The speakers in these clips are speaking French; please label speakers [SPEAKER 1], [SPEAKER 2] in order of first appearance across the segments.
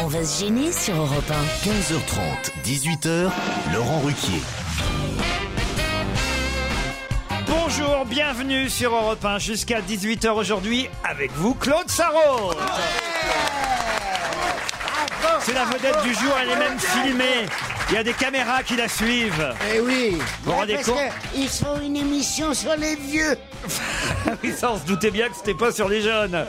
[SPEAKER 1] On va se gêner sur Europe 1.
[SPEAKER 2] 15h30, 18h, Laurent Ruquier.
[SPEAKER 3] Bonjour, bienvenue sur Europe 1 jusqu'à 18h aujourd'hui avec vous Claude Sarraud. C'est la vedette du jour, elle est même filmée. Il y a des caméras qui la suivent.
[SPEAKER 4] Eh oui
[SPEAKER 3] Vous vous rendez
[SPEAKER 4] Parce
[SPEAKER 3] compte
[SPEAKER 4] que Ils font une émission sur les vieux
[SPEAKER 3] Oui, ça, on se doutait bien que c'était pas sur les jeunes.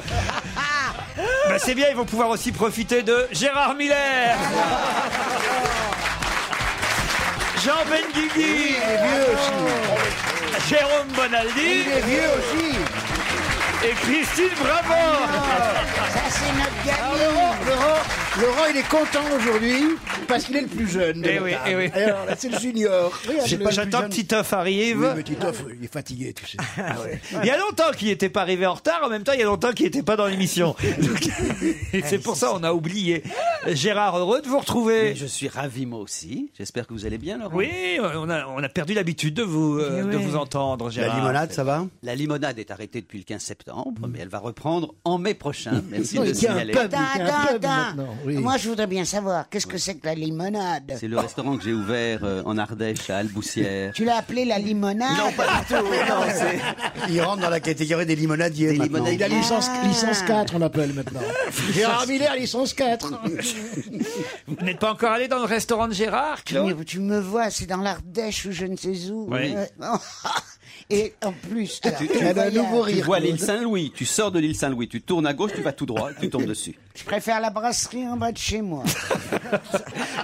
[SPEAKER 3] Bah, c'est bien, ils vont pouvoir aussi profiter de Gérard Miller. Jean Benguigui. Oh. Jérôme Bonaldi
[SPEAKER 4] Les vieux aussi
[SPEAKER 3] et Christine Bravo.
[SPEAKER 4] Ça c'est notre gamin Ah, Laurent, Laurent, il est content aujourd'hui parce qu'il est le plus jeune de
[SPEAKER 3] Eh
[SPEAKER 4] la
[SPEAKER 3] oui,
[SPEAKER 4] table.
[SPEAKER 3] eh oui.
[SPEAKER 4] Alors là, c'est le junior Regarde, le plus
[SPEAKER 3] J'attends que
[SPEAKER 4] jeune.
[SPEAKER 3] Titoff
[SPEAKER 4] Oui,
[SPEAKER 3] arrive.
[SPEAKER 4] mais Titoff, il est fatigué, tu sais. Ah ouais.
[SPEAKER 3] Il y a longtemps qu'il n'était pas arrivé en retard, en même temps il y a longtemps qu'il n'était pas dans l'émission. Donc, C'est pour ça on a oublié. Gérard, heureux de vous retrouver.
[SPEAKER 5] Et je suis ravi moi aussi. J'espère que vous allez bien, Laurent.
[SPEAKER 3] Oui, euh, on a, on a perdu l'habitude de vous, euh,
[SPEAKER 1] Eh
[SPEAKER 3] de vous entendre, Gérard.
[SPEAKER 5] La limonade,
[SPEAKER 3] ça
[SPEAKER 5] va La limonade est arrêtée depuis le 15 septembre, mais elle va reprendre en mai prochain. Merci de
[SPEAKER 4] Non,
[SPEAKER 5] le
[SPEAKER 4] il y a un
[SPEAKER 5] signaler.
[SPEAKER 4] pub.
[SPEAKER 5] C'est
[SPEAKER 4] Il y
[SPEAKER 1] Attends,
[SPEAKER 4] a un
[SPEAKER 1] attends,
[SPEAKER 4] pub maintenant,
[SPEAKER 1] attends.
[SPEAKER 4] oui.
[SPEAKER 1] Moi, je voudrais bien savoir, qu'est-ce que c'est que la limonade
[SPEAKER 5] le restaurant que j'ai ouvert euh, en Ardèche, à Alboussière.
[SPEAKER 1] Tu l'as appelée la limonade
[SPEAKER 5] Non, pas du tout. Non, c'est
[SPEAKER 2] Il rentre dans la catégorie des limonadiers
[SPEAKER 5] des
[SPEAKER 2] maintenant.
[SPEAKER 4] Il a
[SPEAKER 5] limonades.
[SPEAKER 4] licence,
[SPEAKER 6] Ah.
[SPEAKER 4] licence 4, on l'appelle maintenant. Gérard Miller, licence 4.
[SPEAKER 3] Vous n'êtes pas encore allé dans le restaurant de Gérard,
[SPEAKER 1] tu,
[SPEAKER 3] Claude
[SPEAKER 1] me- tu me vois, c'est dans l'Ardèche ou je ne sais où.
[SPEAKER 3] Oui.
[SPEAKER 1] Euh, Et en plus,
[SPEAKER 4] Ah,
[SPEAKER 1] alors, tu
[SPEAKER 4] Elle a un
[SPEAKER 1] voyais,
[SPEAKER 4] nouveau
[SPEAKER 5] Tu
[SPEAKER 4] rire.
[SPEAKER 5] vois l'île Saint-Louis, tu sors de l'île Saint-Louis, tu tournes à gauche, tu vas tout droit, tu tombes dessus.
[SPEAKER 1] je préfère la brasserie en bas de chez moi.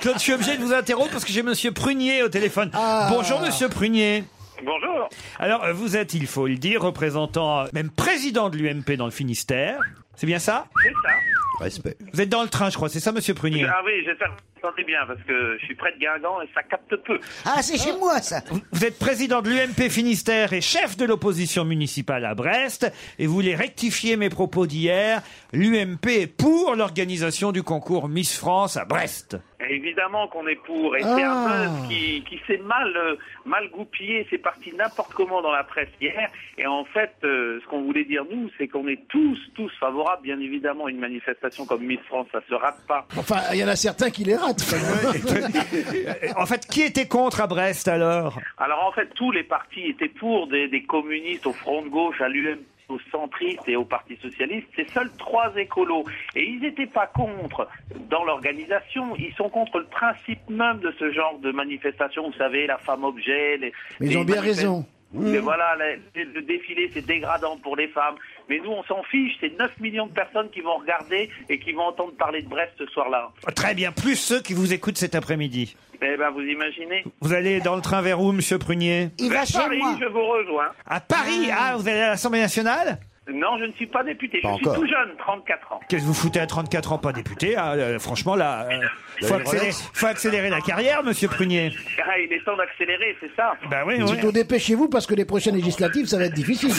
[SPEAKER 3] Claude, je suis obligé de vous interrompre parce que j'ai Monsieur Prunier au téléphone. Bonjour Monsieur Prunier.
[SPEAKER 7] Bonjour.
[SPEAKER 3] Alors euh, vous êtes, il faut le dire, représentant, euh, même président de l'UMP dans le Finistère. C'est bien ça
[SPEAKER 7] C'est ça.
[SPEAKER 2] Respect.
[SPEAKER 3] Vous êtes dans le train, je crois. C'est ça, Monsieur Prunier.
[SPEAKER 7] Ah oui, j'espère que vous entendez bien parce que je suis près de Guingamp et ça capte peu.
[SPEAKER 1] Ah, c'est chez moi, ça
[SPEAKER 3] Vous- Vous êtes président de l'UMP Finistère et chef de l'opposition municipale à Brest. Et vous voulez rectifier mes propos d'hier. L'UMP est pour l'organisation du concours Miss France à Brest.
[SPEAKER 7] Et évidemment qu'on est pour. Et c'est un buzz qui, qui s'est mal, euh, mal goupillé. C'est parti n'importe comment dans la presse hier. Et en fait, euh, ce qu'on voulait dire, nous, c'est qu'on est tous, tous favorables, bien évidemment, à une manifestation comme Miss France. Ça se rate pas.
[SPEAKER 4] Enfin, il y en a certains qui les ratent. quand même.
[SPEAKER 3] Et Euh, En fait, qui était contre à Brest alors
[SPEAKER 7] Alors en fait, tous les partis étaient pour, des, des communistes au front de gauche, à l'UM aux centristes et au Parti socialiste, c'est seuls trois écolos. Et ils n'étaient pas contre dans l'organisation, ils sont contre le principe même de ce genre de manifestation, vous savez, la femme objet. Les,
[SPEAKER 4] Mais ils
[SPEAKER 7] les
[SPEAKER 4] ont bien
[SPEAKER 7] manifest-
[SPEAKER 4] raison. Mmh.
[SPEAKER 7] Mais voilà, le, le défilé, c'est dégradant pour les femmes. Mais nous, on s'en fiche, c'est 9 millions de personnes qui vont regarder et qui vont entendre parler de Brest ce soir-là.
[SPEAKER 3] Très bien, plus ceux qui vous écoutent cet après-midi.
[SPEAKER 7] Eh ben, vous imaginez
[SPEAKER 3] Vous allez dans le train vers où, Monsieur Prunier
[SPEAKER 1] Il va chez
[SPEAKER 7] Paris,
[SPEAKER 1] moi.
[SPEAKER 7] je vous rejoins.
[SPEAKER 3] À Paris Ah, vous allez à l'Assemblée nationale
[SPEAKER 7] Non, je ne suis pas député,
[SPEAKER 2] Pas
[SPEAKER 7] je
[SPEAKER 2] encore.
[SPEAKER 7] suis tout jeune, 34 ans.
[SPEAKER 3] Qu'est-ce que vous foutez à 34 ans, pas député hein, euh, Franchement, là, euh, faut, accélérer, faut accélérer la carrière, Monsieur Prunier.
[SPEAKER 7] Ah, il est temps d'accélérer, c'est ça.
[SPEAKER 3] Ben oui, oui.
[SPEAKER 4] Surtout dépêchez-vous parce que les prochaines législatives, ça va être difficile.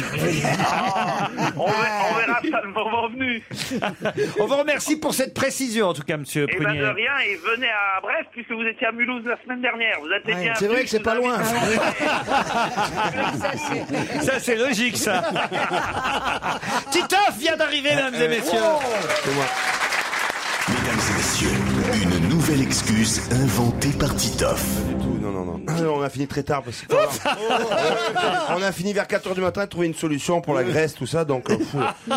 [SPEAKER 7] On, verra, on verra ça le moment venu.
[SPEAKER 3] On vous remercie pour cette précision, en tout cas, Monsieur
[SPEAKER 7] Et ben
[SPEAKER 3] Prunier.
[SPEAKER 7] de rien, et venez à Brest puisque vous étiez à Mulhouse la semaine dernière. Vous êtes bien.
[SPEAKER 4] C'est vrai que c'est pas loin.
[SPEAKER 3] ça, c'est logique, ça. Titoff vient d'arriver, mesdames
[SPEAKER 4] Eh,
[SPEAKER 3] et messieurs.
[SPEAKER 2] Mesdames et messieurs, une nouvelle excuse inventée par Titoff.
[SPEAKER 8] tout, non, non, non. Ah, non, On a fini très tard parce que. on a fini vers 4h du matin à trouver une solution pour la Grèce, tout ça, donc. euh, fou.
[SPEAKER 7] Ah.
[SPEAKER 3] Bon,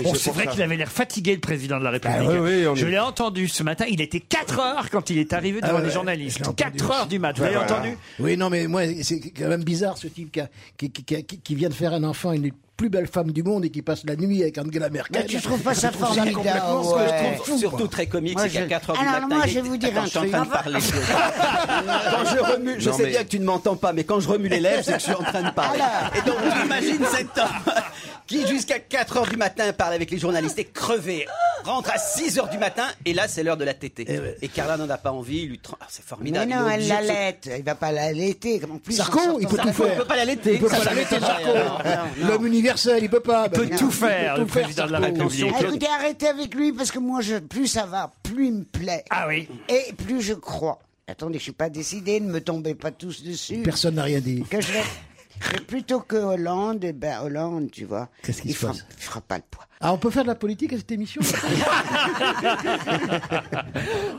[SPEAKER 8] Et
[SPEAKER 3] Oh, c'est
[SPEAKER 8] pour
[SPEAKER 3] vrai
[SPEAKER 8] ça.
[SPEAKER 3] qu'il avait l'air fatigué, le président de la République.
[SPEAKER 8] Bah oui, oui, on est- Ah
[SPEAKER 3] Je l'ai entendu ce matin. Il était 4 heures quand il est arrivé devant les journalistes.
[SPEAKER 4] je l'ai entendu
[SPEAKER 3] 4 heures du matin. Vous
[SPEAKER 8] Ouais,
[SPEAKER 3] l'avez
[SPEAKER 8] voilà.
[SPEAKER 3] entendu
[SPEAKER 4] Oui, non, mais moi, c'est quand même bizarre ce type qui, a- qui, qui- qui- qui- qui vient de faire un enfant une des plus belles femmes du monde et qui passe la nuit avec Angela Merkel.
[SPEAKER 1] Mais tu trouves pas ça
[SPEAKER 4] Je trouve
[SPEAKER 1] formidable,
[SPEAKER 4] complètement ce que je
[SPEAKER 1] ouais.
[SPEAKER 4] trouve fou,
[SPEAKER 5] Surtout
[SPEAKER 4] quoi.
[SPEAKER 5] très comique,
[SPEAKER 1] Moi,
[SPEAKER 5] c'est qu'à
[SPEAKER 1] je-
[SPEAKER 5] 4 h du
[SPEAKER 1] Alors,
[SPEAKER 5] matin.
[SPEAKER 1] moi,
[SPEAKER 5] il
[SPEAKER 1] je vais
[SPEAKER 5] est-
[SPEAKER 1] vous dire
[SPEAKER 5] Attends,
[SPEAKER 1] un
[SPEAKER 5] je suis en
[SPEAKER 1] truc.
[SPEAKER 5] train de parler. quand je remue, je
[SPEAKER 8] Non,
[SPEAKER 5] sais
[SPEAKER 8] mais-
[SPEAKER 5] bien que tu ne m'entends pas, mais quand je remue les lèvres, c'est que je suis en train de parler.
[SPEAKER 1] Alors.
[SPEAKER 5] Et donc, j'imagine cet homme qui, jusqu'à 4 h du matin, parle avec les journalistes et crevé. rentre à 6 heures du matin et là, c'est l'heure de la tétée.
[SPEAKER 4] Eh
[SPEAKER 5] Et Carla n'en a pas envie, il lui tra- Ah, c'est
[SPEAKER 1] Mais
[SPEAKER 5] formidable.
[SPEAKER 1] non,
[SPEAKER 5] il est
[SPEAKER 1] elle
[SPEAKER 5] obligé de se-
[SPEAKER 1] l'allaite. Il va pas l'allaiter. En plus,
[SPEAKER 4] Sarko,
[SPEAKER 1] en sortant-
[SPEAKER 4] il peut
[SPEAKER 5] Sarko,
[SPEAKER 4] tout
[SPEAKER 5] on
[SPEAKER 4] faire.
[SPEAKER 5] peut pas l'allaiter.
[SPEAKER 4] Il peut
[SPEAKER 5] Ça,
[SPEAKER 4] pas
[SPEAKER 5] ça
[SPEAKER 4] l'allaiter,
[SPEAKER 5] fait pas.
[SPEAKER 4] Sarko.
[SPEAKER 5] Non, non, non.
[SPEAKER 4] L'homme universel, il peut pas.
[SPEAKER 3] peut
[SPEAKER 4] Ben,
[SPEAKER 3] tout
[SPEAKER 4] il
[SPEAKER 3] faire,
[SPEAKER 4] peut
[SPEAKER 3] le président de la
[SPEAKER 4] Sarko.
[SPEAKER 3] République.
[SPEAKER 1] Ah, Écoutez, arrêtez avec lui parce que moi, je, plus ça va, plus il me plaît.
[SPEAKER 3] Ah oui.
[SPEAKER 1] Et plus je crois. Attendez, je suis pas décidé, ne me tombez pas tous dessus.
[SPEAKER 4] Personne n'a rien dit.
[SPEAKER 1] Que je vais- que plutôt que Hollande, eh ben Hollande, tu vois.
[SPEAKER 4] Qu'est-ce qui
[SPEAKER 1] il
[SPEAKER 4] se
[SPEAKER 1] fera,
[SPEAKER 4] passe
[SPEAKER 1] il fera pas le poids.
[SPEAKER 4] Ah, on peut faire de la politique à cette émission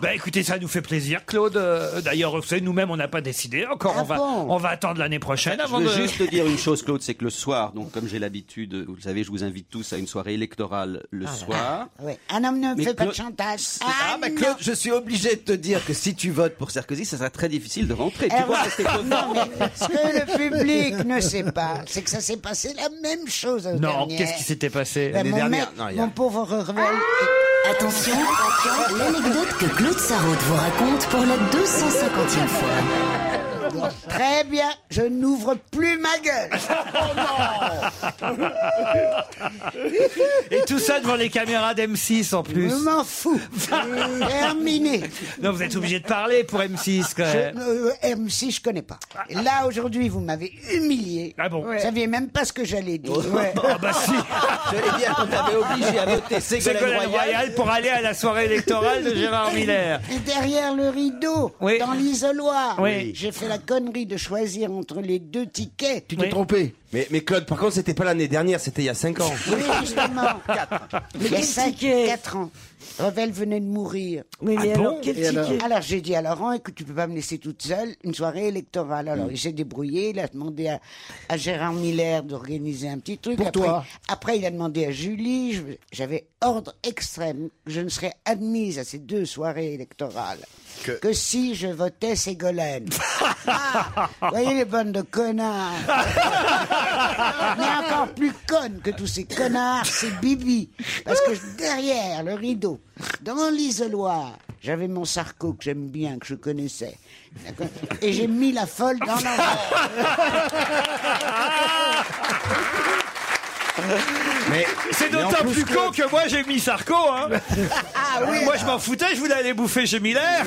[SPEAKER 3] Bah écoutez, ça nous fait plaisir, Claude. Euh, D'ailleurs, vous savez, nous-mêmes, on n'a pas décidé encore.
[SPEAKER 1] Ah
[SPEAKER 3] on, va,
[SPEAKER 1] bon
[SPEAKER 3] on va attendre l'année prochaine
[SPEAKER 5] Je
[SPEAKER 3] avant de.
[SPEAKER 5] veux juste te dire une chose, Claude, c'est que le soir, donc comme j'ai l'habitude, vous le savez, je vous invite tous à une soirée électorale le
[SPEAKER 4] Ah
[SPEAKER 1] Ah,
[SPEAKER 5] soir.
[SPEAKER 1] Oui. Un homme ne
[SPEAKER 5] Mais
[SPEAKER 1] fait pas de
[SPEAKER 5] Claude-
[SPEAKER 1] chantage.
[SPEAKER 5] Ah,
[SPEAKER 1] Ah,
[SPEAKER 5] bah,
[SPEAKER 1] non.
[SPEAKER 5] Claude, je suis obligé de te dire que si tu votes pour Sarkozy, ça sera très difficile de rentrer. Tu
[SPEAKER 1] Eh
[SPEAKER 5] vois,
[SPEAKER 1] ouais.
[SPEAKER 5] c'est étonnant.
[SPEAKER 1] Non, mais ce que le public ne sait pas, c'est que ça s'est passé la même chose au
[SPEAKER 3] Non,
[SPEAKER 1] dernier.
[SPEAKER 3] qu'est-ce qui s'était passé
[SPEAKER 1] Ben,
[SPEAKER 8] L'année
[SPEAKER 1] mon
[SPEAKER 8] dernière,
[SPEAKER 1] mec,
[SPEAKER 8] non, il y a-
[SPEAKER 1] mon pauvre Revelle.
[SPEAKER 9] Attention, l'anecdote que Claude Sarraute vous raconte pour la 250e fois.
[SPEAKER 1] Très bien, je n'ouvre plus ma gueule.
[SPEAKER 3] Et tout ça devant les caméras d'M6 en plus.
[SPEAKER 1] Je m'en fous. Terminé.
[SPEAKER 3] Non, vous êtes obligé de parler pour M6 quand
[SPEAKER 1] Je,
[SPEAKER 3] même.
[SPEAKER 1] euh, M6, je connais pas. Et là, aujourd'hui, vous m'avez humilié.
[SPEAKER 3] Ah bon
[SPEAKER 1] Vous saviez même pas ce que j'allais dire.
[SPEAKER 3] Ah bah si,
[SPEAKER 5] J'allais dire qu'on t'avait obligé à voter
[SPEAKER 3] c'est
[SPEAKER 5] Ségolène
[SPEAKER 3] Colin
[SPEAKER 5] Royal.
[SPEAKER 3] Royal pour aller à la soirée électorale de Gérard Miller.
[SPEAKER 1] Et derrière le rideau,
[SPEAKER 3] Oui.
[SPEAKER 1] dans l'isoloir,
[SPEAKER 3] Oui.
[SPEAKER 1] j'ai fait la connerie de choisir entre les deux tickets.
[SPEAKER 4] Tu t'es
[SPEAKER 3] Oui.
[SPEAKER 4] trompé.
[SPEAKER 8] Mais, mais Claude, par contre, c'était pas l'année dernière, c'était il y a 5 ans.
[SPEAKER 1] Oui, justement. Il y a 5, 4 ans. Revel venait de mourir.
[SPEAKER 10] Oui, mais
[SPEAKER 3] bon
[SPEAKER 10] alors, quel
[SPEAKER 4] Ah Et alors
[SPEAKER 10] ticket
[SPEAKER 1] Alors j'ai dit à Laurent, écoute, tu peux pas me laisser toute seule une soirée électorale. Alors
[SPEAKER 4] Mm.
[SPEAKER 1] il s'est débrouillé, il a demandé à, à Gérard Miller d'organiser un petit truc.
[SPEAKER 4] Pour
[SPEAKER 1] après,
[SPEAKER 4] toi.
[SPEAKER 1] Après il a demandé à Julie, Je- j'avais ordre extrême, que je ne serais admise à ces deux soirées électorales que, si je votais Ségolène. ah, vous voyez les bonnes de connards. Mais encore plus conne que tous ces connards, c'est Bibi. Parce que je- derrière le rideau, dans l'isoloir, j'avais mon sarco que j'aime bien, que je connaissais. D'accord Et j'ai mis la folle dans l'envers.
[SPEAKER 8] Mais
[SPEAKER 3] C'est
[SPEAKER 8] mais en
[SPEAKER 3] d'autant plus con
[SPEAKER 8] Claude,
[SPEAKER 3] que moi j'ai mis Sarko. Hein.
[SPEAKER 1] Ah oui
[SPEAKER 3] moi je m'en foutais, je voulais aller bouffer chez Miller.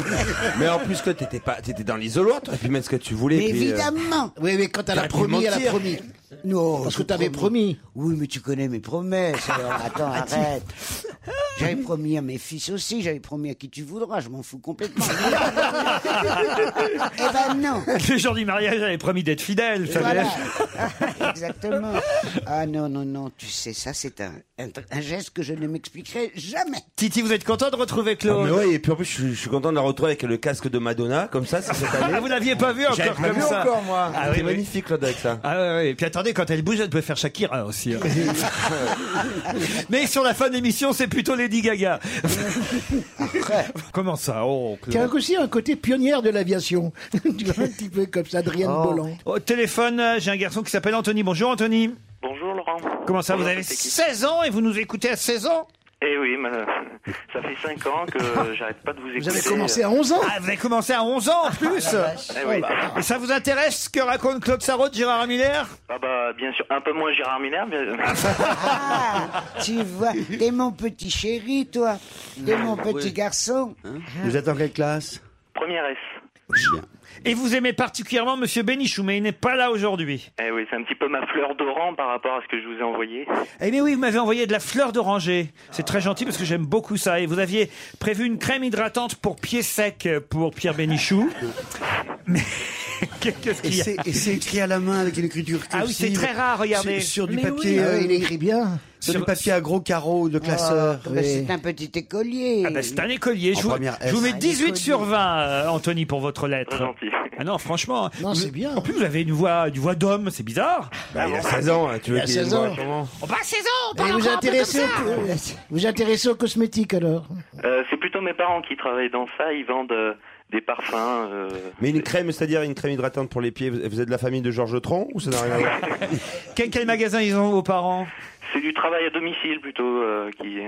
[SPEAKER 8] Mais en plus, Claude, t'étais pas, t'étais dans l'isoloir, t'aurais pu mettre ce que tu voulais.
[SPEAKER 1] mais
[SPEAKER 8] puis, euh,
[SPEAKER 1] évidemment
[SPEAKER 4] Oui, mais quand elle a
[SPEAKER 8] T'aurais pu
[SPEAKER 4] promis, elle a
[SPEAKER 8] mentir.
[SPEAKER 4] promis.
[SPEAKER 1] Non,
[SPEAKER 4] Parce que
[SPEAKER 1] j'ai
[SPEAKER 4] t'avais promis. Ah,
[SPEAKER 1] Oui, mais tu connais mes promesses, alors attends, arrête. J'avais promis à mes fils aussi, j'avais promis à qui tu voudras, je m'en fous complètement. eh ben non
[SPEAKER 3] Les jours du mariage, j'avais promis d'être fidèle. vous savez.
[SPEAKER 1] Voilà. Exactement. Ah non, non, non, tu sais, ça c'est un, un, un geste que je ne m'expliquerai jamais.
[SPEAKER 3] Titi, vous êtes content de retrouver
[SPEAKER 8] Non,
[SPEAKER 3] Claude
[SPEAKER 8] Ah, mais ouais, et puis en plus, je, je suis content de la retrouver avec le casque de Madonna, comme ça, c'est cette année.
[SPEAKER 3] Ah, vous l'aviez pas vu
[SPEAKER 8] J'avais
[SPEAKER 3] encore
[SPEAKER 8] pas
[SPEAKER 3] comme
[SPEAKER 8] vu
[SPEAKER 3] ça.
[SPEAKER 8] encore, moi.
[SPEAKER 3] Ah
[SPEAKER 8] C'était
[SPEAKER 3] oui, oui.
[SPEAKER 8] magnifique, Claude, avec ça.
[SPEAKER 3] Ah ouais, ouais. Et puis attendez, quand elle bouge, elle peut faire Shakira aussi. hein. Mais sur la fin de l'émission, c'est plutôt Lady Gaga. Comment ça Oh,
[SPEAKER 4] Tu as
[SPEAKER 3] Claude.
[SPEAKER 4] aussi un côté pionnière de l'aviation. tu vois, un petit peu comme ça, Adrienne
[SPEAKER 3] Oh.
[SPEAKER 4] Bolland.
[SPEAKER 3] Au téléphone, euh, j'ai un garçon qui s'appelle Anthony. Bonjour Anthony.
[SPEAKER 7] Bonjour Laurent.
[SPEAKER 3] Comment ça, vous avez 16 ans et vous nous écoutez à 16 ans
[SPEAKER 7] Eh oui, mais, euh, ça fait 5 ans que j'arrête pas de vous écouter.
[SPEAKER 4] Vous avez commencé à
[SPEAKER 7] euh,
[SPEAKER 4] 11 ans.
[SPEAKER 3] Ah, vous avez commencé à 11 ans en plus bah.
[SPEAKER 7] Eh oui.
[SPEAKER 3] Et ça vous intéresse ce que raconte Claude Sarraute, Gérard Miller
[SPEAKER 7] Ah bah bien sûr, un peu moins Gérard Miller, mais euh,
[SPEAKER 1] Ah, tu vois, t'es mon petit chéri, toi. T'es mon petit
[SPEAKER 5] oui.
[SPEAKER 1] garçon.
[SPEAKER 7] Eh
[SPEAKER 8] Vous êtes en quelle classe
[SPEAKER 7] première S.
[SPEAKER 3] Et vous aimez particulièrement Monsieur Bénichou, mais il n'est pas là aujourd'hui.
[SPEAKER 7] Eh oui, c'est un petit peu ma fleur d'oran par rapport à ce que je vous ai envoyé.
[SPEAKER 3] Eh bien oui, vous m'avez envoyé de la fleur d'oranger. C'est très gentil parce que j'aime beaucoup ça. Et vous aviez prévu une crème hydratante pour pieds secs pour Pierre Bénichou. Mais qu'est-ce qu'il y a
[SPEAKER 6] Et c'est écrit à la main avec une écriture cursive.
[SPEAKER 3] Ah oui, c'est très rare, regardez.
[SPEAKER 6] Sur, sur du
[SPEAKER 10] Mais
[SPEAKER 6] papier,
[SPEAKER 10] oui.
[SPEAKER 4] Ah
[SPEAKER 6] euh,
[SPEAKER 4] oui, il écrit bien.
[SPEAKER 6] sur bah,
[SPEAKER 3] Sur-
[SPEAKER 6] du papier à gros carreaux de classeur.
[SPEAKER 1] Ah, ben, C'est un petit écolier.
[SPEAKER 3] Ah bah, c'est un écolier.
[SPEAKER 6] En
[SPEAKER 3] Je vous,
[SPEAKER 6] première
[SPEAKER 3] je vous
[SPEAKER 6] S.
[SPEAKER 3] mets 18 sur 20, euh, Anthony, pour votre
[SPEAKER 7] Très
[SPEAKER 3] lettre.
[SPEAKER 7] gentil.
[SPEAKER 3] Ah non, franchement.
[SPEAKER 4] Non,
[SPEAKER 3] vous-
[SPEAKER 4] c'est bien.
[SPEAKER 3] En plus, vous avez une voix, une voix d'homme, c'est bizarre.
[SPEAKER 8] Bah, il a 16 ans, hein, tu veux
[SPEAKER 4] Il a
[SPEAKER 8] qu'il ait une
[SPEAKER 4] 16 ans.
[SPEAKER 8] voix, comment
[SPEAKER 3] On passe 16 ans, on
[SPEAKER 4] Et
[SPEAKER 3] parle
[SPEAKER 4] vous
[SPEAKER 3] encore un peu
[SPEAKER 4] intéressez,
[SPEAKER 3] comme ça.
[SPEAKER 4] aux- vous intéressez aux cosmétiques alors
[SPEAKER 7] Euh, c'est plutôt mes parents qui travaillent dans ça, ils vendent euh, des parfums. euh,
[SPEAKER 8] Mais une crème, c'est-à-dire une crème hydratante pour les pieds, vous vous êtes de la famille de Georges Tron ou ça n'a rien à voir
[SPEAKER 3] Quel, quel magasin ils ont, vos parents
[SPEAKER 7] C'est du travail à domicile plutôt euh, qui.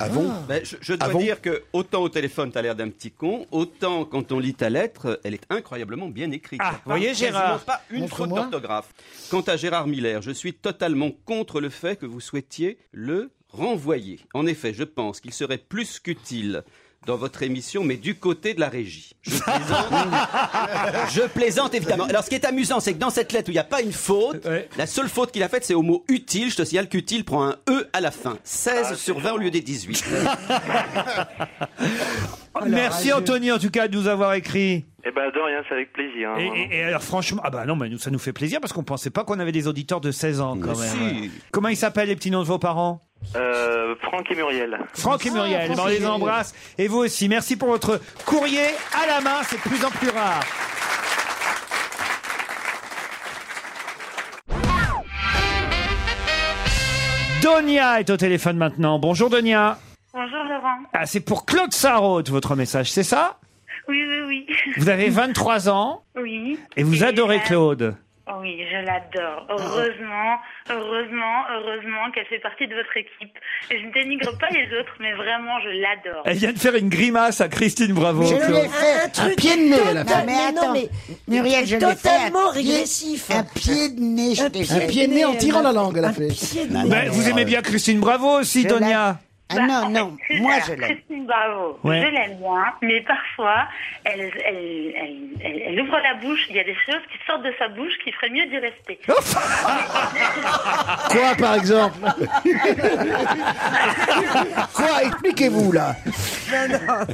[SPEAKER 8] Avant
[SPEAKER 5] Ben, je, je dois
[SPEAKER 8] Ah bon
[SPEAKER 5] dire que autant au téléphone t'as l'air d'un petit con, autant quand on lit ta lettre, euh, elle est incroyablement bien écrite.
[SPEAKER 3] Ah,
[SPEAKER 5] Enfin,
[SPEAKER 3] vous voyez,
[SPEAKER 5] quasiment
[SPEAKER 3] Gérard
[SPEAKER 5] Pas une faute
[SPEAKER 4] Montre-moi.
[SPEAKER 5] d'orthographe. Quant à Gérard Miller, je suis totalement contre le fait que vous souhaitiez le renvoyé. En effet, je pense qu'il serait plus qu'utile dans votre émission, mais du côté de la régie. Je plaisante, je plaisante évidemment. Alors, ce qui est amusant, c'est que dans cette lettre où il n'y a pas une faute, la seule faute qu'il a faite, c'est au mot utile. Je te signale qu'utile prend un E à la fin. 16 sur 20 au lieu des 18.
[SPEAKER 3] Oh, Merci
[SPEAKER 7] adieu.
[SPEAKER 3] Anthony en tout cas de nous avoir écrit.
[SPEAKER 7] Eh ben, de rien, c'est avec plaisir. hein,
[SPEAKER 3] Et,
[SPEAKER 7] vraiment.
[SPEAKER 3] et- et alors franchement, ah bah non, mais nous, ça nous fait plaisir parce qu'on pensait pas qu'on avait des auditeurs de 16 ans quand
[SPEAKER 7] Mais
[SPEAKER 3] même.
[SPEAKER 7] si.
[SPEAKER 3] Comment ils s'appellent les petits noms de vos parents
[SPEAKER 7] Euh, Franck et Muriel.
[SPEAKER 3] Ah, Franck et Muriel,
[SPEAKER 7] Ah, Franck
[SPEAKER 3] on
[SPEAKER 7] et
[SPEAKER 3] les
[SPEAKER 7] Muriel.
[SPEAKER 3] embrasse. Et vous aussi, merci pour votre courrier à la main, c'est de plus en plus rare. Donia est au téléphone maintenant. Bonjour Donia.
[SPEAKER 10] Bonjour Laurent.
[SPEAKER 3] Ah, c'est pour Claude Sarraute votre message, c'est ça
[SPEAKER 10] Oui, oui, oui.
[SPEAKER 3] Vous avez 23 ans
[SPEAKER 10] Oui.
[SPEAKER 3] et vous adorez
[SPEAKER 10] la-
[SPEAKER 3] Claude.
[SPEAKER 10] Oui, je l'adore. Heureusement, heureusement, heureusement qu'elle fait partie de votre équipe. Je ne dénigre pas les autres, mais vraiment, je l'adore.
[SPEAKER 3] Elle vient de faire une grimace à Christine Bravo.
[SPEAKER 1] Je
[SPEAKER 3] Claude.
[SPEAKER 1] l'ai fait
[SPEAKER 10] Un truc
[SPEAKER 1] pied de nez.
[SPEAKER 10] total-
[SPEAKER 1] à la fin.
[SPEAKER 10] mais
[SPEAKER 1] mais
[SPEAKER 10] non,
[SPEAKER 1] attends,
[SPEAKER 10] mais-
[SPEAKER 1] Muriel, je l'ai fait
[SPEAKER 10] totalement
[SPEAKER 1] un pied-
[SPEAKER 10] régressif.
[SPEAKER 1] Un pied de nez, je t'ai
[SPEAKER 4] Un
[SPEAKER 1] fait.
[SPEAKER 4] pied de nez en tirant la langue, elle a fait.
[SPEAKER 3] Ben, vous aimez bien Christine Bravo aussi,
[SPEAKER 1] Je
[SPEAKER 3] Donia
[SPEAKER 10] Bah,
[SPEAKER 1] Ah non, non, moi je l'aime.
[SPEAKER 10] Christine Bravo,
[SPEAKER 3] Ouais.
[SPEAKER 10] je l'aime bien, mais parfois, elle, elle, elle, elle- elle ouvre la bouche, il y a des choses qui sortent de sa bouche qui ferait mieux d'y rester.
[SPEAKER 4] Quoi, par exemple
[SPEAKER 3] Ah,
[SPEAKER 4] Quoi Expliquez-vous, là.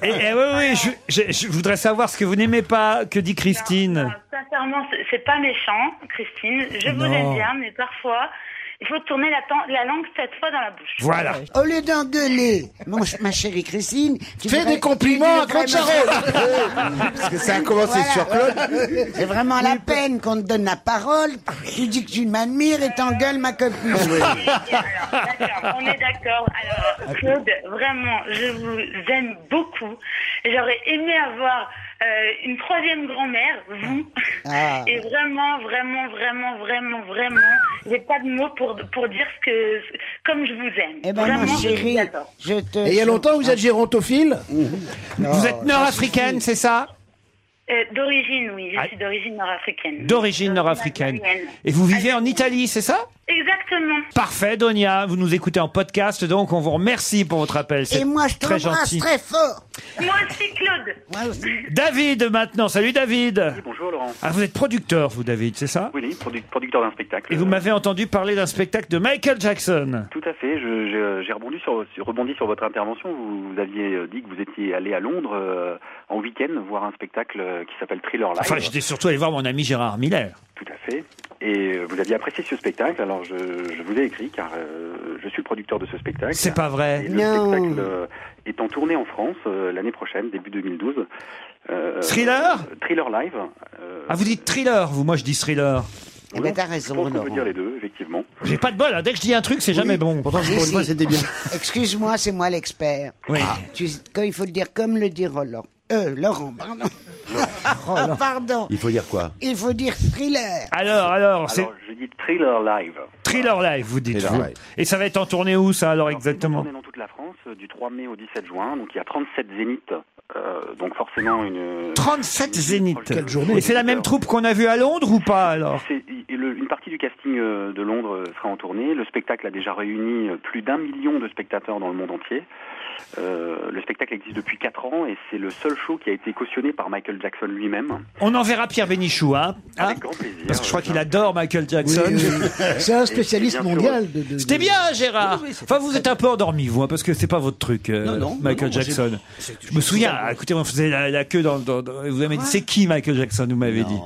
[SPEAKER 3] Eh, eh, oui, oui, je, je- je voudrais savoir ce que vous n'aimez pas que dit Christine.
[SPEAKER 10] Sincèrement, c'est- c'est pas méchant, Christine, je vous
[SPEAKER 3] Non.
[SPEAKER 10] aime bien, mais parfois, il faut tourner la, tan- la langue cette fois dans la bouche.
[SPEAKER 3] Voilà.
[SPEAKER 1] Au lieu d'engueuler, mon ch- ma chérie Christine, tu
[SPEAKER 4] Fais
[SPEAKER 1] devrais-
[SPEAKER 4] des compliments
[SPEAKER 1] tu devrais
[SPEAKER 4] à Claude
[SPEAKER 1] me-
[SPEAKER 4] Charest. Parce que ça a commencé sur Claude.
[SPEAKER 1] C'est vraiment la peine qu'on te donne la parole. Tu dis que tu m'admires et t'engueules ma copine.
[SPEAKER 10] D'accord, on est d'accord. Alors, Claude, vraiment, je vous aime beaucoup. J'aurais aimé avoir euh, une troisième grand-mère, vous.
[SPEAKER 1] Ah.
[SPEAKER 10] Et vraiment, vraiment, vraiment, vraiment, vraiment, j'ai pas de mots pour, pour dire ce que, comme je vous aime.
[SPEAKER 1] Eh ben,
[SPEAKER 10] vraiment,
[SPEAKER 1] mon
[SPEAKER 10] je vous
[SPEAKER 1] chéri,
[SPEAKER 10] adore.
[SPEAKER 1] je te.
[SPEAKER 4] Et il y a longtemps, vous êtes gérontophile
[SPEAKER 3] Vous êtes nord-africaine, c'est ça
[SPEAKER 10] Euh, d'origine, oui,
[SPEAKER 4] Ah.
[SPEAKER 10] je suis d'origine nord-africaine.
[SPEAKER 3] D'origine nord-africaine. Et vous vivez en Italie, c'est ça
[SPEAKER 10] Exactement.
[SPEAKER 3] Parfait, Donia. Vous nous écoutez en podcast, donc on vous remercie pour votre appel. C'est
[SPEAKER 1] Et moi, je
[SPEAKER 3] très
[SPEAKER 1] t'embrasse
[SPEAKER 3] gentil.
[SPEAKER 1] très fort.
[SPEAKER 10] Moi aussi, Claude.
[SPEAKER 1] Moi aussi.
[SPEAKER 3] David, maintenant. Salut, David.
[SPEAKER 11] Bonjour Laurent.
[SPEAKER 3] Ah, vous êtes producteur, vous, David, c'est ça
[SPEAKER 11] Oui, produ- producteur d'un spectacle.
[SPEAKER 3] Et vous m'avez entendu parler d'un spectacle de Michael Jackson.
[SPEAKER 11] Tout à fait. je- je- J'ai rebondi sur, sur- rebondi sur votre intervention. Vous, vous aviez euh, dit que vous étiez allé à Londres euh, en week-end voir un spectacle euh, qui s'appelle Thriller Live.
[SPEAKER 3] Enfin, j'étais surtout allé voir mon ami Gérard Miller.
[SPEAKER 11] Tout à fait. Et euh, vous aviez apprécié ce spectacle. Alors je, je vous ai écrit car euh, je suis le producteur de ce spectacle.
[SPEAKER 3] C'est pas vrai.
[SPEAKER 11] Et le spectacle euh, est en tournée en France euh, l'année prochaine, début 2012. Euh,
[SPEAKER 3] Thriller
[SPEAKER 11] euh, Thriller Live. euh,
[SPEAKER 3] Ah, vous dites thriller, vous. Moi, je dis thriller.
[SPEAKER 4] Eh
[SPEAKER 11] oui,
[SPEAKER 4] ben,
[SPEAKER 11] Je pense qu'on peut dire les deux, effectivement.
[SPEAKER 3] J'ai pas de bol. hein. Dès que je dis un truc, c'est jamais bon. Pourtant,
[SPEAKER 1] je- pour une fois, c'était bien. Excuse-moi, c'est moi l'expert. Ah.
[SPEAKER 3] Oui.
[SPEAKER 1] Tu, quand il faut le dire comme le dit Roland. Euh, Laurent, pardon. Ah, pardon.
[SPEAKER 6] Il faut dire quoi
[SPEAKER 1] Il faut dire thriller.
[SPEAKER 3] Alors, alors, c'est
[SPEAKER 11] Je dis Thriller Live.
[SPEAKER 3] Thriller Live, vous dites. vous. Et ça va être en tournée où, ça, alors, exactement
[SPEAKER 11] On est dans toute la France euh, du 3 mai au 17 juin, donc il y a 37 zéniths, euh, donc forcément une.
[SPEAKER 3] 37 Zénith. Et c'est la même troupe qu'on a vue à Londres ou pas, alors
[SPEAKER 11] C'est- i- i- le- une partie du casting euh, de Londres euh, sera en tournée. Le spectacle a déjà réuni euh, plus d'un million de spectateurs dans le monde entier. Euh, le spectacle existe depuis 4 ans et c'est le seul show qui a été cautionné par Michael Jackson lui-même.
[SPEAKER 3] On enverra Pierre Bénichou, hein, hein
[SPEAKER 11] Grand plaisir.
[SPEAKER 3] Parce que je crois qu'il adore Michael Jackson.
[SPEAKER 4] Oui, oui, oui. C'est un spécialiste mondial de. de-
[SPEAKER 3] C'était bien, Gérard. enfin, vous êtes un peu endormi, vous, hein, parce que c'est pas votre truc, euh,
[SPEAKER 4] Non, non,
[SPEAKER 3] Michael
[SPEAKER 4] non, non,
[SPEAKER 3] Jackson.
[SPEAKER 4] moi,
[SPEAKER 3] Je me souviens, écoutez, on faisait la, la queue dans, dans- dans- Vous avez dit, c'est qui Michael Jackson, vous m'avez dit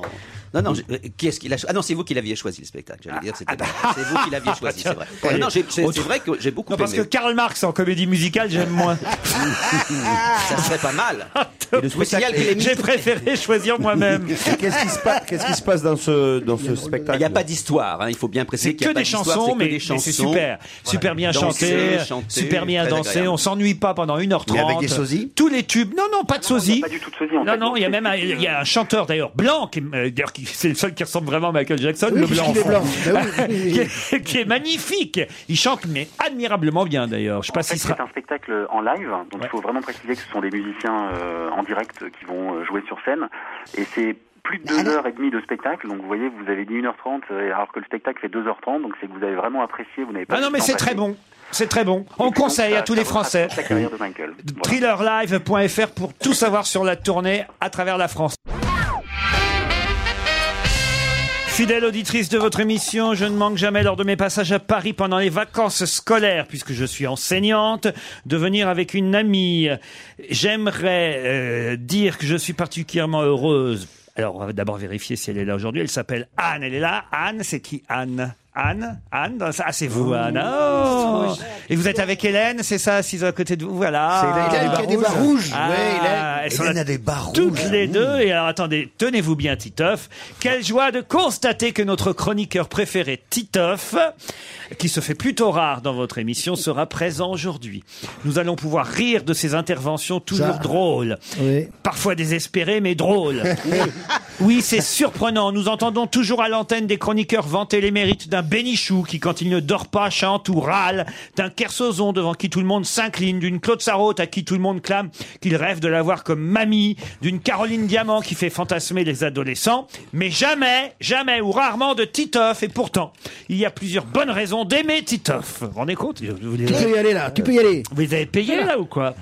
[SPEAKER 5] Non, non, je- euh, qui est-ce qui l'a cho- Ah non, c'est vous qui l'aviez choisi le spectacle, j'allais dire. c'était pas- C'est vous qui l'aviez choisi, c'est vrai. Ah
[SPEAKER 3] Tiens.
[SPEAKER 5] Non, non, j'ai- c'est
[SPEAKER 3] Autre-
[SPEAKER 5] c'est vrai que j'ai beaucoup
[SPEAKER 3] Non, parce que
[SPEAKER 5] aimé.
[SPEAKER 3] Karl Marx en comédie musicale, j'aime moins. Ah,
[SPEAKER 5] Ça serait pas mal. Je vous signale qu'il est mis-
[SPEAKER 3] J'ai préféré choisir moi-même.
[SPEAKER 8] Qu'est-ce qui se passe, qu'est-ce qui se passe dans ce, dans ce spectacle
[SPEAKER 5] Il n'y a pas d'histoire, hein, il faut bien préciser
[SPEAKER 3] C'est
[SPEAKER 5] qu'il y a
[SPEAKER 3] que
[SPEAKER 5] pas
[SPEAKER 3] des
[SPEAKER 5] d'histoire,
[SPEAKER 3] chansons,
[SPEAKER 5] c'est que
[SPEAKER 3] mais,
[SPEAKER 5] des
[SPEAKER 3] mais
[SPEAKER 5] chansons.
[SPEAKER 3] c'est super. Super bien
[SPEAKER 5] Danser,
[SPEAKER 3] chanté,
[SPEAKER 5] chanter,
[SPEAKER 3] super bien
[SPEAKER 5] très
[SPEAKER 3] dansé.
[SPEAKER 5] agréable.
[SPEAKER 3] On s'ennuie pas pendant 1h30.
[SPEAKER 5] Mais avec des sosies
[SPEAKER 3] Tous les tubes. Non, non, pas de sosie.
[SPEAKER 11] Pas du tout de sosie, en
[SPEAKER 3] Non,
[SPEAKER 11] fait.
[SPEAKER 3] non, il y a
[SPEAKER 11] C'est-
[SPEAKER 3] même un,
[SPEAKER 11] c'est une-
[SPEAKER 3] il y a un chanteur d'ailleurs blanc, qui, est- euh, d'ailleurs qui- c'est le seul qui ressemble vraiment à Michael Jackson,
[SPEAKER 4] Oui,
[SPEAKER 3] le blanc,
[SPEAKER 4] puisqu'il est
[SPEAKER 3] en
[SPEAKER 4] blanc.
[SPEAKER 3] fond.
[SPEAKER 5] Ben
[SPEAKER 4] Bah oui.
[SPEAKER 3] qui, est, qui est magnifique. Il chante mais admirablement bien d'ailleurs. Je sais pas
[SPEAKER 11] En fait,
[SPEAKER 3] s'il sera.
[SPEAKER 11] C'est un spectacle en live, donc il faut vraiment préciser que ce sont des musiciens euh, en direct qui vont euh, jouer sur scène. Et c'est plus de deux heures et demie de spectacle, donc vous voyez, vous avez dit 1h30, euh, alors que le spectacle fait 2h30, donc c'est que vous avez vraiment apprécié, vous n'avez pas...
[SPEAKER 3] Ah non, mais c'est très bon. C'est très bon. On conseille à tous les Français.
[SPEAKER 11] La carrière de Michael.
[SPEAKER 3] thrillerlive.fr pour tout savoir sur la tournée à travers la France. Fidèle auditrice de votre émission, je ne manque jamais lors de mes passages à Paris pendant les vacances scolaires, puisque je suis enseignante, de venir avec une amie. J'aimerais euh, dire que je suis particulièrement heureuse. Alors, on va d'abord vérifier si elle est là aujourd'hui. Elle s'appelle Anne. Elle est là. Anne, c'est qui Anne Anne Anne Ah, c'est vous, Anne. Oh
[SPEAKER 12] c'est trop
[SPEAKER 3] Et vous êtes avec Hélène, c'est ça, assise à côté de vous Voilà.
[SPEAKER 6] C'est Hélène qui a des barres rouges.
[SPEAKER 3] Ah,
[SPEAKER 6] Ouais, Hélène.
[SPEAKER 3] elles sont
[SPEAKER 6] Hélène
[SPEAKER 3] là
[SPEAKER 6] a des barres
[SPEAKER 3] Toutes
[SPEAKER 6] rouges. Ah
[SPEAKER 3] les deux. Et alors, attendez, tenez-vous bien, Titoff. Quelle joie de constater que notre chroniqueur préféré, Titoff, qui se fait plutôt rare dans votre émission, sera présent aujourd'hui. Nous allons pouvoir rire de ses interventions toujours
[SPEAKER 4] Ça.
[SPEAKER 3] drôles. Parfois désespérées, mais drôles. Oui, c'est surprenant. Nous entendons toujours à l'antenne des chroniqueurs vanter les mérites d'un Bénichou qui, quand il ne dort pas, chante ou râle, d'un Kersozon devant qui tout le monde s'incline, d'une Claude Sarraute à qui tout le monde clame qu'il rêve de l'avoir comme mamie, d'une Caroline Diamant qui fait fantasmer les adolescents, mais jamais, jamais ou rarement de Titoff. Et pourtant, il y a plusieurs bonnes raisons d'aimer Titoff. Vous vous rendez compte
[SPEAKER 4] Tu peux y aller, là, tu peux y aller.
[SPEAKER 3] Vous les avez payés là ou quoi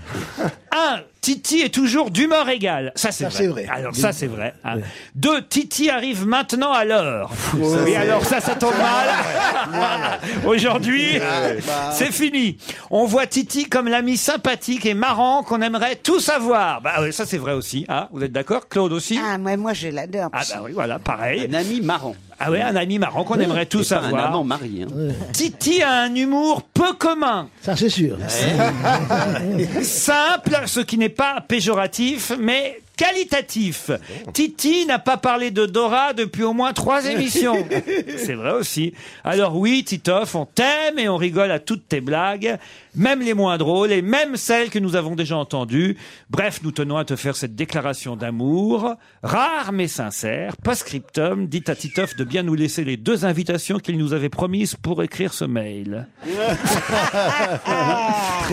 [SPEAKER 3] Un, Titi est toujours d'humeur égale. Ça, c'est
[SPEAKER 4] Ça,
[SPEAKER 3] vrai.
[SPEAKER 4] c'est vrai.
[SPEAKER 3] Alors, ça, c'est vrai. hein. Deux, Titi arrive maintenant à l'heure.
[SPEAKER 4] ça,
[SPEAKER 3] oui,
[SPEAKER 4] c'est-
[SPEAKER 3] alors ça, ça tombe mal. Aujourd'hui,
[SPEAKER 6] Ouais.
[SPEAKER 5] Bah.
[SPEAKER 3] c'est fini. On voit Titi comme l'ami sympathique et marrant qu'on aimerait tout savoir. Bah, ouais, ça, c'est vrai aussi. hein. Vous êtes d'accord Claude aussi
[SPEAKER 1] Ah, moi, moi je l'adore.
[SPEAKER 3] Ah, bah oui, voilà, pareil.
[SPEAKER 5] Un ami marrant.
[SPEAKER 3] Ah ouais, un ami marrant qu'on
[SPEAKER 5] Oui.
[SPEAKER 3] aimerait tous
[SPEAKER 5] Et pas un
[SPEAKER 3] savoir.
[SPEAKER 5] amant marié, hein.
[SPEAKER 3] Titi a un humour peu commun.
[SPEAKER 4] Ça, c'est sûr.
[SPEAKER 3] Simple, ce qui n'est pas péjoratif, mais qualitatif. Titi n'a pas parlé de Dora depuis au moins trois émissions. C'est vrai aussi. Alors oui, Titoff, on t'aime et on rigole à toutes tes blagues, même les moins drôles et même celles que nous avons déjà entendues. Bref, nous tenons à te faire cette déclaration d'amour, rare mais sincère, pas scriptum, dite à Titoff de bien nous laisser les deux invitations qu'il nous avait promises pour écrire ce mail.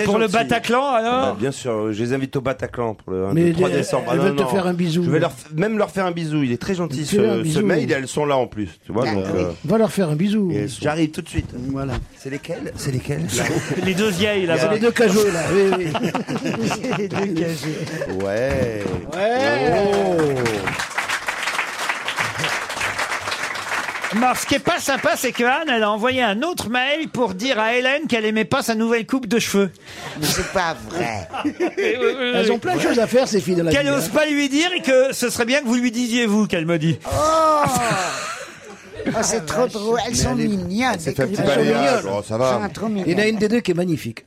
[SPEAKER 3] Pour le Bataclan, alors
[SPEAKER 8] Ah, Bien sûr, je les invite au Bataclan pour le, hein,
[SPEAKER 4] Mais
[SPEAKER 8] le 3
[SPEAKER 4] elles-
[SPEAKER 8] décembre.
[SPEAKER 4] elles
[SPEAKER 8] non,
[SPEAKER 4] veulent te
[SPEAKER 8] non.
[SPEAKER 4] faire un bisou.
[SPEAKER 8] Je vais leur f- même leur faire un bisou. Il est très gentil
[SPEAKER 4] Fais un
[SPEAKER 8] ce, ce
[SPEAKER 4] bisou. Ah
[SPEAKER 8] mail. Elles sont là en plus. Tu vois, donc, euh,
[SPEAKER 4] Va leur faire un bisou.
[SPEAKER 6] J'arrive tout de suite. Voilà. C'est lesquels C'est lesquels
[SPEAKER 3] Les deux vieilles
[SPEAKER 4] C'est
[SPEAKER 3] là-bas.
[SPEAKER 4] les deux cajots, là. Oui, oui.
[SPEAKER 6] Ouais.
[SPEAKER 3] Non, ce qui est pas sympa, c'est que Anne, elle a envoyé un autre mail pour dire à Hélène qu'elle aimait pas sa nouvelle coupe de cheveux.
[SPEAKER 1] Mais c'est pas vrai.
[SPEAKER 4] Elles ont plein de choses à faire, ces filles de la
[SPEAKER 3] Qu'elle
[SPEAKER 4] vie,
[SPEAKER 3] n'ose
[SPEAKER 4] hein.
[SPEAKER 3] pas lui dire et que ce serait bien que vous lui disiez vous qu'elle me dit.
[SPEAKER 1] Oh,
[SPEAKER 4] Ah,
[SPEAKER 1] Oh, c'est trop drôle. Elles
[SPEAKER 4] Mais
[SPEAKER 1] sont
[SPEAKER 4] elle est-
[SPEAKER 1] mignonnes.
[SPEAKER 8] s'est fait un
[SPEAKER 1] Elles
[SPEAKER 8] petit
[SPEAKER 1] sont
[SPEAKER 8] balayage.
[SPEAKER 1] mignonnes.
[SPEAKER 8] Oh, ça va.
[SPEAKER 1] Elles sont trop
[SPEAKER 4] Il y en a
[SPEAKER 1] mignonnes.
[SPEAKER 4] une des deux qui est magnifique.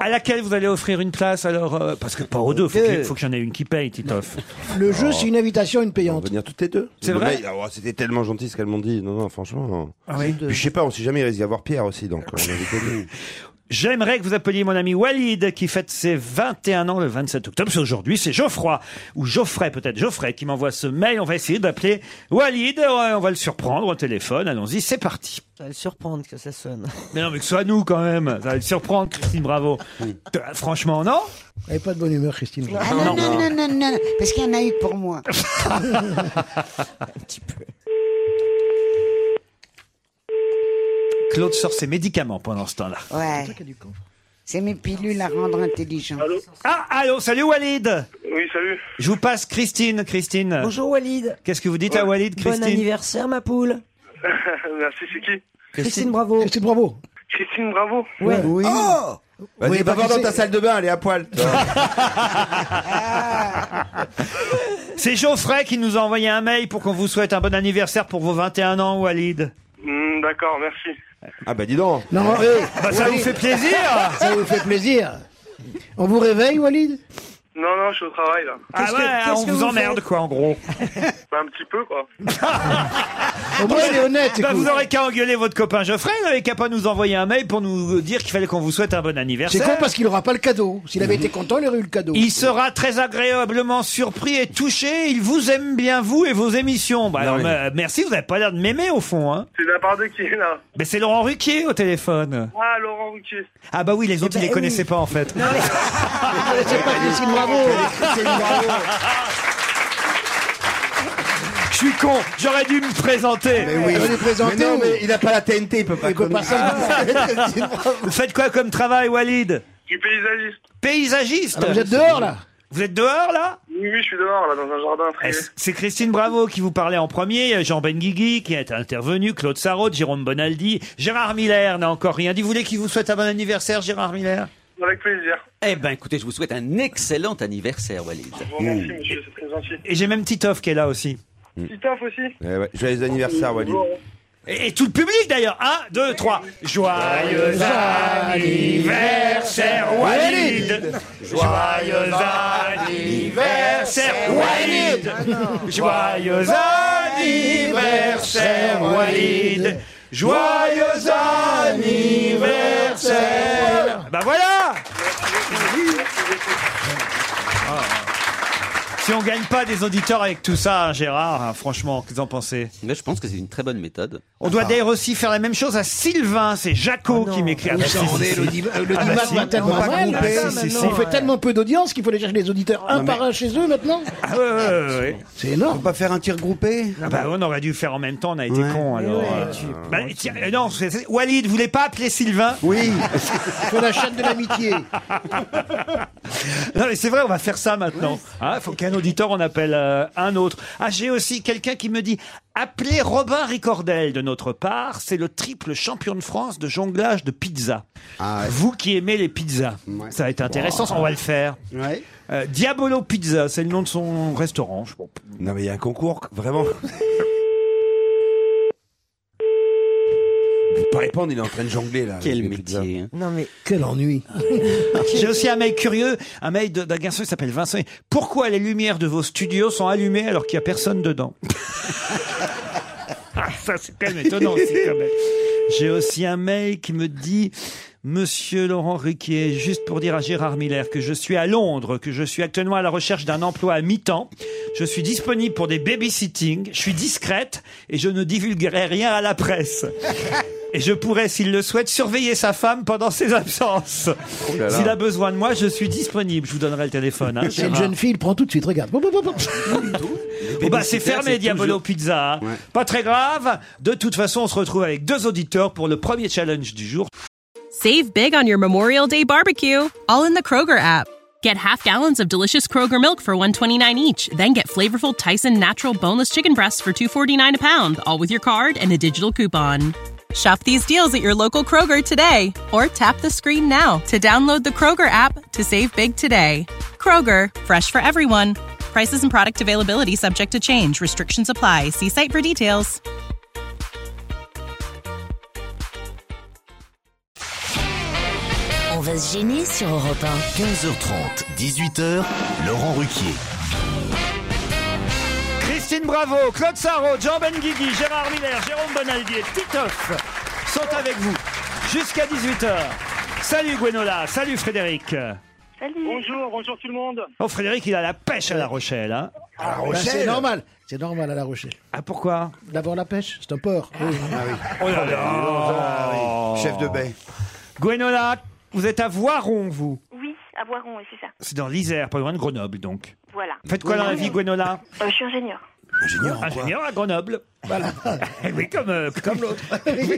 [SPEAKER 3] À laquelle vous allez offrir une place alors euh, Parce que pas aux deux, faut qu'il faut que j'en ai une qui paye, Titoff.
[SPEAKER 4] Le jeu, c'est une invitation, une
[SPEAKER 8] on
[SPEAKER 4] payante.
[SPEAKER 8] va venir toutes les deux.
[SPEAKER 3] C'est
[SPEAKER 8] Le
[SPEAKER 3] vrai
[SPEAKER 8] mail, ah, ouais, C'était tellement gentil ce qu'elles m'ont dit. Non, non, franchement. hein.
[SPEAKER 3] Ah oui
[SPEAKER 8] Puis, je sais pas, on sait jamais, il risque d'y avoir Pierre aussi. Donc, euh, on invite les deux.
[SPEAKER 3] J'aimerais que vous appeliez mon ami Walid qui fête ses 21 ans le 27 octobre. C'est aujourd'hui, c'est Geoffroy ou Geoffrey peut-être Geoffrey qui m'envoie ce mail. On va essayer d'appeler Walid. Ouais, on va le surprendre au téléphone. Allons-y, c'est parti.
[SPEAKER 13] Ça va le surprendre que ça sonne.
[SPEAKER 3] Mais non, mais que ce soit nous quand même. Ça va le surprendre, Christine Bravo. Euh, Franchement, non
[SPEAKER 4] Elle n'est pas de bonne humeur, Christine.
[SPEAKER 1] Ah non, non, non, non, non, non, parce qu'il y en a eu pour moi.
[SPEAKER 3] Claude sort ses médicaments pendant ce temps-là.
[SPEAKER 1] Ouais. C'est mes pilules à rendre intelligent.
[SPEAKER 3] Ah, allô, salut Walid
[SPEAKER 14] Oui, salut.
[SPEAKER 3] Je vous passe Christine, Christine.
[SPEAKER 13] Bonjour Walid.
[SPEAKER 3] Ah. Qu'est-ce que vous dites à Walid, Christine
[SPEAKER 13] Bon anniversaire ma poule.
[SPEAKER 14] Merci, c'est qui
[SPEAKER 13] Christine Bravo.
[SPEAKER 4] Christine Bravo.
[SPEAKER 14] Christine Bravo.
[SPEAKER 13] Ouais.
[SPEAKER 6] Oui.
[SPEAKER 14] Oh
[SPEAKER 8] Vas-y,
[SPEAKER 6] Oui,
[SPEAKER 8] va
[SPEAKER 6] bah,
[SPEAKER 8] voir
[SPEAKER 6] tu
[SPEAKER 8] dans
[SPEAKER 6] sais-
[SPEAKER 8] ta salle de bain, elle est à poil.
[SPEAKER 3] C'est Geoffrey qui nous a envoyé un mail pour qu'on vous souhaite un bon anniversaire pour vos 21 ans, Walid.
[SPEAKER 14] Hmm, D'accord, merci.
[SPEAKER 8] ah bah dis donc.
[SPEAKER 4] Non, eh,
[SPEAKER 3] Bah, ça
[SPEAKER 4] Walid.
[SPEAKER 3] vous fait plaisir
[SPEAKER 4] Ça vous fait plaisir. On vous réveille, Walid
[SPEAKER 14] Non, non, je suis au travail là.
[SPEAKER 3] Ah ouais, on vous, emmerde quoi en gros.
[SPEAKER 14] Bah, un petit peu quoi.
[SPEAKER 4] Au moins, elle est honnête.
[SPEAKER 3] Bah,
[SPEAKER 4] écoute.
[SPEAKER 3] vous aurez qu'à engueuler votre copain Geoffrey, vous n'avez qu'à pas nous envoyer un mail pour nous dire qu'il fallait qu'on vous souhaite un bon
[SPEAKER 4] C'est
[SPEAKER 3] anniversaire.
[SPEAKER 4] con parce qu'il n'aura pas le cadeau. S'il avait été content, il aurait eu le cadeau.
[SPEAKER 3] Il sera très agréablement surpris et touché. Il vous aime bien, vous et vos émissions. Bah, alors, me- merci, vous n'avez pas l'air de m'aimer au fond. Hein.
[SPEAKER 14] C'est de la part de qui là
[SPEAKER 3] Mais c'est Laurent Ruquier au téléphone.
[SPEAKER 14] Ah, Laurent Ruquier.
[SPEAKER 3] Ah bah oui, les autres,
[SPEAKER 14] Eh
[SPEAKER 3] ils
[SPEAKER 14] ben
[SPEAKER 3] les connaissaient
[SPEAKER 14] oui.
[SPEAKER 3] pas en fait. Ah,
[SPEAKER 4] Ah, C'est pas Christine Bravo.
[SPEAKER 3] Je suis con, j'aurais dû me présenter.
[SPEAKER 8] Mais oui. Il aurait dû présenter Mais non, ou- mais il
[SPEAKER 3] n'a pas la TNT, il peut pas.
[SPEAKER 8] peut pas connaître. savoir.
[SPEAKER 3] Vous faites quoi comme travail, Walid
[SPEAKER 14] Du paysagiste.
[SPEAKER 8] Ah,
[SPEAKER 3] Paysagiste.
[SPEAKER 8] bah,
[SPEAKER 14] Alors, vous êtes dehors, là
[SPEAKER 3] Vous êtes dehors là
[SPEAKER 14] Oui, oui, je suis dehors, là, dans un jardin privé.
[SPEAKER 3] Est-ce- C'est Christine Bravo qui vous parlait en premier, il y a Jean Benguigui qui est intervenu, Claude Sarraute, Jérôme Bonaldi, Gérard Miller n'a encore rien dit. Vous voulez qu'il vous souhaite un bon anniversaire, Gérard Miller
[SPEAKER 14] Avec plaisir.
[SPEAKER 5] Eh ben, écoutez, je vous souhaite un excellent anniversaire, Walid.
[SPEAKER 14] Je vous remercie, monsieur, c'est très gentil.
[SPEAKER 3] Et j'ai même Titoff qui est là aussi.
[SPEAKER 14] Titoff aussi
[SPEAKER 8] Eh
[SPEAKER 3] Joyeux
[SPEAKER 14] anniversaire, Walid.
[SPEAKER 3] Et, et tout le public d'ailleurs. 1, 2, 3. Joyeux anniversaire, Walid. Joyeux anniversaire, Walid. Joyeux anniversaire, Walid. Joyeux anniversaire. Bah voilà. Si on gagne pas des auditeurs avec tout ça, hein, Gérard,
[SPEAKER 5] Ah,
[SPEAKER 3] hein, franchement, qu'est-ce que vous en pensez
[SPEAKER 5] Mais je pense que c'est une très bonne méthode.
[SPEAKER 3] On doit d'ailleurs aussi faire la même chose à Sylvain, c'est Jaco qui m'écrit.
[SPEAKER 5] Ah,
[SPEAKER 3] Ah, bah,
[SPEAKER 5] ça, on
[SPEAKER 3] si,
[SPEAKER 5] est
[SPEAKER 3] si,
[SPEAKER 5] le
[SPEAKER 3] si.
[SPEAKER 5] dim-
[SPEAKER 3] Ah,
[SPEAKER 4] Le
[SPEAKER 3] bah,
[SPEAKER 4] dimanche
[SPEAKER 3] si.
[SPEAKER 4] va tellement
[SPEAKER 3] Ah,
[SPEAKER 4] mal,
[SPEAKER 3] si,
[SPEAKER 4] maintenant.
[SPEAKER 3] si, si.
[SPEAKER 4] On fait tellement peu d'audience qu'il faut aller chercher les auditeurs un
[SPEAKER 3] Non, mais- Ah,
[SPEAKER 4] par un chez eux maintenant.
[SPEAKER 3] C'est énorme. pas faire un tir groupé Euh, bah, On aurait dû faire en même temps, on a été cons. Alors, euh, bah, tiens, euh, non, c'est- c'est- Walid, vous voulez pas appeler Sylvain Oui.
[SPEAKER 4] Sur la chaîne de l'amitié.
[SPEAKER 3] Non mais c'est vrai, on va faire ça maintenant. Il faut qu'un auditeur en appelle euh, un autre. Ah, j'ai aussi quelqu'un qui me dit appelez Robin Ricordel de notre part. C'est le triple champion de France de jonglage de pizza.
[SPEAKER 8] Ah
[SPEAKER 3] Vous qui aimez les pizzas, ça va être intéressant.
[SPEAKER 6] Wow.
[SPEAKER 3] On va le faire. Euh, Diabolo Pizza, c'est le nom de son restaurant. je pense.
[SPEAKER 8] Non, mais il y a un concours, vraiment. Pas répondre, il est en train de jongler là. Quel métier. hein.
[SPEAKER 13] Non mais
[SPEAKER 4] Quel ennui.
[SPEAKER 3] J'ai aussi un mail curieux, un mail de- d'un garçon qui s'appelle Vincent. Pourquoi les lumières de vos studios sont allumées alors qu'il n'y a personne dedans Ah, ça c'est quand même étonnant aussi, quand même. J'ai aussi un mail qui me dit Monsieur Laurent Ruquier, juste pour dire à Gérard Miller que je suis à Londres, que je suis actuellement à la recherche d'un emploi à mi-temps. Je suis disponible pour des babysitting, je suis discrète et je ne divulguerai rien à la presse. Et je pourrais, s'il le souhaite, surveiller sa femme pendant ses absences.
[SPEAKER 4] Oh là là.
[SPEAKER 3] S'il a besoin de moi, je suis disponible. Je vous donnerai le téléphone. hein,
[SPEAKER 4] C'est une
[SPEAKER 3] Gérard.
[SPEAKER 4] jeune fille, il prend tout de suite, regarde. Bon, bon, bon, bon.
[SPEAKER 3] Oh bah c'est fermé Diabolo Pizza. hein. Pas très grave. De toute façon, on se retrouve avec deux auditeurs pour le premier challenge du jour.
[SPEAKER 15] Save big on your Memorial Day barbecue, all in the Kroger app. Get half gallons of delicious Kroger milk for 129 each, then get flavorful Tyson natural boneless chicken breasts for 249 a pound, all with your card and a digital coupon. Shop these deals at your local Kroger today or tap the screen now to download the Kroger app to save big today. Kroger, fresh for everyone. Prices and product availability subject to change. Restrictions apply. See site for details.
[SPEAKER 9] On va se gêner sur Europe 1.
[SPEAKER 2] 15h30, 18h, Laurent Ruquier.
[SPEAKER 3] Christine Bravo, Claude Sarraud, Jean Benguigui, Gérard Miller, Jérôme Bonaldi et Titoff sont avec vous jusqu'à 18h. Salut Gwenola, salut Frédéric.
[SPEAKER 14] Bonjour, bonjour tout le monde.
[SPEAKER 3] Oh Frédéric, il a la pêche à La Rochelle. Hein. Ben,
[SPEAKER 4] Ah, bah, c'est normal. C'est normal à La Rochelle.
[SPEAKER 3] Ah pourquoi
[SPEAKER 4] D'abord la pêche, c'est un port.
[SPEAKER 3] Oh là là.
[SPEAKER 4] Ah, oui. Chef de baie.
[SPEAKER 3] Oh, Gwenola, vous êtes à Voiron, vous.
[SPEAKER 12] Oui, à Boiron, oui, c'est ça.
[SPEAKER 3] C'est dans l'Isère, pas loin de Grenoble donc.
[SPEAKER 12] Voilà.
[SPEAKER 3] Faites quoi dans la vie, Gwenola
[SPEAKER 12] Euh, Je suis ingénieur.
[SPEAKER 3] Ingénieur, à Grenoble. oui, comme, euh, comme l'autre.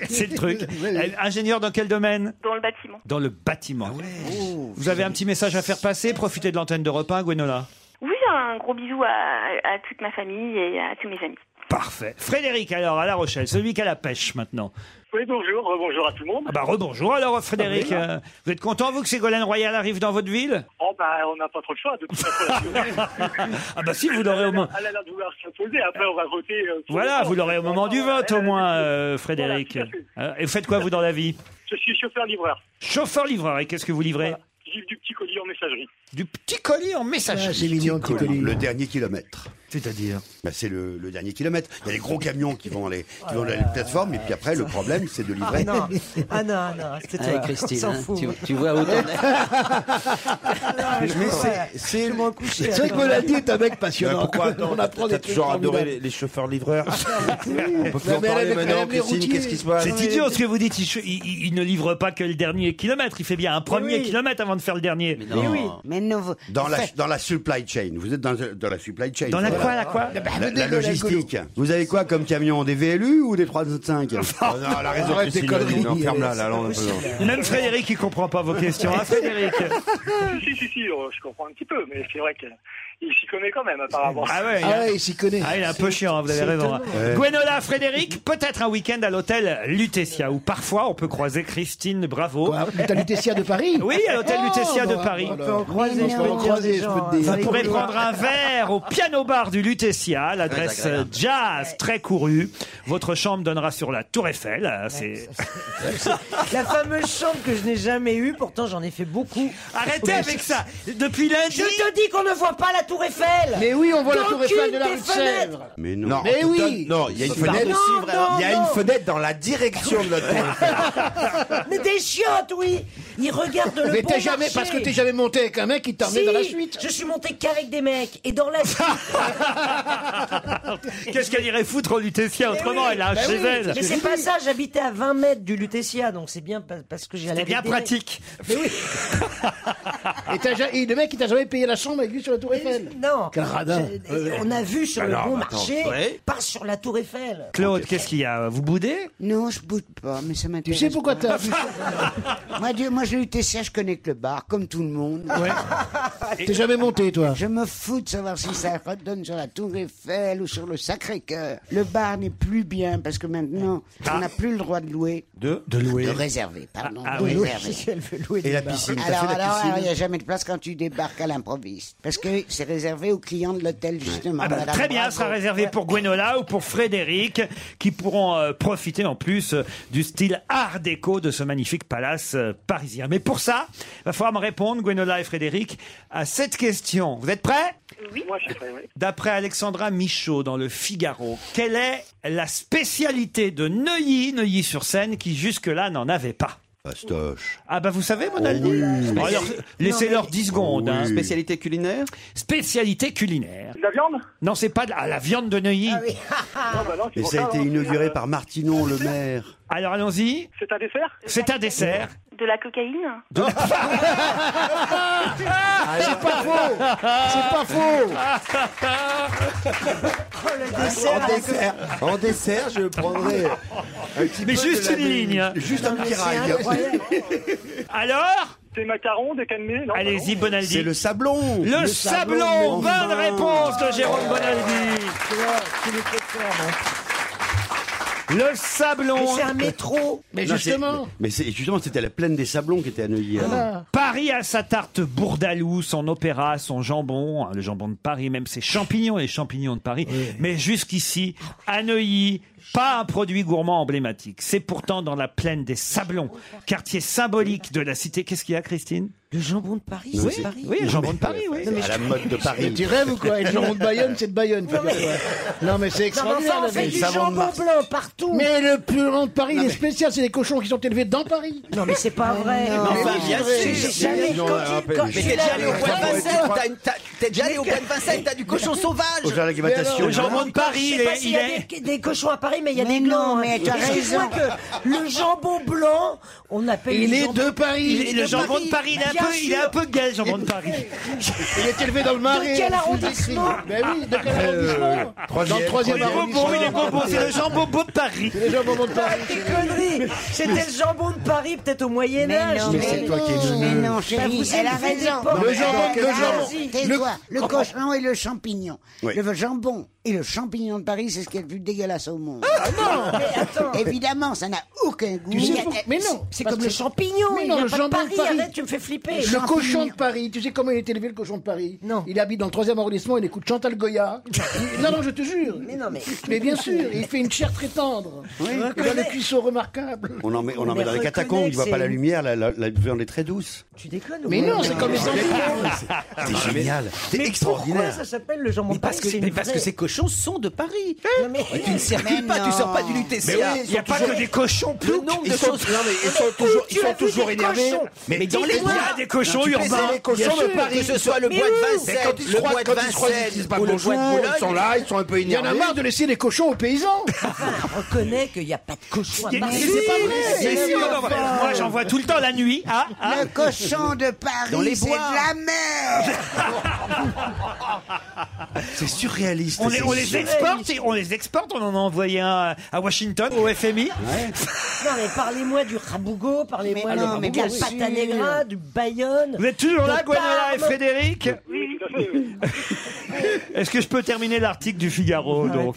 [SPEAKER 3] C'est le truc. Euh, Ingénieur dans quel domaine
[SPEAKER 12] Dans le bâtiment.
[SPEAKER 3] Dans le bâtiment.
[SPEAKER 8] Ah
[SPEAKER 3] Vous avez un petit message à faire passer Profitez de l'antenne de repas, Gwenola.
[SPEAKER 12] Oui, un gros bisou à, à toute ma famille et à tous mes amis.
[SPEAKER 3] Parfait. Frédéric, alors, à La Rochelle, celui qui a la pêche maintenant.
[SPEAKER 14] Oui, bonjour, bonjour à tout le monde.
[SPEAKER 3] Ah bah rebonjour alors, Frédéric.
[SPEAKER 8] bah
[SPEAKER 14] Ah oui.
[SPEAKER 3] Euh, vous êtes content, vous, que Ségolène Royal arrive dans votre ville
[SPEAKER 14] Oh bah, on n'a pas trop le choix de toute façon.
[SPEAKER 3] Ah bah si, vous l'aurez au moins.
[SPEAKER 14] Elle a l'air de vouloir s'imposer, après on va voter. euh, sur
[SPEAKER 3] Voilà,
[SPEAKER 14] le
[SPEAKER 3] vous
[SPEAKER 14] temps.
[SPEAKER 3] l'aurez au moment du vote au moins, euh, Frédéric. Euh, Et vous faites quoi, vous, dans la vie
[SPEAKER 14] Je suis chauffeur-livreur.
[SPEAKER 3] Chauffeur-livreur, et qu'est-ce que vous livrez
[SPEAKER 14] J'ai du petit colis en messagerie.
[SPEAKER 3] Du petit colis en messagerie.
[SPEAKER 6] c'est mignon,
[SPEAKER 3] petit colis.
[SPEAKER 6] Le dernier kilomètre. Bah,
[SPEAKER 3] C'est-à-dire
[SPEAKER 6] C'est le, le dernier kilomètre. Il y a les gros camions qui vont dans les, qui vont dans les plateformes, et puis après, le problème, c'est de livrer.
[SPEAKER 13] Ah, non. Ah non, ah non, c'est toi.
[SPEAKER 6] Allez, Christine,
[SPEAKER 13] On s'en
[SPEAKER 6] hein,
[SPEAKER 13] fout.
[SPEAKER 6] tu- tu vois où t'en es.
[SPEAKER 13] Alors, je
[SPEAKER 6] Mais
[SPEAKER 13] crois,
[SPEAKER 6] c'est-
[SPEAKER 13] ouais, je vais me recoucher,
[SPEAKER 4] C'est vrai que
[SPEAKER 13] alors.
[SPEAKER 4] Bonaldi est un mec passionnant.
[SPEAKER 8] Pourquoi attends,
[SPEAKER 4] On apprend
[SPEAKER 8] T'as
[SPEAKER 4] des trucs
[SPEAKER 8] toujours adoré
[SPEAKER 4] formidables.
[SPEAKER 8] les, les chauffeurs-livreurs. On peut plus
[SPEAKER 4] Non,
[SPEAKER 8] en
[SPEAKER 4] mais elle
[SPEAKER 8] parler
[SPEAKER 4] aime- elle
[SPEAKER 8] maintenant,
[SPEAKER 4] aime les
[SPEAKER 8] Christine,
[SPEAKER 4] routiers.
[SPEAKER 8] qu'est-ce qui se passe
[SPEAKER 3] C'est idiot ce que vous dites. Il, che- il- il- il ne livre pas que le dernier kilomètre. Il fait bien un premier
[SPEAKER 6] oui.
[SPEAKER 3] kilomètre avant de faire le dernier.
[SPEAKER 6] non. Mais oui.
[SPEAKER 1] Mais non, vous-
[SPEAKER 6] Dans la,
[SPEAKER 1] Faites-
[SPEAKER 6] dans la supply chain. Vous êtes dans, dans la supply chain.
[SPEAKER 3] Dans la
[SPEAKER 6] Voilà.
[SPEAKER 3] quoi, la quoi
[SPEAKER 6] La, la logistique. Vous avez quoi comme camion Des VLU ou des 305
[SPEAKER 8] Ah non, la raison
[SPEAKER 6] Arrête
[SPEAKER 8] que
[SPEAKER 6] tes
[SPEAKER 8] Sylvie,
[SPEAKER 6] conneries.
[SPEAKER 8] non, ferme-la, là, là, on a pas besoin.
[SPEAKER 3] Même Frédéric, il comprend pas vos questions. hein, Frédéric
[SPEAKER 14] Si, si, si, euh, je comprends un petit peu, mais c'est vrai qu'il s'y connaît quand même, apparemment.
[SPEAKER 3] Ah ouais,
[SPEAKER 4] Ah ouais, il s'y connaît.
[SPEAKER 3] Ah, il est un peu
[SPEAKER 4] C'est-
[SPEAKER 3] chiant, hein, vous avez
[SPEAKER 4] c'est
[SPEAKER 3] raison. hein.
[SPEAKER 4] étonnant. Ouais.
[SPEAKER 3] Gwenola, Frédéric, peut-être un week-end à l'hôtel Lutetia, où parfois on peut croiser Christine Bravo.
[SPEAKER 4] T'as Lutetia Oh, de Paris bah,
[SPEAKER 3] Oui, à l'hôtel Lutetia de Paris.
[SPEAKER 4] On peut en croiser, on peut en croiser, je peux te dire. hein.
[SPEAKER 3] Vous pourrez prendre un verre au piano bar du Lutetia,
[SPEAKER 6] Ouais,
[SPEAKER 3] l'adresse
[SPEAKER 6] c'est agréable.
[SPEAKER 3] jazz très courue. Votre chambre donnera sur la Tour Eiffel. euh, C'est
[SPEAKER 13] La fameuse chambre que je n'ai jamais eue, pourtant j'en ai fait beaucoup.
[SPEAKER 3] Arrêtez avec ça. Depuis lundi.
[SPEAKER 13] Je te dis qu'on ne voit pas la Tour Eiffel.
[SPEAKER 4] Mais oui, on voit la Tour
[SPEAKER 13] D'aucune
[SPEAKER 4] Eiffel de la
[SPEAKER 13] des
[SPEAKER 4] rue de
[SPEAKER 13] fenêtres.
[SPEAKER 4] Sèvres.
[SPEAKER 6] Mais non.
[SPEAKER 8] Non,
[SPEAKER 4] Mais
[SPEAKER 8] on te
[SPEAKER 4] oui.
[SPEAKER 8] donne- non, il y a une
[SPEAKER 4] Pardon,
[SPEAKER 8] fenêtre.
[SPEAKER 4] si, vraiment.
[SPEAKER 8] Il y a une
[SPEAKER 4] Non.
[SPEAKER 8] fenêtre dans la direction de la tour.
[SPEAKER 13] Mais des chiottes, oui. Ils regardent le
[SPEAKER 4] Mais
[SPEAKER 13] bon
[SPEAKER 4] t'es jamais,
[SPEAKER 13] marché.
[SPEAKER 4] parce que t'es jamais monté avec un mec qui t'a emmené
[SPEAKER 13] Si,
[SPEAKER 4] dans la suite.
[SPEAKER 13] Je suis monté qu'avec des mecs et dans la suite.
[SPEAKER 3] Qu'est-ce qu'elle irait foutre au Lutetia autrement Elle a un chez elle.
[SPEAKER 13] Bah Mais c'est pas ça, j'habitais à 20 mètres du Lutetia, donc c'est bien pa- parce que j'ai
[SPEAKER 3] C'était bien pratique.
[SPEAKER 13] Mais oui.
[SPEAKER 4] Et, t'as ja- et le mec, il t'a jamais payé la chambre avec lui sur la Tour Eiffel.
[SPEAKER 13] Non.
[SPEAKER 4] Quel radin. Euh,
[SPEAKER 13] Je- On a vu sur
[SPEAKER 3] Ah
[SPEAKER 13] le
[SPEAKER 3] non,
[SPEAKER 13] bon
[SPEAKER 3] mais attends,
[SPEAKER 13] marché,
[SPEAKER 3] ouais.
[SPEAKER 13] pas sur la Tour Eiffel.
[SPEAKER 3] Claude, qu'est-ce qu'il y a Vous boudez
[SPEAKER 1] Non, je boude pas, mais ça m'intéresse.
[SPEAKER 4] sais pourquoi
[SPEAKER 1] pas.
[SPEAKER 4] t'as-
[SPEAKER 1] Moi, Dieu, moi, j'ai eu TCA, je connais que le bar, comme tout le monde.
[SPEAKER 4] T'es jamais monté, toi.
[SPEAKER 1] Je me fous de savoir si ça redonne sur la Tour Eiffel ou sur le Sacré-Cœur. Le bar n'est plus bien parce que maintenant,
[SPEAKER 3] Ah.
[SPEAKER 1] on n'a plus le droit de louer.
[SPEAKER 3] De, louer.
[SPEAKER 1] De réserver, pardon.
[SPEAKER 3] Ah, ah
[SPEAKER 1] de
[SPEAKER 3] oui.
[SPEAKER 1] réserver.
[SPEAKER 8] Et la piscine, t'as
[SPEAKER 1] Alors,
[SPEAKER 8] fait la
[SPEAKER 1] alors, alors, il n'y
[SPEAKER 8] piscine
[SPEAKER 1] a jamais de place quand tu débarques à l'improviste. Parce que c'est réservé aux clients de l'hôtel, justement.
[SPEAKER 3] Ah bah,
[SPEAKER 1] Madame
[SPEAKER 3] très bien,
[SPEAKER 1] Bravo.
[SPEAKER 3] ce sera réservé pour Gwenola ou pour Frédéric, qui pourront euh, profiter en plus euh, du style art déco de ce magnifique palace euh, parisien. Mais pour ça, il va falloir me répondre, Gwenola et Frédéric, à cette question. Vous êtes prêts
[SPEAKER 14] Oui. Moi, je suis prêt, oui.
[SPEAKER 3] D'après Alexandra Michaud dans Le Figaro, quelle est la spécialité de Neuilly, Neuilly-sur-Seine, qui jusque-là n'en avait pas
[SPEAKER 6] Pastoche.
[SPEAKER 3] Ah bah vous savez, mon ami Bon, alors, Laissez-leur 10 secondes. hein.
[SPEAKER 5] Spécialité culinaire
[SPEAKER 3] Spécialité culinaire.
[SPEAKER 14] La viande
[SPEAKER 3] Non, c'est pas de ah, la viande de Neuilly.
[SPEAKER 14] Non, bah non, c'est
[SPEAKER 6] Et
[SPEAKER 14] pour
[SPEAKER 6] ça a été
[SPEAKER 14] hein.
[SPEAKER 6] inauguré par Martinon, le maire.
[SPEAKER 3] Alors allons-y.
[SPEAKER 14] C'est un dessert
[SPEAKER 3] C'est un dessert.
[SPEAKER 12] De la cocaïne
[SPEAKER 4] C'est pas faux. C'est pas Oh, faux.
[SPEAKER 6] En dessert, en dessert, je prendrai un petit
[SPEAKER 3] Mais
[SPEAKER 6] peu
[SPEAKER 3] juste
[SPEAKER 6] de la-
[SPEAKER 3] une ligne, hein.
[SPEAKER 6] Juste un petit rail.
[SPEAKER 3] Alors
[SPEAKER 14] Des macarons, des cannelés non,
[SPEAKER 3] Allez-y, Bonaldi.
[SPEAKER 6] C'est le sablon.
[SPEAKER 3] Le,
[SPEAKER 6] sablon,
[SPEAKER 3] sablon.
[SPEAKER 6] mon
[SPEAKER 3] Bonne
[SPEAKER 6] divin.
[SPEAKER 3] réponse de Jérôme Bonaldi. hein. Le
[SPEAKER 13] Mais
[SPEAKER 3] sablon.
[SPEAKER 13] c'est un métro.
[SPEAKER 4] Mais
[SPEAKER 6] Non,
[SPEAKER 4] justement.
[SPEAKER 6] c'est- Mais c'est- justement, c'était la plaine des sablons qui était à Neuilly. alors.
[SPEAKER 3] Paris a sa tarte bourdalou, son opéra, son jambon, hein, le jambon de Paris, même ses champignons, les champignons de Paris. Mais jusqu'ici, à Neuilly, pas un produit gourmand emblématique. C'est pourtant dans la plaine des Sablons, quartier symbolique de la cité. Qu'est-ce qu'il y a, Christine
[SPEAKER 13] Le jambon de Paris,
[SPEAKER 6] Non,
[SPEAKER 13] c'est
[SPEAKER 6] c'est-
[SPEAKER 13] Paris.
[SPEAKER 3] Oui, le jambon de Paris, oui.
[SPEAKER 6] À la mode de
[SPEAKER 4] Mais
[SPEAKER 6] Paris.
[SPEAKER 4] tu rêves ou quoi Et le jambon de Bayonne, c'est de Bayonne.
[SPEAKER 13] Non, mais-
[SPEAKER 4] peut-être, ouais. Non, mais c'est
[SPEAKER 13] Non, mais
[SPEAKER 4] extraordinaire.
[SPEAKER 13] enfin, on
[SPEAKER 4] la
[SPEAKER 13] fait
[SPEAKER 4] vie.
[SPEAKER 13] du jambon blanc partout.
[SPEAKER 4] Mais le plus grand de Paris, il est spécial, c'est les cochons qui sont élevés dans Paris. Ah,
[SPEAKER 13] Non, mais c'est pas vrai.
[SPEAKER 5] Mais enfin, bien
[SPEAKER 13] J'ai-
[SPEAKER 5] sûr.
[SPEAKER 13] J'ai jamais.
[SPEAKER 6] Non,
[SPEAKER 13] quand
[SPEAKER 6] on
[SPEAKER 13] j'ai-
[SPEAKER 6] rappelle.
[SPEAKER 13] quand
[SPEAKER 6] Mais
[SPEAKER 13] je
[SPEAKER 5] Mais
[SPEAKER 13] suis
[SPEAKER 5] t'es déjà
[SPEAKER 13] là-
[SPEAKER 5] allé au point de Vincennes, t'as une- t'as- t'es déjà allé au point de Vincennes, t'as du cochon sauvage
[SPEAKER 6] Au jardin de
[SPEAKER 3] Le
[SPEAKER 6] l'alimentation.
[SPEAKER 3] jambon de Paris,
[SPEAKER 13] Je
[SPEAKER 3] il
[SPEAKER 13] sais pas
[SPEAKER 3] est,
[SPEAKER 13] s'il
[SPEAKER 3] il
[SPEAKER 13] y a
[SPEAKER 3] est-
[SPEAKER 13] des, des cochons à Paris, mais il y a des
[SPEAKER 1] Mais non,
[SPEAKER 13] blancs.
[SPEAKER 1] mais
[SPEAKER 13] hein.
[SPEAKER 1] t'as
[SPEAKER 13] Et je
[SPEAKER 1] raison.
[SPEAKER 13] vois que le jambon blanc, on appelle
[SPEAKER 4] Il
[SPEAKER 13] le
[SPEAKER 4] est
[SPEAKER 13] jambon-
[SPEAKER 4] de Paris.
[SPEAKER 3] il est- le jambon de Paris, il est un
[SPEAKER 13] bien
[SPEAKER 3] peu, il est un
[SPEAKER 13] sûr.
[SPEAKER 3] peu gay, le jambon de Paris.
[SPEAKER 4] Il est élevé dans le marais.
[SPEAKER 13] quel
[SPEAKER 4] je vous
[SPEAKER 13] arrondissement
[SPEAKER 4] décris. Ben oui, de quel arrondissement Dans
[SPEAKER 3] Euh,
[SPEAKER 4] le
[SPEAKER 3] Il est
[SPEAKER 4] troisième
[SPEAKER 3] beau,
[SPEAKER 4] arrondissement.
[SPEAKER 3] beau, il est beau, beau, c'est le jambon beau de Paris.
[SPEAKER 4] C'est les jambons de Paris.
[SPEAKER 13] Arrête tes conneries. C'était le jambon de Paris, peut-être au Moyen
[SPEAKER 1] Mais
[SPEAKER 13] Âge.
[SPEAKER 1] non,
[SPEAKER 6] Mais c'est toi qui es
[SPEAKER 1] non,
[SPEAKER 6] neuneu.
[SPEAKER 1] mais non,
[SPEAKER 13] Bah,
[SPEAKER 1] chérie,
[SPEAKER 13] vous
[SPEAKER 1] elle a
[SPEAKER 13] élevez des
[SPEAKER 1] raison.
[SPEAKER 13] porcs.
[SPEAKER 4] Le jambon,
[SPEAKER 1] Ah,
[SPEAKER 4] le jambon.
[SPEAKER 1] vas-y, tais-toi. Le cochon et le champignon.
[SPEAKER 6] Oui.
[SPEAKER 1] Le jambon et le champignon de Paris, c'est ce qui est le plus dégueulasse au monde.
[SPEAKER 13] Mais attends.
[SPEAKER 1] Évidemment, ça n'a aucun goût.
[SPEAKER 4] Tu sais
[SPEAKER 1] Il y a-
[SPEAKER 4] pour- mais non,
[SPEAKER 13] C'est
[SPEAKER 4] parce
[SPEAKER 13] comme
[SPEAKER 4] que-
[SPEAKER 13] le champignon.
[SPEAKER 4] Mais
[SPEAKER 13] il
[SPEAKER 4] non,
[SPEAKER 13] vient
[SPEAKER 4] le
[SPEAKER 13] pas de
[SPEAKER 4] jambon de
[SPEAKER 13] Paris.
[SPEAKER 4] Paris.
[SPEAKER 13] arrête, tu me fais flipper.
[SPEAKER 4] Le cochon de Paris, tu sais comment il est élevé le cochon de Paris
[SPEAKER 13] Non.
[SPEAKER 4] Il habite dans le troisième arrondissement, il écoute Chantal Goya. Il- non, non, je te jure.
[SPEAKER 13] Mais non, mais-
[SPEAKER 4] bien sûr, il fait une chair très tendre. Il a
[SPEAKER 13] reconnais.
[SPEAKER 4] le cuisson remarquable.
[SPEAKER 6] On en met, on en
[SPEAKER 13] Mais
[SPEAKER 6] met dans les
[SPEAKER 13] reconnais
[SPEAKER 6] catacombes, il
[SPEAKER 13] que
[SPEAKER 6] voit
[SPEAKER 13] c'est
[SPEAKER 6] pas la
[SPEAKER 13] une-
[SPEAKER 6] lumière, la, la, la viande est très douce.
[SPEAKER 13] Tu déconnes ou
[SPEAKER 4] Mais
[SPEAKER 13] quoi
[SPEAKER 4] non, c'est comme les anguilles.
[SPEAKER 6] C'est génial, c'est
[SPEAKER 13] Mais pourquoi
[SPEAKER 6] extraordinaire.
[SPEAKER 13] ça s'appelle le jambon
[SPEAKER 5] Mais
[SPEAKER 13] de Paris
[SPEAKER 5] parce que
[SPEAKER 13] une
[SPEAKER 5] mais parce que
[SPEAKER 13] vraie-
[SPEAKER 5] c'est chansons de Paris.
[SPEAKER 6] mais-
[SPEAKER 5] Tu ne circules
[SPEAKER 6] Mais
[SPEAKER 5] pas, tu
[SPEAKER 6] non.
[SPEAKER 5] sors pas du LUTCA.
[SPEAKER 6] Mais oui, ils sont toujours- Le
[SPEAKER 5] Le nombre de
[SPEAKER 6] ils sont-
[SPEAKER 5] choses.
[SPEAKER 6] non, mais ils sont toujours- ils sont toujours énervés.
[SPEAKER 5] Mais,
[SPEAKER 6] Mais
[SPEAKER 5] dans les
[SPEAKER 6] dis-moi,
[SPEAKER 5] bois,
[SPEAKER 6] il y a des cochons
[SPEAKER 5] tu
[SPEAKER 6] urbains.
[SPEAKER 5] fais les cochons
[SPEAKER 6] Bien sûr.
[SPEAKER 5] de Paris, que ce soit le
[SPEAKER 6] Mais
[SPEAKER 5] bois de
[SPEAKER 6] oui.
[SPEAKER 5] Vincennes,
[SPEAKER 6] Mais quand ils se
[SPEAKER 5] le
[SPEAKER 6] croisent-
[SPEAKER 5] bois de
[SPEAKER 6] quand ils se croisent, ils se disent
[SPEAKER 5] Vincennes
[SPEAKER 6] pas
[SPEAKER 5] ou le
[SPEAKER 6] bonjour,
[SPEAKER 5] bois de Boulogne.
[SPEAKER 6] ils sont là, ils sont un peu
[SPEAKER 4] Il y en a
[SPEAKER 6] énervés.
[SPEAKER 4] marre de laisser les cochons aux paysans.
[SPEAKER 13] On reconnaît qu'il n'y a pas de cochon à
[SPEAKER 4] Mais
[SPEAKER 13] Paris.
[SPEAKER 4] c'est pas vrai,
[SPEAKER 13] Mais
[SPEAKER 4] c'est
[SPEAKER 13] si,
[SPEAKER 4] pas
[SPEAKER 13] on en voit.
[SPEAKER 4] vrai.
[SPEAKER 3] Moi, j'en vois tout le temps la nuit. Ah, ah.
[SPEAKER 1] Le cochon de Paris,
[SPEAKER 3] Dans les
[SPEAKER 1] c'est de
[SPEAKER 3] bois.
[SPEAKER 1] la mer
[SPEAKER 6] C'est surréaliste.
[SPEAKER 3] On les, on les exporte, et on les exporte. On en a envoyé un à Washington, au FMI.
[SPEAKER 13] Non, mais parlez-moi du Rabougo, parlez-moi
[SPEAKER 3] Mais
[SPEAKER 13] du
[SPEAKER 3] non, mais bien
[SPEAKER 13] Rabougo,
[SPEAKER 3] sûr.
[SPEAKER 13] du Patanegra, du Bayonne.
[SPEAKER 3] Vous êtes toujours
[SPEAKER 13] de
[SPEAKER 3] là, Gwenola et
[SPEAKER 13] Parme.
[SPEAKER 3] Frédéric Est-ce que je peux terminer l'article du Figaro donc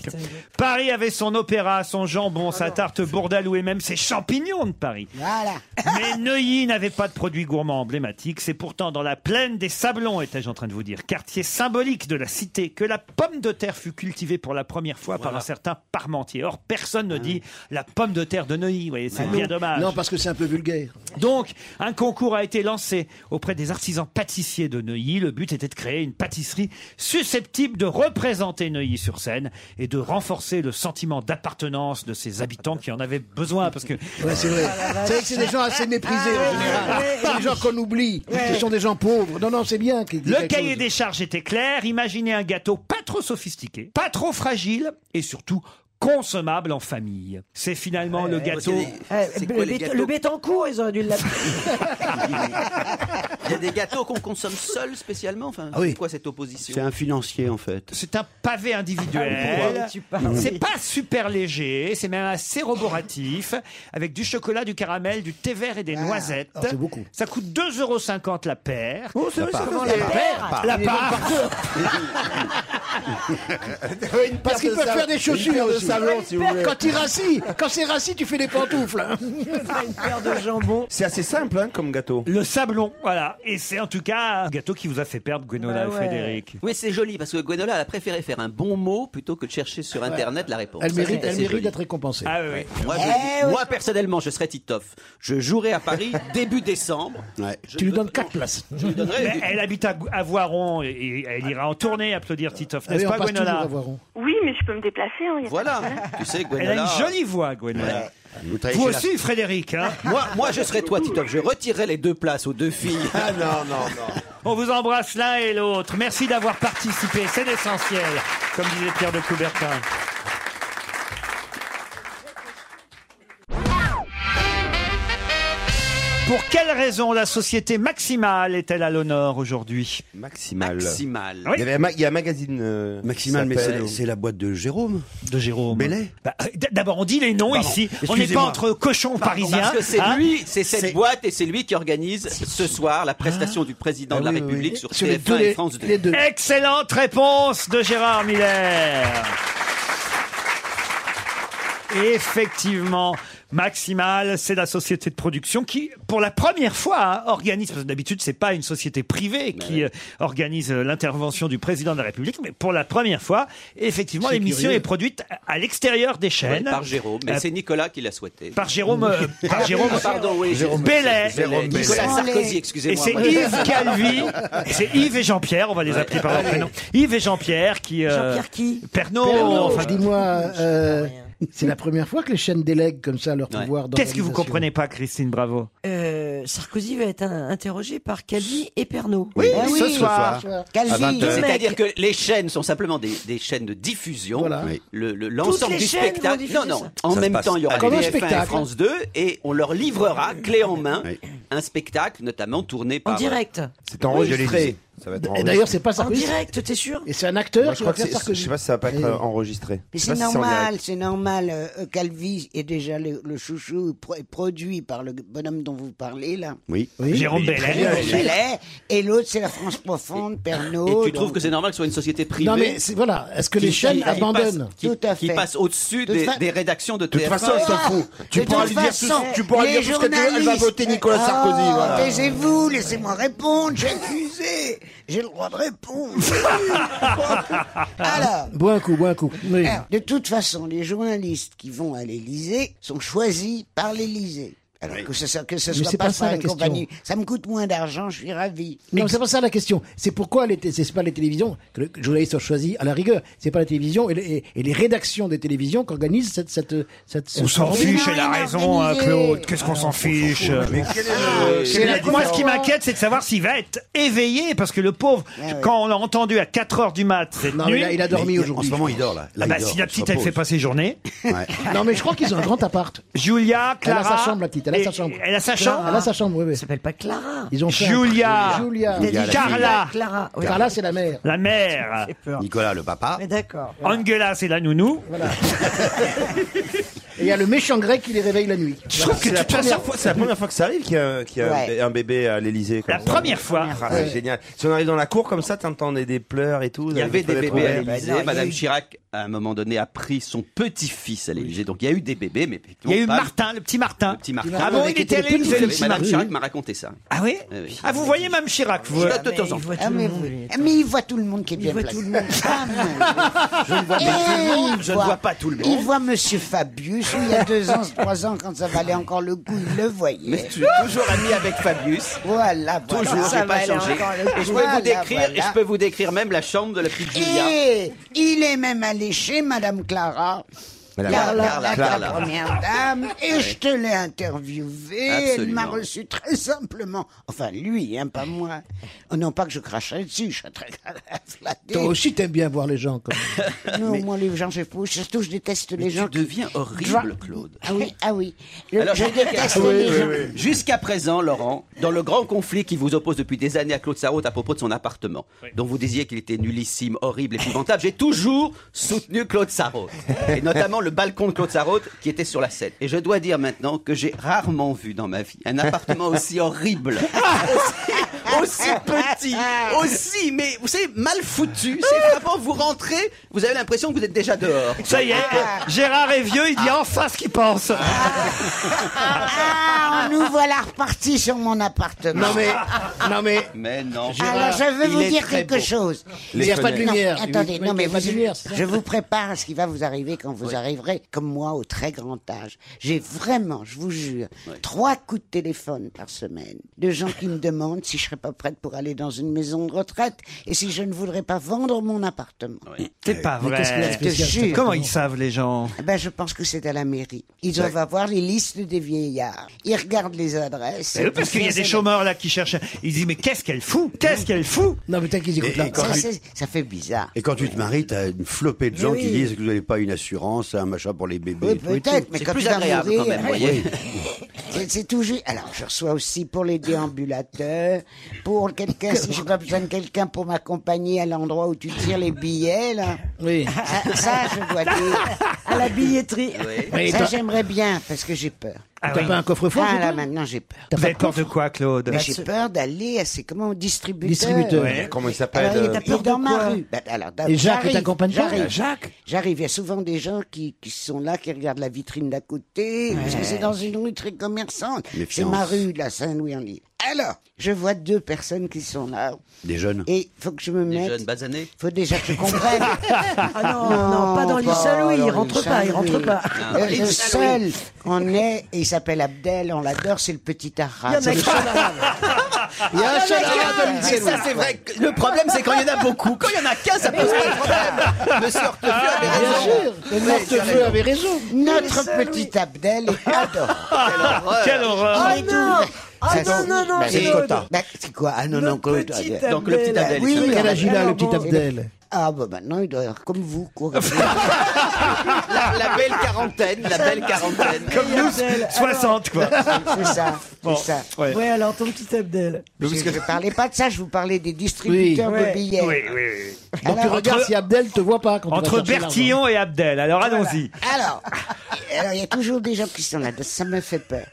[SPEAKER 3] Paris avait son opéra, son jambon, sa tarte bourdaloue et même ses champignons de Paris.
[SPEAKER 1] Voilà.
[SPEAKER 3] Mais Neuilly n'avait pas de produits gourmands emblématiques. C'est pourtant dans la plaine des Sablons, étais-je en train de vous dire, quartier symbolique de la cité, que la pomme de terre fut cultivée pour la première fois par un certain Parmentier. Or, personne ne dit la pomme de terre de Neuilly. Vous voyez, c'est
[SPEAKER 4] Ah
[SPEAKER 3] bien
[SPEAKER 4] non.
[SPEAKER 3] dommage.
[SPEAKER 4] Non, parce que c'est un peu vulgaire.
[SPEAKER 3] Donc, un concours a été lancé auprès des artisans pâtissiers de Neuilly. Le but était de créer une pâtisserie susceptible de représenter Neuilly sur scène et de renforcer le sentiment d'appartenance de ses habitants qui en avaient besoin. Parce que
[SPEAKER 4] Ouais, c'est vrai. C'est vrai que c'est des gens assez méprisés en général. C'est des gens qu'on oublie.
[SPEAKER 3] Ouais.
[SPEAKER 4] Ce sont des gens pauvres. Non, non, c'est bien. qu'ils disent
[SPEAKER 3] Le
[SPEAKER 4] quelque
[SPEAKER 3] cahier
[SPEAKER 4] chose.
[SPEAKER 3] des charges était clair. Imaginez un gâteau pas trop sophistiqué, pas trop fragile et surtout consommable en famille. C'est finalement le gâteau.
[SPEAKER 13] Eh, le, Bét- le Bétancourt, ils auraient dû l'appeler.
[SPEAKER 5] Il y a des gâteaux qu'on consomme seuls spécialement. Enfin,
[SPEAKER 6] Ah oui.
[SPEAKER 5] c'est quoi cette opposition
[SPEAKER 6] C'est un financier en fait.
[SPEAKER 3] C'est un pavé individuel.
[SPEAKER 5] Ah, pourquoi
[SPEAKER 3] C'est pas super léger, c'est même assez roboratif, avec du chocolat, du caramel, du thé vert et
[SPEAKER 5] Ah.
[SPEAKER 3] des noisettes.
[SPEAKER 4] Oh, c'est beaucoup.
[SPEAKER 3] Ça coûte 2,50 euros la paire.
[SPEAKER 6] Oh, c'est
[SPEAKER 3] la
[SPEAKER 6] vrai, ça
[SPEAKER 3] part.
[SPEAKER 6] fait-
[SPEAKER 3] la paire La
[SPEAKER 6] La paire Il est bon
[SPEAKER 3] part.
[SPEAKER 4] Parce qu'ils peuvent faire des chaussures
[SPEAKER 6] de
[SPEAKER 4] aussi.
[SPEAKER 6] sablon, si vous voulez.
[SPEAKER 4] Quand ils rassis, quand c'est rassis, tu fais des pantoufles. hein.
[SPEAKER 13] une paire de jambon.
[SPEAKER 8] C'est assez simple hein, comme gâteau.
[SPEAKER 3] Le sablon, voilà. Et c'est en tout cas euh, Ah, un gâteau qui vous a fait perdre, Gwenola
[SPEAKER 5] Bah
[SPEAKER 3] et
[SPEAKER 5] ouais.
[SPEAKER 3] Frédéric.
[SPEAKER 5] Oui, c'est joli parce que Gwenola elle a préféré faire un bon mot plutôt que de chercher sur internet la réponse.
[SPEAKER 4] Ah Elle
[SPEAKER 5] Ça,
[SPEAKER 4] mérite,
[SPEAKER 5] c'est
[SPEAKER 4] elle
[SPEAKER 5] assez
[SPEAKER 4] mérite
[SPEAKER 5] joli.
[SPEAKER 4] d'être récompensée.
[SPEAKER 3] Ah oui.
[SPEAKER 5] Moi, je- moi, personnellement, je serais Titoff. Je jouerai à Paris début décembre.
[SPEAKER 4] Tu lui donnes 4 places.
[SPEAKER 5] donnerai-
[SPEAKER 3] Mais elle habite à, Gou- à Voiron et- et elle ira en tournée applaudir Titoff, n'est-ce
[SPEAKER 4] Allez, on
[SPEAKER 3] pas,
[SPEAKER 4] passe toujours
[SPEAKER 3] Gwenola
[SPEAKER 4] à Voiron.
[SPEAKER 12] Oui, mais je peux me déplacer. hein, y a pas de
[SPEAKER 5] Voilà.
[SPEAKER 12] problème.
[SPEAKER 5] Tu sais,
[SPEAKER 3] Elle
[SPEAKER 5] Gwenola.
[SPEAKER 3] a une jolie voix, Gwenola.
[SPEAKER 6] Ah,
[SPEAKER 5] travaillez
[SPEAKER 3] Vous
[SPEAKER 5] chez la-
[SPEAKER 3] aussi, Frédéric. hein
[SPEAKER 5] Moi, moi, je serais toi, Titoff. Je retirerais les deux places aux deux filles.
[SPEAKER 6] Ah non, non, non.
[SPEAKER 3] On vous embrasse l'un et l'autre. Merci d'avoir participé, c'est l'essentiel, comme disait Pierre de Coubertin. Pour quelle raison la société maximale est-elle à l'honneur aujourd'hui
[SPEAKER 6] Maximal.
[SPEAKER 5] Maximal.
[SPEAKER 6] Oui.
[SPEAKER 8] Il, y avait un ma- il y a un magazine. euh,
[SPEAKER 6] Maximal,
[SPEAKER 8] qui
[SPEAKER 6] mais
[SPEAKER 8] s'appelle-
[SPEAKER 6] c'est c'est la boîte de Jérôme.
[SPEAKER 3] De Jérôme.
[SPEAKER 6] Bellet.
[SPEAKER 3] Bah, euh, d- D'abord, on dit les noms
[SPEAKER 6] Pardon,
[SPEAKER 3] ici. On n'est pas
[SPEAKER 6] excusez-moi.
[SPEAKER 3] entre cochons parisiens.
[SPEAKER 5] Parce que c'est
[SPEAKER 3] hein.
[SPEAKER 5] lui, c'est cette boîte et c'est lui qui organise ce soir la prestation du président de la République sur
[SPEAKER 4] Sur les
[SPEAKER 5] TF1
[SPEAKER 4] deux,
[SPEAKER 5] et
[SPEAKER 4] les,
[SPEAKER 5] France 2.
[SPEAKER 4] les deux.
[SPEAKER 3] Excellente réponse de Gérard Miller. Effectivement, Maximal, c'est la société de production qui, pour la première fois, hein, organise. Parce que d'habitude, c'est pas une société privée qui euh, organise euh, l'intervention du président de la République, mais pour la première fois, effectivement,
[SPEAKER 4] C'est
[SPEAKER 3] l'émission
[SPEAKER 4] curieux.
[SPEAKER 3] est produite à- à l'extérieur des chaînes.
[SPEAKER 5] Ouais, par Jérôme, mais
[SPEAKER 3] Euh,
[SPEAKER 5] c'est Nicolas qui l'a souhaité.
[SPEAKER 3] par Jérôme, euh, par Jérôme,
[SPEAKER 5] Ah, pardon, oui.
[SPEAKER 3] Jérôme Bellet.
[SPEAKER 5] Bellet. Nicolas
[SPEAKER 3] Ils sont
[SPEAKER 5] Sarkozy,
[SPEAKER 1] les-
[SPEAKER 3] Et
[SPEAKER 5] excusez-moi.
[SPEAKER 3] c'est
[SPEAKER 5] moi.
[SPEAKER 3] Yves Calvi, c'est Yves et Jean-Pierre, on va les appeler par leur prénom. Yves et Jean-Pierre qui. euh,
[SPEAKER 13] Jean-Pierre qui
[SPEAKER 3] Pernod, enfin,
[SPEAKER 4] Dis-moi, euh, c'est la première fois que les chaînes délèguent comme ça leur
[SPEAKER 5] Ouais.
[SPEAKER 4] pouvoir
[SPEAKER 3] Qu'est-ce que vous comprenez pas, Christine Bravo
[SPEAKER 13] Euh, Sarkozy va être un- interrogé par Calvi et Eh Pernod.
[SPEAKER 6] Oui,
[SPEAKER 1] Ah oui,
[SPEAKER 6] ce soir.
[SPEAKER 1] Calvi.
[SPEAKER 6] À
[SPEAKER 13] Ah, ben,
[SPEAKER 6] 20 heures.
[SPEAKER 5] C'est-à-dire que les chaînes sont simplement des, des chaînes de diffusion.
[SPEAKER 4] Voilà.
[SPEAKER 5] Oui. Le- le- L'ensemble
[SPEAKER 13] les
[SPEAKER 5] du
[SPEAKER 13] chaînes vont
[SPEAKER 5] spectacle.
[SPEAKER 13] diffuser
[SPEAKER 5] Non, non.
[SPEAKER 13] ça.
[SPEAKER 5] En
[SPEAKER 6] Ça
[SPEAKER 5] même
[SPEAKER 6] passe
[SPEAKER 5] temps, il y aura
[SPEAKER 6] comme
[SPEAKER 4] un
[SPEAKER 5] TF1 et
[SPEAKER 4] spectacle.
[SPEAKER 5] France 2 et on leur livrera, clé en main,
[SPEAKER 6] Oui.
[SPEAKER 5] un spectacle notamment tourné
[SPEAKER 13] En
[SPEAKER 5] par. euh,
[SPEAKER 13] direct.
[SPEAKER 8] C'est enregistré.
[SPEAKER 6] Oui.
[SPEAKER 8] Ça va être
[SPEAKER 4] Et
[SPEAKER 8] enregistré.
[SPEAKER 4] d'ailleurs, c'est pas
[SPEAKER 13] En
[SPEAKER 4] Sarkozy.
[SPEAKER 13] direct, t'es sûr
[SPEAKER 4] Et c'est un acteur
[SPEAKER 8] Moi,
[SPEAKER 4] qui
[SPEAKER 8] je crois
[SPEAKER 4] va
[SPEAKER 8] que
[SPEAKER 4] faire
[SPEAKER 8] c'est-
[SPEAKER 4] Sarkozy.
[SPEAKER 8] je sais pas si ça va pas être
[SPEAKER 4] Et-
[SPEAKER 8] euh, enregistré.
[SPEAKER 1] Mais
[SPEAKER 8] Je
[SPEAKER 1] c'est
[SPEAKER 8] sais pas si en
[SPEAKER 1] normal,
[SPEAKER 8] direct.
[SPEAKER 1] c'est normal. euh, euh, Calvi est déjà le, le chouchou pro- produit par le bonhomme dont vous parlez là.
[SPEAKER 6] Oui.
[SPEAKER 3] Jérôme Bellet.
[SPEAKER 1] Bellet, et l'autre c'est la France profonde,
[SPEAKER 5] Et
[SPEAKER 6] Oh,
[SPEAKER 1] Pernod.
[SPEAKER 5] tu trouves que c'est normal que ce soit une société privée
[SPEAKER 4] Non, mais c'est- voilà. Est-ce que les chaînes
[SPEAKER 1] passe-
[SPEAKER 4] abandonnent
[SPEAKER 5] qui,
[SPEAKER 1] Tout à
[SPEAKER 5] qui
[SPEAKER 1] fait.
[SPEAKER 5] passe au-dessus
[SPEAKER 1] De
[SPEAKER 5] des,
[SPEAKER 1] fa-
[SPEAKER 5] des rédactions de
[SPEAKER 6] De toute
[SPEAKER 5] TF1.
[SPEAKER 6] façon, elle s'en fout.
[SPEAKER 5] Ah,
[SPEAKER 6] Tu
[SPEAKER 1] De
[SPEAKER 6] pourras lui
[SPEAKER 1] toute
[SPEAKER 6] dire tout
[SPEAKER 1] façon,
[SPEAKER 6] ce- tu pourras
[SPEAKER 1] les
[SPEAKER 6] dire tout ce que tu veux. Elle va
[SPEAKER 1] journalistes-
[SPEAKER 6] voter Nicolas Sarkozy.
[SPEAKER 1] Oh,
[SPEAKER 6] voilà.
[SPEAKER 1] Taisez-vous, laissez-moi répondre, j'ai accusé. J'ai le droit de répondre. Alors,
[SPEAKER 4] Bois un coup, bois un coup. Oui.
[SPEAKER 13] Eh,
[SPEAKER 1] alors, de toute façon, les journalistes qui vont à l'Élysée sont choisis par l'Élysée. Alors que ce soit, que ce
[SPEAKER 4] Mais
[SPEAKER 1] soit
[SPEAKER 4] c'est
[SPEAKER 1] pas,
[SPEAKER 4] pas ça,
[SPEAKER 1] par
[SPEAKER 4] la
[SPEAKER 1] une
[SPEAKER 4] question.
[SPEAKER 1] compagnie, ça me coûte moins d'argent, je suis ravi.
[SPEAKER 4] Non, c'est pas ça la question. C'est pourquoi les té- c'est pas les télévisions que le journaliste a choisi à la rigueur. C'est pas la télévision et les, et- et les rédactions des télévisions qu'organisent cette cette cette.
[SPEAKER 3] On
[SPEAKER 4] cette-
[SPEAKER 3] s'en
[SPEAKER 4] cette-
[SPEAKER 3] fiche, elle a raison, hein,
[SPEAKER 4] organisé.
[SPEAKER 3] Claude. Qu'est-ce qu'on s'en fiche Ah,
[SPEAKER 4] Mais
[SPEAKER 8] quel est
[SPEAKER 4] le-
[SPEAKER 3] C'est
[SPEAKER 4] quelle est la
[SPEAKER 3] la- Moi, ce
[SPEAKER 4] différence
[SPEAKER 3] qui m'inquiète, c'est de savoir s'il va être éveillé, parce que le pauvre, quand on l'a entendu à 4 heures du mat, cette
[SPEAKER 4] Non, mais
[SPEAKER 3] nuit-
[SPEAKER 4] là, il a dormi Mais il- aujourd'hui, en ce moment, je crois. il dort, là. Là,
[SPEAKER 3] Ah bah,
[SPEAKER 4] il dort,
[SPEAKER 3] si la
[SPEAKER 4] il se
[SPEAKER 3] petite, elle
[SPEAKER 4] repose.
[SPEAKER 3] fait pas ses journées.
[SPEAKER 4] Non mais je crois qu'ils ont un grand appart.
[SPEAKER 3] Julia, Clara.
[SPEAKER 4] Elle a sa chambre la petite. Elle a
[SPEAKER 3] et-
[SPEAKER 4] sa chambre.
[SPEAKER 3] Elle a sa chambre.
[SPEAKER 4] Elle a sa chambre. Oui, oui. s'appelle
[SPEAKER 13] pas Clara.
[SPEAKER 4] Ils ont fait un-
[SPEAKER 3] Julia.
[SPEAKER 4] Julia.
[SPEAKER 3] Julia, la Carla. fille.
[SPEAKER 13] Clara. oui. Ah,
[SPEAKER 4] Carla c'est la mère.
[SPEAKER 3] La mère.
[SPEAKER 6] Nicolas, le papa.
[SPEAKER 13] Mais d'accord.
[SPEAKER 3] Angela, c'est la nounou.
[SPEAKER 4] Et il y a le méchant grec qui les réveille la nuit.
[SPEAKER 8] Je trouve que
[SPEAKER 4] Voilà.
[SPEAKER 8] la première fois, c'est la première fois que ça arrive qu'il y a, qu'il y a un
[SPEAKER 4] Ouais.
[SPEAKER 8] bé- un bébé à l'Élysée. comme
[SPEAKER 3] La
[SPEAKER 8] ça.
[SPEAKER 3] première fois.
[SPEAKER 8] Ah, c'est
[SPEAKER 3] Ouais.
[SPEAKER 8] Génial. Si on arrive dans la cour comme ça, t'entends des, des pleurs et tout.
[SPEAKER 5] Il y avait des bébés à l'Élysée. Madame
[SPEAKER 8] Chirac.
[SPEAKER 5] Chirac, à un moment donné, a pris son petit-fils à l'Élysée. Donc il y a eu des bébés, mais
[SPEAKER 3] Il y a eu Martin, le petit Martin.
[SPEAKER 5] Petit Martin.
[SPEAKER 3] Ah bon, il était à l'Élysée, le petit
[SPEAKER 5] Madame
[SPEAKER 3] Martin.
[SPEAKER 5] Chirac m'a raconté ça. Eh
[SPEAKER 3] Ah oui Ah, vous voyez même Chirac, vous
[SPEAKER 5] Je note de temps en temps.
[SPEAKER 1] Ah, mais, vous- ah, mais il voit tout le monde qui est bien placé. Ah, mais-
[SPEAKER 5] Je ne vois pas
[SPEAKER 1] Eh,
[SPEAKER 5] tout le monde,
[SPEAKER 1] il
[SPEAKER 5] je ne
[SPEAKER 1] voit-
[SPEAKER 5] vois pas tout le monde.
[SPEAKER 1] Il voit Monsieur Fabius, il y a deux ans, trois ans, quand ça valait encore le coup, il le voyait.
[SPEAKER 5] Mais tu es toujours ami avec Fabius.
[SPEAKER 1] Voilà, voilà.
[SPEAKER 5] Toujours, j'ai pas changé. Et je peux vous décrire, et je peux vous décrire même la chambre de la petite Julia.
[SPEAKER 1] Et il est même allé chez Madame Clara.
[SPEAKER 5] Madame
[SPEAKER 1] la,
[SPEAKER 5] Clara.
[SPEAKER 1] la- la- la
[SPEAKER 5] Clara.
[SPEAKER 1] première dame, et
[SPEAKER 5] Ouais.
[SPEAKER 1] je te l'ai interviewée, elle
[SPEAKER 5] Absolument.
[SPEAKER 1] m'a reçu très simplement. Enfin, lui, hein, pas moi. Oh, non, pas que je cracherais dessus, je serais très flatté.
[SPEAKER 4] Toi aussi t'aimes bien voir les gens. Comme...
[SPEAKER 1] Non, moi, les gens, je fous. Surtout, je déteste les gens.
[SPEAKER 5] Tu deviens horrible, Claude.
[SPEAKER 1] Ah oui, ah oui. Le-
[SPEAKER 5] Alors,
[SPEAKER 1] je
[SPEAKER 5] je dirais-
[SPEAKER 1] déteste
[SPEAKER 5] Ah oui,
[SPEAKER 1] les
[SPEAKER 5] oui,
[SPEAKER 1] gens.
[SPEAKER 5] oui. Jusqu'à présent, Laurent, dans le grand conflit qui vous oppose depuis des années à Claude Sarraute à propos de son appartement, dont vous disiez qu'il était nullissime, horrible, épouvantable, j'ai toujours soutenu Claude Sarraute. Et notamment le balcon de Claude Sarraute qui était sur la scène. Et je dois dire maintenant que j'ai rarement vu dans ma vie un appartement aussi horrible, aussi, aussi petit, aussi, mais vous savez, mal foutu. C'est frappant, vous rentrez, vous avez l'impression que vous êtes déjà dehors. Ah.
[SPEAKER 3] Ça y est, Gérard est vieux, il dit enfin ce qu'il pense.
[SPEAKER 1] Ah, nous voilà repartis sur mon appartement.
[SPEAKER 4] Non, mais- non, mais-
[SPEAKER 5] Mais non.
[SPEAKER 1] Alors, je vais vous dire quelque chose.
[SPEAKER 4] Il n'y a pas de lumière.
[SPEAKER 1] Non, attendez,
[SPEAKER 4] Il y a
[SPEAKER 1] non, mais
[SPEAKER 4] pas de
[SPEAKER 1] vous-
[SPEAKER 4] lumière, c'est ça
[SPEAKER 1] je vous prépare à ce qui va vous arriver quand vous arriverez, comme moi, au très grand âge. J'ai vraiment, je vous jure, trois coups de téléphone par semaine de gens qui me demandent si je serais pas prête pour aller dans une maison de retraite et si je ne voudrais pas vendre mon appartement.
[SPEAKER 3] C'est pas
[SPEAKER 1] Mais
[SPEAKER 3] vrai.
[SPEAKER 1] qu'est-ce qu'il y a de spécial, cet appartement
[SPEAKER 3] Comment Ah, bah, ils savent, les gens
[SPEAKER 1] Eh Ben, je pense que c'est à la mairie. Ils doivent
[SPEAKER 3] Ouais.
[SPEAKER 1] avoir les listes des vieillards. Ils regardent les adresses.
[SPEAKER 3] C'est eux, Ben parce qu'il y a des chômeurs là qui cherchent. Ils disent mais qu'est-ce qu'elle fout Qu'est-ce qu'elle fout
[SPEAKER 4] Non mais qu'ils
[SPEAKER 6] écoutent Et- là. et quand
[SPEAKER 1] Ça,
[SPEAKER 6] tu-
[SPEAKER 1] c'est- ça fait bizarre.
[SPEAKER 6] Et quand tu te maries, t'as une flopée de gens
[SPEAKER 1] Mais
[SPEAKER 6] qui
[SPEAKER 1] oui.
[SPEAKER 6] disent que vous n'avez pas une assurance, un machin pour les bébés.
[SPEAKER 1] Oui,
[SPEAKER 6] et tout et
[SPEAKER 1] peut-être,
[SPEAKER 6] tout.
[SPEAKER 1] mais quand tu vas mourir,
[SPEAKER 6] voyez.
[SPEAKER 1] C'est- C'est tout juste. Alors, je reçois aussi pour les déambulateurs, pour quelqu'un, si j'ai pas besoin de quelqu'un pour m'accompagner à l'endroit où tu tires les billets, là. Ah,
[SPEAKER 4] Oui.
[SPEAKER 1] Ça, ça, je dois dire.
[SPEAKER 13] À la billetterie.
[SPEAKER 4] Oui,
[SPEAKER 1] Ça,
[SPEAKER 4] toi-
[SPEAKER 1] j'aimerais bien, parce que j'ai peur.
[SPEAKER 4] Ah T'as oui. pas un coffre-fort,
[SPEAKER 1] Ah,
[SPEAKER 4] c'est
[SPEAKER 1] là,
[SPEAKER 4] tout
[SPEAKER 1] maintenant, j'ai peur.
[SPEAKER 3] Vous avez peur de quoi, Claude
[SPEAKER 1] Mais j'ai Ben, peur d'aller à ces, comment, distributeurs.
[SPEAKER 4] Distributeur.
[SPEAKER 8] Ouais, comment il s'appelle,
[SPEAKER 1] Alors, il
[SPEAKER 8] euh,
[SPEAKER 1] a peur
[SPEAKER 8] Il-
[SPEAKER 1] dans ma
[SPEAKER 8] quoi
[SPEAKER 1] rue. Bah, alors, d'abord,
[SPEAKER 4] Et Jacques, il
[SPEAKER 1] j'arrive,
[SPEAKER 4] t'accompagne pas
[SPEAKER 1] J'arrive.
[SPEAKER 4] Jacques
[SPEAKER 1] J'arrive, il y a souvent des gens qui, qui sont là, qui regardent la vitrine d'à côté, parce que c'est dans une rue très commerçante. C'est
[SPEAKER 6] Méfiance.
[SPEAKER 1] ma rue, la Saint-Louis-en-Lille. Alors, je vois deux personnes qui sont là.
[SPEAKER 6] Des jeunes.
[SPEAKER 1] Et faut que je me
[SPEAKER 5] Des
[SPEAKER 1] mette.
[SPEAKER 5] jeunes basanés.
[SPEAKER 1] Faut déjà que je comprenne.
[SPEAKER 13] Ah non, non, pas dans l'île Saint-Louis, il
[SPEAKER 1] dans
[SPEAKER 13] rentre
[SPEAKER 1] l'île
[SPEAKER 13] pas, il
[SPEAKER 1] Saint-Louis.
[SPEAKER 13] rentre pas.
[SPEAKER 1] Euh,
[SPEAKER 13] Non,
[SPEAKER 1] le
[SPEAKER 13] l'île
[SPEAKER 1] seul
[SPEAKER 13] Saint-Louis.
[SPEAKER 1] qu'on est, et il s'appelle Abdel, on l'adore, c'est le petit
[SPEAKER 13] Il y en
[SPEAKER 1] arabe.
[SPEAKER 13] a
[SPEAKER 1] C'est le
[SPEAKER 13] qui sont
[SPEAKER 1] seul
[SPEAKER 13] là.
[SPEAKER 1] Il y a un
[SPEAKER 5] Ah,
[SPEAKER 1] seul
[SPEAKER 5] mais
[SPEAKER 1] arabe
[SPEAKER 5] qu'un,
[SPEAKER 1] dans l'île
[SPEAKER 5] mais
[SPEAKER 1] Saint-Louis.
[SPEAKER 5] ça, c'est vrai. que Le problème, c'est quand il y en a beaucoup. Quand il y en a qu'un, ça pose pas de problème. Monsieur Hortefeux avait
[SPEAKER 1] Bien
[SPEAKER 5] raison.
[SPEAKER 1] sûr,
[SPEAKER 5] Oui,
[SPEAKER 1] le
[SPEAKER 5] tu as
[SPEAKER 1] Mortefeu
[SPEAKER 5] raison.
[SPEAKER 1] avait raison. Notre petit Abdel est adorable.
[SPEAKER 3] Quelle horreur.
[SPEAKER 1] Il est
[SPEAKER 13] Ah non.
[SPEAKER 1] tout-
[SPEAKER 13] Ah
[SPEAKER 1] Ça,
[SPEAKER 13] non, non, non,
[SPEAKER 1] c'est
[SPEAKER 13] Claude.
[SPEAKER 1] Bah, C'est quoi Ah non, non, Claude.
[SPEAKER 13] petit
[SPEAKER 1] ah,
[SPEAKER 13] Donc, le petit Abdel. Abdel,
[SPEAKER 1] Oui,
[SPEAKER 13] il s'appelle.
[SPEAKER 1] alors,
[SPEAKER 4] Quel âge il a, le
[SPEAKER 1] alors,
[SPEAKER 4] petit
[SPEAKER 1] bon,
[SPEAKER 4] Abdel
[SPEAKER 1] Ah bah maintenant, il doit être comme vous, quoi.
[SPEAKER 5] La, la belle quarantaine, la belle quarantaine.
[SPEAKER 3] Comme nous,
[SPEAKER 13] Abdel, alors.
[SPEAKER 3] 60 quoi.
[SPEAKER 1] C'est ça, c'est ça.
[SPEAKER 3] ouais.
[SPEAKER 13] Ouais, alors ton petit Abdel.
[SPEAKER 1] Je ne parlais pas de ça, je vous parlais des distributeurs
[SPEAKER 13] Oui.
[SPEAKER 1] de billets.
[SPEAKER 3] Oui, oui, oui.
[SPEAKER 4] Donc tu
[SPEAKER 1] Alors,
[SPEAKER 4] regardes
[SPEAKER 3] entre-
[SPEAKER 4] si Abdel te voit pas quand tu vas
[SPEAKER 3] Entre
[SPEAKER 4] chercher l'argent.
[SPEAKER 3] Bertillon et Abdel. Alors allons-y.
[SPEAKER 1] Alors, alors, il y a toujours des gens qui sont là, ça me fait peur.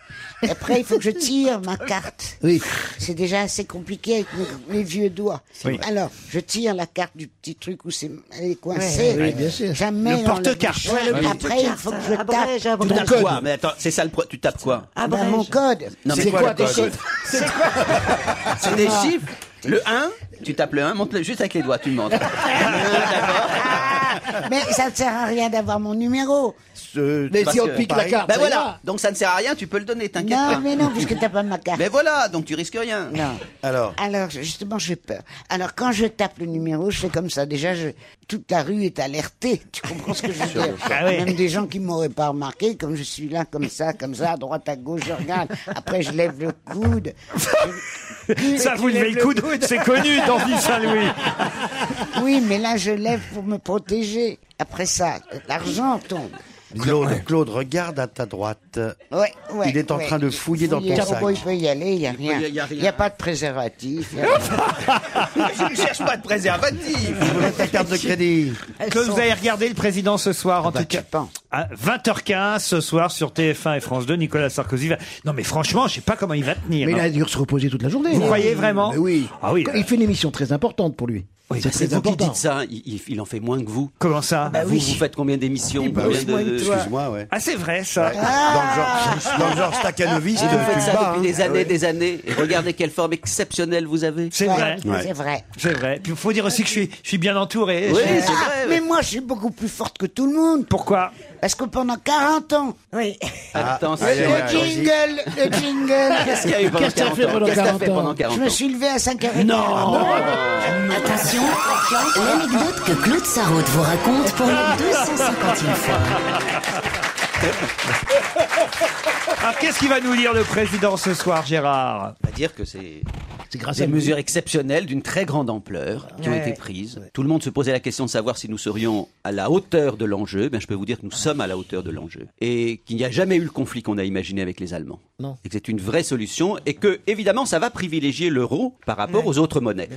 [SPEAKER 1] Et après, il faut que je tire ma carte.
[SPEAKER 4] Oui.
[SPEAKER 1] C'est déjà assez compliqué avec mes, mes vieux doigts.
[SPEAKER 3] Oui.
[SPEAKER 1] Alors, je tire la carte du petit truc où c'est elle est coincée.
[SPEAKER 4] Ouais, oui, bien sûr.
[SPEAKER 3] Le
[SPEAKER 1] Jamais dans
[SPEAKER 3] porte-carte.
[SPEAKER 1] bouchon.
[SPEAKER 3] Ouais, le
[SPEAKER 1] Après, il faut que je tape
[SPEAKER 13] Abrège,
[SPEAKER 5] Tu
[SPEAKER 13] abrège.
[SPEAKER 5] tapes quoi Mais attends, c'est ça le pro... Tu tapes quoi
[SPEAKER 1] dans Ah, Ben, mon code.
[SPEAKER 5] Non, mais
[SPEAKER 4] C'est quoi
[SPEAKER 5] le
[SPEAKER 4] ton
[SPEAKER 5] code
[SPEAKER 4] code
[SPEAKER 5] Ah, C'est des
[SPEAKER 1] Ah.
[SPEAKER 5] chiffres. Le 1, tu tapes le 1, montre-le juste avec les doigts, tu le montres. Le 1, d'accord.
[SPEAKER 1] Mais ça ne sert à rien d'avoir mon numéro.
[SPEAKER 5] Parce que- pareil. Ben voilà, donc ça ne sert à rien, tu peux le donner, t'inquiète
[SPEAKER 1] Non,
[SPEAKER 5] pas.
[SPEAKER 1] mais non, puisque t'as pas ma carte.
[SPEAKER 5] Mais voilà, donc tu risques rien.
[SPEAKER 1] Non.
[SPEAKER 5] Alors
[SPEAKER 1] Alors, justement, j'ai peur. Alors, quand je tape le numéro, je fais comme ça. Déjà, je- toute la rue est alertée. Tu comprends ce que je veux dire
[SPEAKER 16] Ah oui.
[SPEAKER 1] Même des gens qui m'auraient pas remarqué, comme je suis là, comme ça, comme ça, à droite, à gauche, je regarde. Après, je lève le coude. Je-
[SPEAKER 3] Ça, vous levez le coude, c'est connu dans Ville Saint-Louis.
[SPEAKER 1] Oui, mais là, je lève pour me protéger. Après ça, l'argent tombe.
[SPEAKER 6] Claude, Claude, regarde à ta droite.
[SPEAKER 1] Ouais, ouais,
[SPEAKER 6] Il est en
[SPEAKER 1] ouais.
[SPEAKER 6] train de fouiller dans ton
[SPEAKER 1] Fouiller.
[SPEAKER 6] sac.
[SPEAKER 1] Carbo, il peut y aller, il n'y a rien.
[SPEAKER 6] y- y a rien.
[SPEAKER 1] Il n'y a pas de préservatif. il y a
[SPEAKER 5] Je ne cherche pas de préservatif.
[SPEAKER 6] ta carte de crédit. Ah bah,
[SPEAKER 3] Que vous allez regarder le président ce soir, en tout cas. À 20h15 ce soir sur TF1 et France 2, Nicolas Sarkozy va. Non, mais franchement, je sais pas comment il va tenir.
[SPEAKER 4] Mais il
[SPEAKER 3] hein.
[SPEAKER 4] a dû se reposer toute la journée.
[SPEAKER 3] Vous
[SPEAKER 4] là.
[SPEAKER 3] croyez vraiment
[SPEAKER 4] Mais Oui.
[SPEAKER 3] Ah oui.
[SPEAKER 4] Il fait une émission très importante pour lui.
[SPEAKER 5] Oui, bah, c'est vous qui dites ça, il, il- il en fait moins que vous. Ah
[SPEAKER 3] Comment ça
[SPEAKER 4] Bah
[SPEAKER 5] vous,
[SPEAKER 4] oui.
[SPEAKER 5] vous faites combien d'émissions
[SPEAKER 4] Oui, bah
[SPEAKER 5] combien
[SPEAKER 4] oui, moins que toi.
[SPEAKER 6] Excuse-moi, ouais.
[SPEAKER 3] Ah, c'est vrai, ça.
[SPEAKER 6] Dans le genre Stakhanovich,
[SPEAKER 5] Ah. Vous
[SPEAKER 6] tu
[SPEAKER 5] faites
[SPEAKER 6] le
[SPEAKER 5] ça
[SPEAKER 6] bats,
[SPEAKER 5] depuis
[SPEAKER 6] hein.
[SPEAKER 5] des
[SPEAKER 6] Ah
[SPEAKER 5] années,
[SPEAKER 6] ouais.
[SPEAKER 5] des années. Et regardez quelle forme exceptionnelle vous avez.
[SPEAKER 3] C'est vrai.
[SPEAKER 1] C'est vrai.
[SPEAKER 3] C'est vrai. Puis il faut dire aussi que je suis, je suis bien entouré.
[SPEAKER 1] Oui,
[SPEAKER 3] Je-
[SPEAKER 1] c'est vrai. Mais moi, je suis beaucoup plus forte que tout le monde.
[SPEAKER 3] Pourquoi
[SPEAKER 1] Parce que pendant 40 ans. Oui.
[SPEAKER 5] Attention.
[SPEAKER 1] Le jingle, le jingle.
[SPEAKER 5] Qu'est-ce qu'il y a eu pendant
[SPEAKER 1] Qu'est-ce que t'as
[SPEAKER 5] 40
[SPEAKER 1] fait
[SPEAKER 5] ans Qu'est-ce que t'as fait pendant 40
[SPEAKER 1] Je me
[SPEAKER 5] ans
[SPEAKER 1] suis levé à 5h30.
[SPEAKER 9] Attention, l'anecdote que Claude Sarraute vous raconte pour la 250e fois.
[SPEAKER 3] Alors, qu'est-ce qu'il va nous dire le président ce soir, Gérard
[SPEAKER 5] On va dire que c'est.
[SPEAKER 4] grâce
[SPEAKER 5] des
[SPEAKER 4] à lui.
[SPEAKER 5] mesures exceptionnelles d'une très grande ampleur qui ont
[SPEAKER 4] Ouais.
[SPEAKER 5] été prises. Tout le monde se posait la question de savoir si nous serions à la hauteur de l'enjeu. Ben, je peux vous dire que nous sommes à la hauteur de l'enjeu et qu'il n'y a jamais eu le conflit qu'on a imaginé avec les Allemands.
[SPEAKER 4] Non.
[SPEAKER 5] Et que c'est une vraie solution et que, évidemment, ça va privilégier l'euro par rapport aux autres monnaies.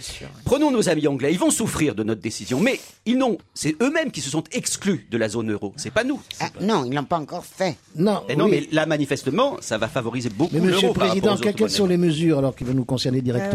[SPEAKER 5] Prenons nos amis anglais. Ils vont souffrir de notre décision, mais ils n'ont. C'est eux-mêmes qui se sont exclus de la zone euro. C'est pas nous.
[SPEAKER 1] Ah, non, ils l'ont pas encore fait.
[SPEAKER 4] Non.
[SPEAKER 5] Et non,
[SPEAKER 4] oui.
[SPEAKER 5] mais là, manifestement, ça va favoriser beaucoup
[SPEAKER 4] Mais
[SPEAKER 5] l'euro.
[SPEAKER 4] monsieur le
[SPEAKER 5] par rapport
[SPEAKER 4] Président,
[SPEAKER 5] aux autres
[SPEAKER 4] quelles sont les
[SPEAKER 5] monnaies.
[SPEAKER 4] mesures alors qui vont nous concerner directement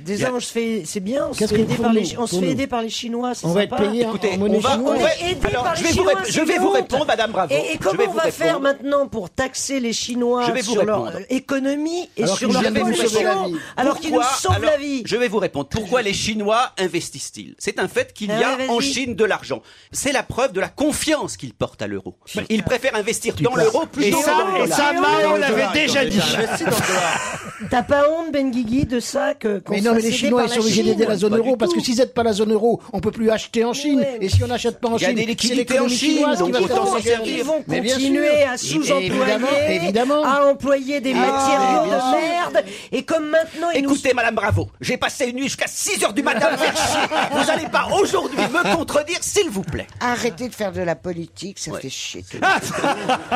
[SPEAKER 13] Déjà, on se fait, c'est bien, on se
[SPEAKER 4] Qu'est-ce
[SPEAKER 13] fait
[SPEAKER 4] que
[SPEAKER 13] aider
[SPEAKER 4] pour
[SPEAKER 13] par
[SPEAKER 4] nous,
[SPEAKER 13] les, on se
[SPEAKER 4] pour
[SPEAKER 13] fait
[SPEAKER 4] nous
[SPEAKER 13] aider par les Chinois, c'est
[SPEAKER 4] On va
[SPEAKER 13] sympa.
[SPEAKER 4] être payé en- Écoutez, en monnaie on va- chinoise.
[SPEAKER 13] On
[SPEAKER 4] on va-
[SPEAKER 13] est aidé
[SPEAKER 5] alors,
[SPEAKER 13] par
[SPEAKER 5] je
[SPEAKER 13] les
[SPEAKER 5] vais vous
[SPEAKER 13] Chinois,
[SPEAKER 5] rép-
[SPEAKER 13] c'est
[SPEAKER 5] je vais
[SPEAKER 13] une
[SPEAKER 5] vous
[SPEAKER 13] honte.
[SPEAKER 5] répondre, Madame Bravo.
[SPEAKER 13] Et, et
[SPEAKER 5] Je
[SPEAKER 13] comment
[SPEAKER 5] vais
[SPEAKER 13] on
[SPEAKER 5] vous
[SPEAKER 13] va
[SPEAKER 5] répondre.
[SPEAKER 13] faire maintenant pour taxer les Chinois
[SPEAKER 5] Je vais vous
[SPEAKER 13] sur leur
[SPEAKER 5] répondre.
[SPEAKER 13] euh, économie et
[SPEAKER 5] Alors
[SPEAKER 13] sur
[SPEAKER 5] qu'ils
[SPEAKER 13] leur
[SPEAKER 5] nous sauvent la
[SPEAKER 13] pollution,
[SPEAKER 5] vie.
[SPEAKER 13] alors qu'ils nous
[SPEAKER 5] Pourquoi-
[SPEAKER 13] sauvent
[SPEAKER 5] alors,
[SPEAKER 13] la vie
[SPEAKER 5] Je vais vous répondre. Pourquoi les Chinois investissent-ils C'est un fait qu'il y
[SPEAKER 13] Ah
[SPEAKER 5] a
[SPEAKER 13] ouais, vas-y.
[SPEAKER 5] en Chine de l'argent. C'est la preuve de la confiance qu'ils portent à l'euro. Ils préfèrent investir dans
[SPEAKER 3] places-
[SPEAKER 5] l'euro
[SPEAKER 3] Et
[SPEAKER 5] plutôt que
[SPEAKER 3] ça-
[SPEAKER 5] dans le
[SPEAKER 3] et
[SPEAKER 5] dollar.
[SPEAKER 3] ça, Mao
[SPEAKER 5] Dans le
[SPEAKER 3] l'avait
[SPEAKER 5] dollar,
[SPEAKER 3] déjà
[SPEAKER 5] dans le
[SPEAKER 3] dit.
[SPEAKER 5] dollar.
[SPEAKER 13] T'as pas honte, Ben Guigui, de ça que qu'on
[SPEAKER 4] Mais non, mais
[SPEAKER 13] se fasse
[SPEAKER 4] les
[SPEAKER 13] aider
[SPEAKER 4] Chinois,
[SPEAKER 13] par
[SPEAKER 4] ils
[SPEAKER 13] la
[SPEAKER 4] sont obligés
[SPEAKER 13] Chine
[SPEAKER 4] d'aider la zone
[SPEAKER 13] Pas du
[SPEAKER 4] euro parce que
[SPEAKER 13] tout.
[SPEAKER 4] s'ils n'aident pas la zone euro, on peut plus acheter en Chine. Et si on n'achète pas en
[SPEAKER 5] Il y a
[SPEAKER 4] Chine,
[SPEAKER 5] des
[SPEAKER 4] c'est
[SPEAKER 5] liquidités en
[SPEAKER 4] l'économie
[SPEAKER 5] Chine,
[SPEAKER 4] chinoise qui
[SPEAKER 5] donc
[SPEAKER 4] va se
[SPEAKER 5] autant s'en
[SPEAKER 4] faire
[SPEAKER 5] servir.
[SPEAKER 13] Ils vont
[SPEAKER 4] Mais bien
[SPEAKER 13] continuer
[SPEAKER 4] sûr.
[SPEAKER 13] à
[SPEAKER 4] Évidemment,
[SPEAKER 13] sous-employer,
[SPEAKER 4] évidemment.
[SPEAKER 13] à employer des
[SPEAKER 4] Ah,
[SPEAKER 13] matériaux
[SPEAKER 4] mais bien
[SPEAKER 13] de
[SPEAKER 4] sûr.
[SPEAKER 13] merde. Et comme maintenant, ils
[SPEAKER 5] Écoutez, Madame Bravo, j'ai passé une nuit jusqu'à 6 heures du matin à me faire chier. Vous n'allez pas aujourd'hui me contredire, s'il vous plaît. Ah,
[SPEAKER 1] Arrêtez de faire de la politique, ça fait chier. tout le monde.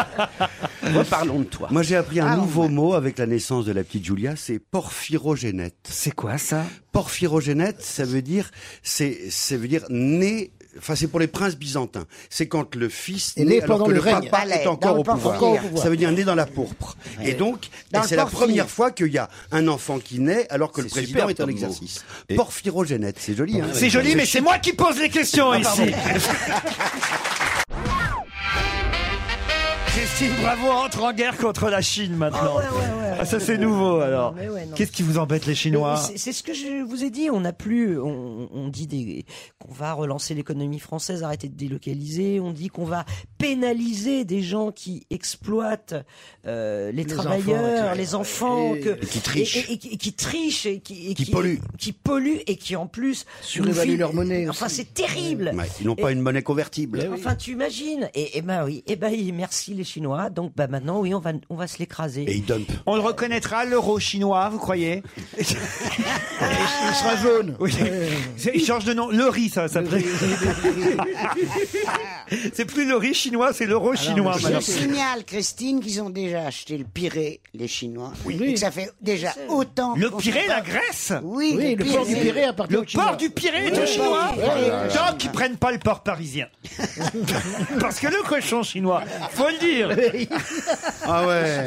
[SPEAKER 5] Reparlons de toi.
[SPEAKER 6] Moi, j'ai appris un nouveau mot avec la naissance de la petite Julia, c'est porphyrogénète.
[SPEAKER 3] C'est quoi ça
[SPEAKER 6] Porphyrogénète, ça veut dire, c'est, ça veut dire né. Enfin, c'est pour les princes byzantins. C'est quand le fils
[SPEAKER 4] Et
[SPEAKER 6] naît
[SPEAKER 4] né
[SPEAKER 6] alors
[SPEAKER 4] pendant
[SPEAKER 6] que
[SPEAKER 4] le
[SPEAKER 6] le,
[SPEAKER 4] règne.
[SPEAKER 6] papa est
[SPEAKER 4] Dans
[SPEAKER 6] encore
[SPEAKER 4] le
[SPEAKER 6] au pouvoir.
[SPEAKER 4] porphyre.
[SPEAKER 6] Ça veut dire né dans la pourpre. Et donc,
[SPEAKER 4] Dans
[SPEAKER 6] et
[SPEAKER 4] le
[SPEAKER 6] c'est la
[SPEAKER 4] porphyre.
[SPEAKER 6] première fois qu'il y a un enfant qui naît alors que le
[SPEAKER 5] C'est
[SPEAKER 6] président
[SPEAKER 5] superbe
[SPEAKER 6] est en
[SPEAKER 5] comme mot.
[SPEAKER 6] exercice. Porphyrogénète, c'est joli. hein.
[SPEAKER 3] C'est joli, mais c'est moi qui pose les questions
[SPEAKER 6] Ah, pardon.
[SPEAKER 3] ici. Christine Bravo entre en guerre contre la Chine maintenant. Ah, ça c'est nouveau alors.
[SPEAKER 13] Mais ouais, non.
[SPEAKER 3] Qu'est-ce qui vous embête les
[SPEAKER 13] Mais
[SPEAKER 3] Chinois
[SPEAKER 13] Euh, c'est- C'est ce que je vous ai dit. On n'a plus. On, on dit des- qu'on va relancer l'économie française, arrêter de délocaliser. On dit qu'on va pénaliser des gens qui exploitent euh, les, travailleurs,
[SPEAKER 4] enfants,
[SPEAKER 13] les enfants,
[SPEAKER 4] et-
[SPEAKER 13] que-
[SPEAKER 4] et qui trichent.
[SPEAKER 13] et, et- et qui- et qui trichent et qui, et
[SPEAKER 6] Qui polluent.
[SPEAKER 13] qui polluent et qui en plus
[SPEAKER 4] Surévaluent
[SPEAKER 13] nous filent-
[SPEAKER 4] leur monnaie
[SPEAKER 13] Enfin,
[SPEAKER 4] aussi.
[SPEAKER 13] c'est terrible.
[SPEAKER 6] Ouais, ils n'ont pas
[SPEAKER 13] Et-
[SPEAKER 6] une Eh monnaie convertible.
[SPEAKER 13] Enfin, tu imagines Et, et ben oui, et ben oui, merci les Chinois. Donc, bah maintenant, oui, on va, on va se l'écraser.
[SPEAKER 6] Et ils dumpent.
[SPEAKER 3] On le reconnaîtra, l'euro chinois, vous croyez
[SPEAKER 4] Il sera jaune.
[SPEAKER 3] Oui. C'est- Il change de nom. Le riz, ça s'appelle. c'est plus le riz chinois, c'est l'euro chinois
[SPEAKER 1] Je
[SPEAKER 3] maintenant.
[SPEAKER 1] signale, Christine, qu'ils ont déjà acheté le Pirée, les Chinois.
[SPEAKER 4] Oui.
[SPEAKER 1] Et que ça fait déjà autant.
[SPEAKER 3] Le
[SPEAKER 1] qu'on
[SPEAKER 3] Pirée,
[SPEAKER 1] fait
[SPEAKER 3] la
[SPEAKER 1] pas.
[SPEAKER 3] Grèce
[SPEAKER 1] Oui,
[SPEAKER 4] Oui, le port du Pirée appartient
[SPEAKER 3] Le
[SPEAKER 4] aux Chinois.
[SPEAKER 3] port du Pirée est
[SPEAKER 4] Ouais,
[SPEAKER 3] aux chinois.
[SPEAKER 4] ouais, ouais, ouais.
[SPEAKER 3] Tant qu'ils prennent pas le port parisien. Parce que le cochon chinois, faut le dire, sûr.
[SPEAKER 6] Ah ouais.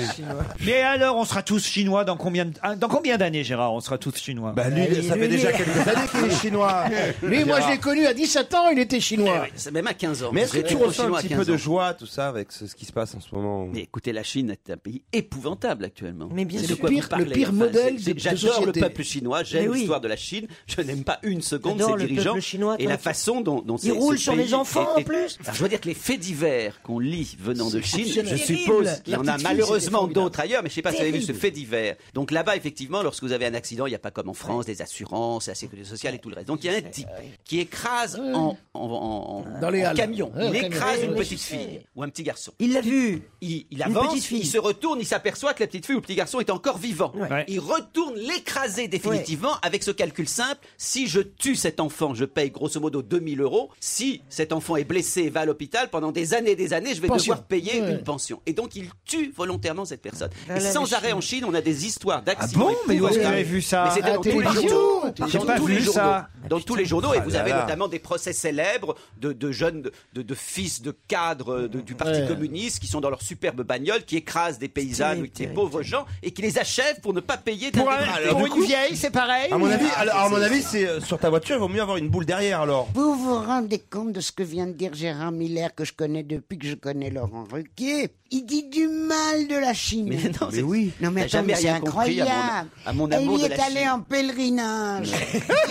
[SPEAKER 3] Mais alors, on sera tous chinois dans combien de- ah, dans combien d'années, Gérard On sera tous chinois. Bah
[SPEAKER 8] lui, ça fait déjà quelques années qu'il est chinois.
[SPEAKER 4] Lui, moi, je l'ai connu à 17 ans, il était chinois.
[SPEAKER 5] C'est même Eh à 15 ans.
[SPEAKER 8] Mais est-ce que
[SPEAKER 5] J'ai
[SPEAKER 8] tu
[SPEAKER 5] été au
[SPEAKER 8] ressens un
[SPEAKER 5] Chinois à
[SPEAKER 8] petit
[SPEAKER 5] 15
[SPEAKER 8] peu de
[SPEAKER 5] ans.
[SPEAKER 8] joie, tout ça, avec ce, ce qui se passe en ce moment
[SPEAKER 5] Mais écoutez, la Chine est un pays épouvantable actuellement.
[SPEAKER 13] Mais bien
[SPEAKER 5] C'est
[SPEAKER 13] sûr.
[SPEAKER 5] de quoi
[SPEAKER 13] Le
[SPEAKER 5] vous
[SPEAKER 13] pire-
[SPEAKER 5] parlez.
[SPEAKER 13] le pire
[SPEAKER 5] Enfin,
[SPEAKER 13] modèle de-
[SPEAKER 5] c'est-
[SPEAKER 13] de
[SPEAKER 5] J'adore le
[SPEAKER 13] société.
[SPEAKER 5] peuple chinois,
[SPEAKER 13] Mais
[SPEAKER 5] j'aime
[SPEAKER 13] oui.
[SPEAKER 5] l'histoire de la Chine, je n'aime pas une seconde
[SPEAKER 13] J'adore
[SPEAKER 5] ses
[SPEAKER 13] le peuple
[SPEAKER 5] dirigeants
[SPEAKER 13] chinois,
[SPEAKER 5] et la
[SPEAKER 13] comme ça.
[SPEAKER 5] façon dont, dont
[SPEAKER 13] Ils
[SPEAKER 5] ce-
[SPEAKER 13] roulent
[SPEAKER 5] ce
[SPEAKER 13] sur les
[SPEAKER 5] pays
[SPEAKER 13] enfants,
[SPEAKER 5] est-
[SPEAKER 13] en plus.
[SPEAKER 5] Alors, je veux dire que les faits divers qu'on lit venant de Chine, je
[SPEAKER 13] exceptionnel.
[SPEAKER 5] suppose qu'il y
[SPEAKER 13] Terrible.
[SPEAKER 5] en
[SPEAKER 13] La petite fille,
[SPEAKER 5] a
[SPEAKER 13] c'était
[SPEAKER 5] malheureusement
[SPEAKER 13] formidable.
[SPEAKER 5] d'autres ailleurs, mais je ne sais pas si vous avez vu ce
[SPEAKER 13] Terrible.
[SPEAKER 5] fait divers. Donc là-bas, effectivement, lorsque vous avez un accident, il n'y a pas comme en France des assurances, la sécurité sociale et tout le reste. Donc il y a un type qui écrase en, en- en- en-
[SPEAKER 13] Dans les
[SPEAKER 5] en
[SPEAKER 13] Halles.
[SPEAKER 5] camion,
[SPEAKER 13] Ouais, au
[SPEAKER 5] il
[SPEAKER 13] camion.
[SPEAKER 5] écrase
[SPEAKER 13] Ouais,
[SPEAKER 5] une
[SPEAKER 13] mais je
[SPEAKER 5] petite
[SPEAKER 13] sais.
[SPEAKER 5] fille ou un petit garçon.
[SPEAKER 13] Il l'a vu.
[SPEAKER 5] Il, il
[SPEAKER 13] Une
[SPEAKER 5] avance,
[SPEAKER 13] petite fille.
[SPEAKER 5] il se retourne, il s'aperçoit que la petite fille ou le petit garçon est encore vivant. Il retourne l'écraser définitivement avec ce calcul simple. Si je tue cet enfant, je paye grosso modo 2000 euros. Si cet enfant est blessé et va à l'hôpital, pendant des années et des années, je vais
[SPEAKER 13] Pension.
[SPEAKER 5] devoir payer
[SPEAKER 13] Ouais. Ah
[SPEAKER 5] une pension. Et donc, il tue volontairement cette personne.
[SPEAKER 13] Voilà
[SPEAKER 5] et sans
[SPEAKER 13] la
[SPEAKER 5] arrêt
[SPEAKER 13] Chine.
[SPEAKER 5] en Chine, on a des histoires d'accidents.
[SPEAKER 3] Ah bon Mais où est-ce que vous
[SPEAKER 5] épouvantables.
[SPEAKER 3] avez vu ça
[SPEAKER 5] Mais
[SPEAKER 3] À
[SPEAKER 5] c'était
[SPEAKER 3] la
[SPEAKER 5] dans tous les
[SPEAKER 3] télévision
[SPEAKER 5] journaux.
[SPEAKER 3] J'ai
[SPEAKER 5] Dans
[SPEAKER 3] pas
[SPEAKER 5] tous
[SPEAKER 3] vu
[SPEAKER 5] les journaux.
[SPEAKER 3] ça.
[SPEAKER 5] Dans tous les journaux. Et
[SPEAKER 3] Ah
[SPEAKER 5] vous
[SPEAKER 3] là
[SPEAKER 5] avez
[SPEAKER 3] là.
[SPEAKER 5] notamment des procès célèbres de, de jeunes, de, de- de fils de cadres de- du Parti
[SPEAKER 3] Ouais.
[SPEAKER 5] communiste qui sont dans leur superbe bagnole, qui écrasent des paysannes ou des pauvres gens et qui les achèvent pour ne pas payer
[SPEAKER 3] Pour, un-
[SPEAKER 5] d'intégralité.
[SPEAKER 3] pour une vieille, c'est pareil.
[SPEAKER 8] À mon avis,
[SPEAKER 3] Ah,
[SPEAKER 8] alors, à mon
[SPEAKER 3] c'est-
[SPEAKER 8] avis, c'est euh, sur ta voiture, il vaut mieux avoir une boule derrière alors.
[SPEAKER 1] Vous vous rendez compte de ce que vient de dire Gérard Miller, que je connais depuis que je connais Laurent Ruquier Il dit du mal de la Chine.
[SPEAKER 5] Mais non, c'est-
[SPEAKER 1] oui. Non, mais
[SPEAKER 5] t'as
[SPEAKER 1] attends,
[SPEAKER 5] jamais
[SPEAKER 1] mais c'est
[SPEAKER 5] rien compris à mon-
[SPEAKER 1] incroyable.
[SPEAKER 5] à mon
[SPEAKER 1] Et
[SPEAKER 5] amour
[SPEAKER 1] il
[SPEAKER 5] de
[SPEAKER 1] est
[SPEAKER 5] la
[SPEAKER 1] allé
[SPEAKER 5] Chine.
[SPEAKER 1] en pèlerinage.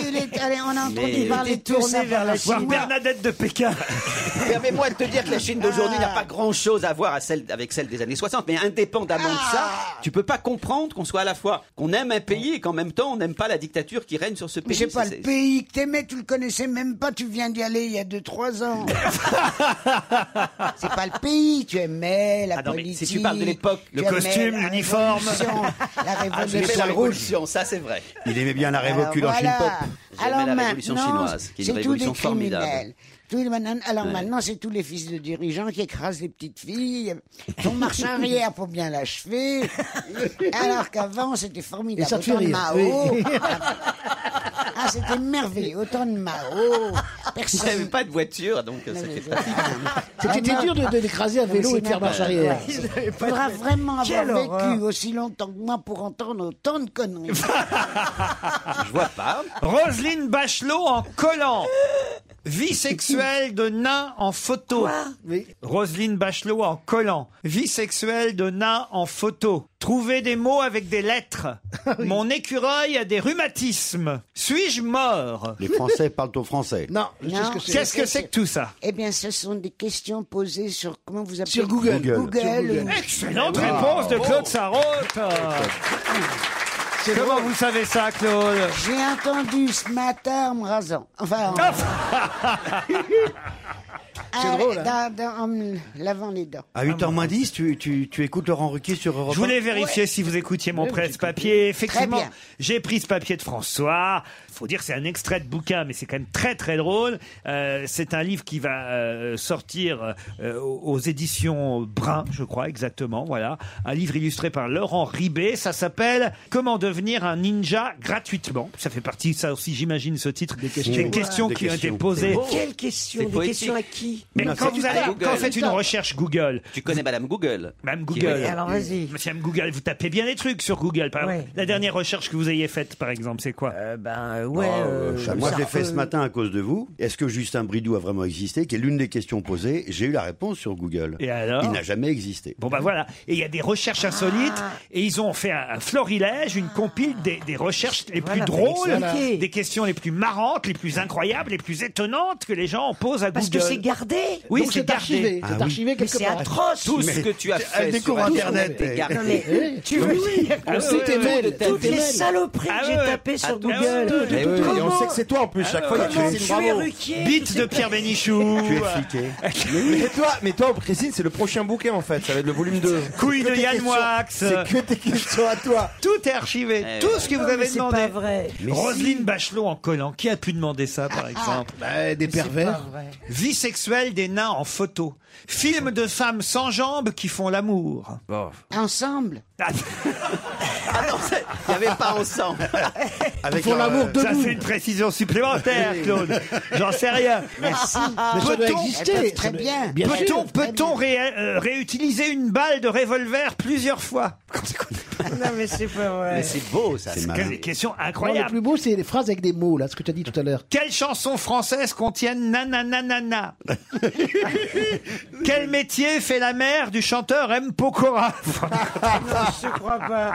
[SPEAKER 1] il est allé, on a entendu
[SPEAKER 5] Mais-
[SPEAKER 1] parler de tout
[SPEAKER 5] Tourné
[SPEAKER 1] ça
[SPEAKER 5] vers
[SPEAKER 1] par
[SPEAKER 5] la
[SPEAKER 1] la
[SPEAKER 5] Chine.
[SPEAKER 1] Chine.
[SPEAKER 3] Bernadette de Pékin.
[SPEAKER 5] Permets-moi de te dire que la Chine d'aujourd'hui n'a pas grand-chose à voir à celle, avec celle des années 60. Mais indépendamment de ça,
[SPEAKER 1] Ah
[SPEAKER 5] tu peux pas comprendre qu'on soit à la fois qu'on aime un pays et qu'en même temps on n'aime pas la dictature qui règne sur ce
[SPEAKER 1] Mais
[SPEAKER 5] pays.
[SPEAKER 1] j'ai pas
[SPEAKER 5] C'est-
[SPEAKER 1] le
[SPEAKER 5] c'est-
[SPEAKER 1] pays que t'aimais, tu le connaissais même pas, tu viens d'y aller il y a 2-3 ans. c'est pas le pays, tu aimais la
[SPEAKER 5] Ah non, mais
[SPEAKER 1] politique.
[SPEAKER 5] si tu parles de l'époque,
[SPEAKER 1] tu
[SPEAKER 5] le
[SPEAKER 1] aimais
[SPEAKER 5] costume,
[SPEAKER 1] la
[SPEAKER 5] l'uniforme.
[SPEAKER 1] révolution, La
[SPEAKER 5] Ah, je l'ai fait,
[SPEAKER 1] révolution.
[SPEAKER 5] la révolution, ça c'est vrai.
[SPEAKER 6] Il aimait bien la révocule en Chine
[SPEAKER 1] Voilà.
[SPEAKER 6] pop.
[SPEAKER 5] J'aimais
[SPEAKER 1] Alors
[SPEAKER 5] la révolution
[SPEAKER 1] maintenant,
[SPEAKER 5] chinoise, qui est une
[SPEAKER 1] c'est
[SPEAKER 5] révolution
[SPEAKER 1] tous des criminels.
[SPEAKER 5] formidable.
[SPEAKER 1] Tous les manan- alors
[SPEAKER 5] Ouais.
[SPEAKER 1] maintenant, c'est tous les fils de dirigeants qui écrasent les petites filles. Ton marche arrière pour bien l'achever. Alors qu'avant, c'était formidable.
[SPEAKER 4] Et ça te fait
[SPEAKER 1] Autant de
[SPEAKER 4] rire,
[SPEAKER 1] Mao.
[SPEAKER 4] oui.
[SPEAKER 1] ah, c'était merveilleux. Autant de Mao. Personne.
[SPEAKER 5] J'avais pas de voiture, donc euh, c'était pratique.
[SPEAKER 4] C'était dur de, de l'écraser à
[SPEAKER 1] Non, mais
[SPEAKER 4] vélo
[SPEAKER 1] c'est
[SPEAKER 4] et de faire marche
[SPEAKER 5] n'importe
[SPEAKER 4] arrière.
[SPEAKER 1] quoi. Il faudra vraiment avoir
[SPEAKER 4] Quelle
[SPEAKER 1] vécu
[SPEAKER 4] horreur.
[SPEAKER 1] aussi longtemps que moi pour entendre autant de conneries.
[SPEAKER 5] Je vois pas.
[SPEAKER 3] Roselyne Bachelot en collant. Vie sexuelle de nain en photo. Roselyne Bachelot en collant. Vie sexuelle de nain en photo. Trouver des mots avec des lettres.
[SPEAKER 4] Ah
[SPEAKER 3] Mon écureuil a des rhumatismes. Suis-je mort
[SPEAKER 6] Les Français parlent au français.
[SPEAKER 4] Non,
[SPEAKER 1] Non,
[SPEAKER 3] Qu'est-ce que c'est que tout ça
[SPEAKER 1] Eh bien, ce sont des questions posées sur comment vous appelez
[SPEAKER 4] Sur Google.
[SPEAKER 1] Google.
[SPEAKER 4] Google. Sur Google.
[SPEAKER 3] Excellente
[SPEAKER 4] Wow.
[SPEAKER 3] réponse de Claude Sarraute. Comment vous savez ça, Claude
[SPEAKER 1] J'ai entendu ce matin en me rasant. Enfin, en, Ah,
[SPEAKER 6] drôle, hein.
[SPEAKER 1] dans- dans- en me lavant les dents.
[SPEAKER 6] À 8h moins 10, tu, tu, tu écoutes Laurent Ruquier sur Europe
[SPEAKER 3] Ah, Je voulais
[SPEAKER 6] 1?
[SPEAKER 3] vérifier si vous écoutiez mon
[SPEAKER 6] Oui, mais j'ai
[SPEAKER 3] presse-papier. Effectivement,
[SPEAKER 6] Très bien.
[SPEAKER 3] j'ai pris ce papier de François. Faut dire, c'est un extrait de bouquin, mais c'est quand même très très drôle. Euh, c'est un livre qui va euh, sortir euh, aux éditions Brun, je crois exactement. Voilà, un livre illustré par Laurent Ribé. Ça s'appelle Comment devenir un ninja gratuitement. Ça fait partie, ça aussi, j'imagine, ce titre des questions,
[SPEAKER 13] Wow. Des
[SPEAKER 3] qui ont été
[SPEAKER 13] questions.
[SPEAKER 3] posées.
[SPEAKER 13] C'est beau. Quelles questions
[SPEAKER 3] C'est
[SPEAKER 13] Des
[SPEAKER 3] poétique.
[SPEAKER 13] questions à qui
[SPEAKER 3] Mais
[SPEAKER 13] Non,
[SPEAKER 3] quand
[SPEAKER 13] c'est
[SPEAKER 3] vous allez,
[SPEAKER 13] Google.
[SPEAKER 3] quand vous faites une
[SPEAKER 13] Attends.
[SPEAKER 3] recherche Google,
[SPEAKER 5] Tu connais Madame Google
[SPEAKER 3] Madame
[SPEAKER 5] Qui-
[SPEAKER 3] Google.
[SPEAKER 5] Oui, alors
[SPEAKER 13] vas-y.
[SPEAKER 3] Madame Google, vous tapez bien les trucs sur Google. Par exemple. La dernière recherche que vous ayez faite, par exemple, c'est quoi
[SPEAKER 13] Ben
[SPEAKER 6] Oh, euh, moi, je l'ai fait ce matin à cause de vous. Est-ce que Justin Bridou a vraiment existé Qui est l'une des questions posées. J'ai eu la réponse sur Google.
[SPEAKER 3] Et alors
[SPEAKER 6] Il n'a jamais existé.
[SPEAKER 3] Bon, bah voilà. Et il y a des recherches insolites. Et ils ont fait un, un florilège, une compile des, des recherches les plus
[SPEAKER 13] Voilà,
[SPEAKER 3] drôles,
[SPEAKER 13] fallait expliquer.
[SPEAKER 3] des questions les plus marrantes, les plus incroyables, les plus étonnantes que les gens posent à
[SPEAKER 13] Parce que
[SPEAKER 3] Google.
[SPEAKER 13] c'est gardé.
[SPEAKER 3] Oui,
[SPEAKER 13] Donc
[SPEAKER 3] c'est
[SPEAKER 13] c'est
[SPEAKER 3] gardé.
[SPEAKER 13] archivé. C'est Ah oui. archivé quelque
[SPEAKER 3] Mais
[SPEAKER 13] part. atroce.
[SPEAKER 3] Tout ce
[SPEAKER 13] Mais
[SPEAKER 3] que tu as
[SPEAKER 13] elle
[SPEAKER 3] fait.
[SPEAKER 13] découvre
[SPEAKER 3] sur
[SPEAKER 13] Internet,
[SPEAKER 3] est
[SPEAKER 13] elle.
[SPEAKER 3] gardé.
[SPEAKER 13] Non, mais tu veux dire que
[SPEAKER 3] Ah
[SPEAKER 13] toutes
[SPEAKER 3] ouais,
[SPEAKER 13] les
[SPEAKER 3] ouais, ouais.
[SPEAKER 13] mails, toutes les saloperies que j'ai
[SPEAKER 3] ouais, ouais.
[SPEAKER 13] tapées sur
[SPEAKER 3] Ah, tout,
[SPEAKER 13] Google.
[SPEAKER 3] tout, tout,
[SPEAKER 13] Eh
[SPEAKER 3] tout,
[SPEAKER 13] oui,
[SPEAKER 3] tout.
[SPEAKER 13] et on
[SPEAKER 3] Comment-
[SPEAKER 13] sait que c'est toi, en plus, chaque
[SPEAKER 3] Ah
[SPEAKER 6] fois,
[SPEAKER 3] ouais.
[SPEAKER 6] il y a Christine
[SPEAKER 3] Comment tu es
[SPEAKER 6] Bravo.
[SPEAKER 3] Ruquier, Bite de Pierre Bénichou.
[SPEAKER 6] Tu es fliqué.
[SPEAKER 8] Mais toi, mais toi, Christine, c'est le prochain bouquet en fait. Ça va être le volume 2.
[SPEAKER 3] Couille de Yann Moix.
[SPEAKER 8] C'est que tes questions à toi.
[SPEAKER 3] Tout est archivé.
[SPEAKER 8] Eh
[SPEAKER 3] Tout
[SPEAKER 8] ouais.
[SPEAKER 3] ce que vous
[SPEAKER 8] Non,
[SPEAKER 3] avez
[SPEAKER 8] mais c'est
[SPEAKER 3] demandé.
[SPEAKER 8] pas vrai. Mais Ah,
[SPEAKER 3] Roselyne Bachelot en collant. Qui a pu demander ça, par exemple
[SPEAKER 4] Bah, des pervers.
[SPEAKER 3] Vie sexuelle s'appelle Des nains en photo. Film de femmes sans jambes qui font l'amour.
[SPEAKER 1] Ensemble
[SPEAKER 5] Ah non, c'est- il n'y avait pas ensemble. euh,
[SPEAKER 3] leur- Ça, c'est une précision supplémentaire, Claude. J'en sais rien.
[SPEAKER 5] Merci. Mais ça doit
[SPEAKER 3] Peut-on- Eh ben,
[SPEAKER 5] exister. Elles peuvent très bien. Bien
[SPEAKER 3] Peut-on
[SPEAKER 5] sûr.
[SPEAKER 3] peut-on ré- euh, réutiliser une balle de revolver plusieurs fois
[SPEAKER 13] Non, mais c'est pas vrai.
[SPEAKER 5] Ah Mais c'est beau, ça.
[SPEAKER 3] C'est
[SPEAKER 5] malin.
[SPEAKER 3] une question
[SPEAKER 4] Non, le
[SPEAKER 3] incroyable.
[SPEAKER 4] plus beau, c'est les phrases avec des mots, là, ce que tu as dit tout à l'heure.
[SPEAKER 3] Quelles chansons françaises contiennent nananana Quel métier fait la mère du chanteur M. Pokora
[SPEAKER 13] Ah, je crois pas.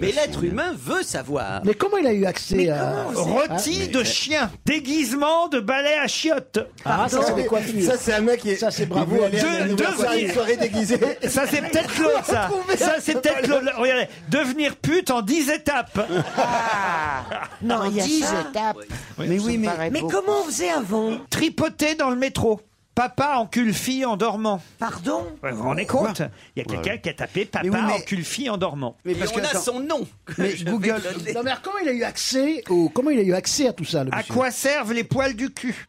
[SPEAKER 5] Mais l'être humain veut savoir.
[SPEAKER 4] Mais comment il a eu accès
[SPEAKER 5] Mais
[SPEAKER 4] à.
[SPEAKER 5] comment vous-
[SPEAKER 3] Rôti de chien, déguisement de balai à chiottes.
[SPEAKER 4] Ah, ça, c'est des coiffures. Ça, c'est
[SPEAKER 3] un mec qui.
[SPEAKER 4] Ça, c'est bravo.
[SPEAKER 3] Deux,
[SPEAKER 4] elle est allée nous
[SPEAKER 3] deux-
[SPEAKER 4] voir ça, une soirée déguisée.
[SPEAKER 3] Ça, c'est peut-être Claude, ça.
[SPEAKER 4] Retrouver
[SPEAKER 3] Ça,
[SPEAKER 4] un
[SPEAKER 3] c'est peut-être Claude. Regardez, devenir pute en 10 étapes.
[SPEAKER 13] Non,
[SPEAKER 1] En
[SPEAKER 13] il y a
[SPEAKER 1] 10
[SPEAKER 13] ça.
[SPEAKER 1] étapes.
[SPEAKER 3] Mais oui, mais,
[SPEAKER 13] Mais comment on faisait avant
[SPEAKER 3] Tripoter dans le métro. Papa encule fille en dormant.
[SPEAKER 13] Pardon
[SPEAKER 3] Vous vous rendez compte Il y a quelqu'un
[SPEAKER 6] Ouais.
[SPEAKER 3] qui a tapé papa
[SPEAKER 6] Mais oui, mais-
[SPEAKER 3] encule fille en dormant.
[SPEAKER 6] Mais parce Et on que, a attends, son
[SPEAKER 5] nom.
[SPEAKER 6] mais Google-
[SPEAKER 4] Non, mais alors, comment il a eu accès au... Comment il a eu accès à tout ça, le
[SPEAKER 3] À
[SPEAKER 4] monsieur
[SPEAKER 3] quoi servent les poils du cul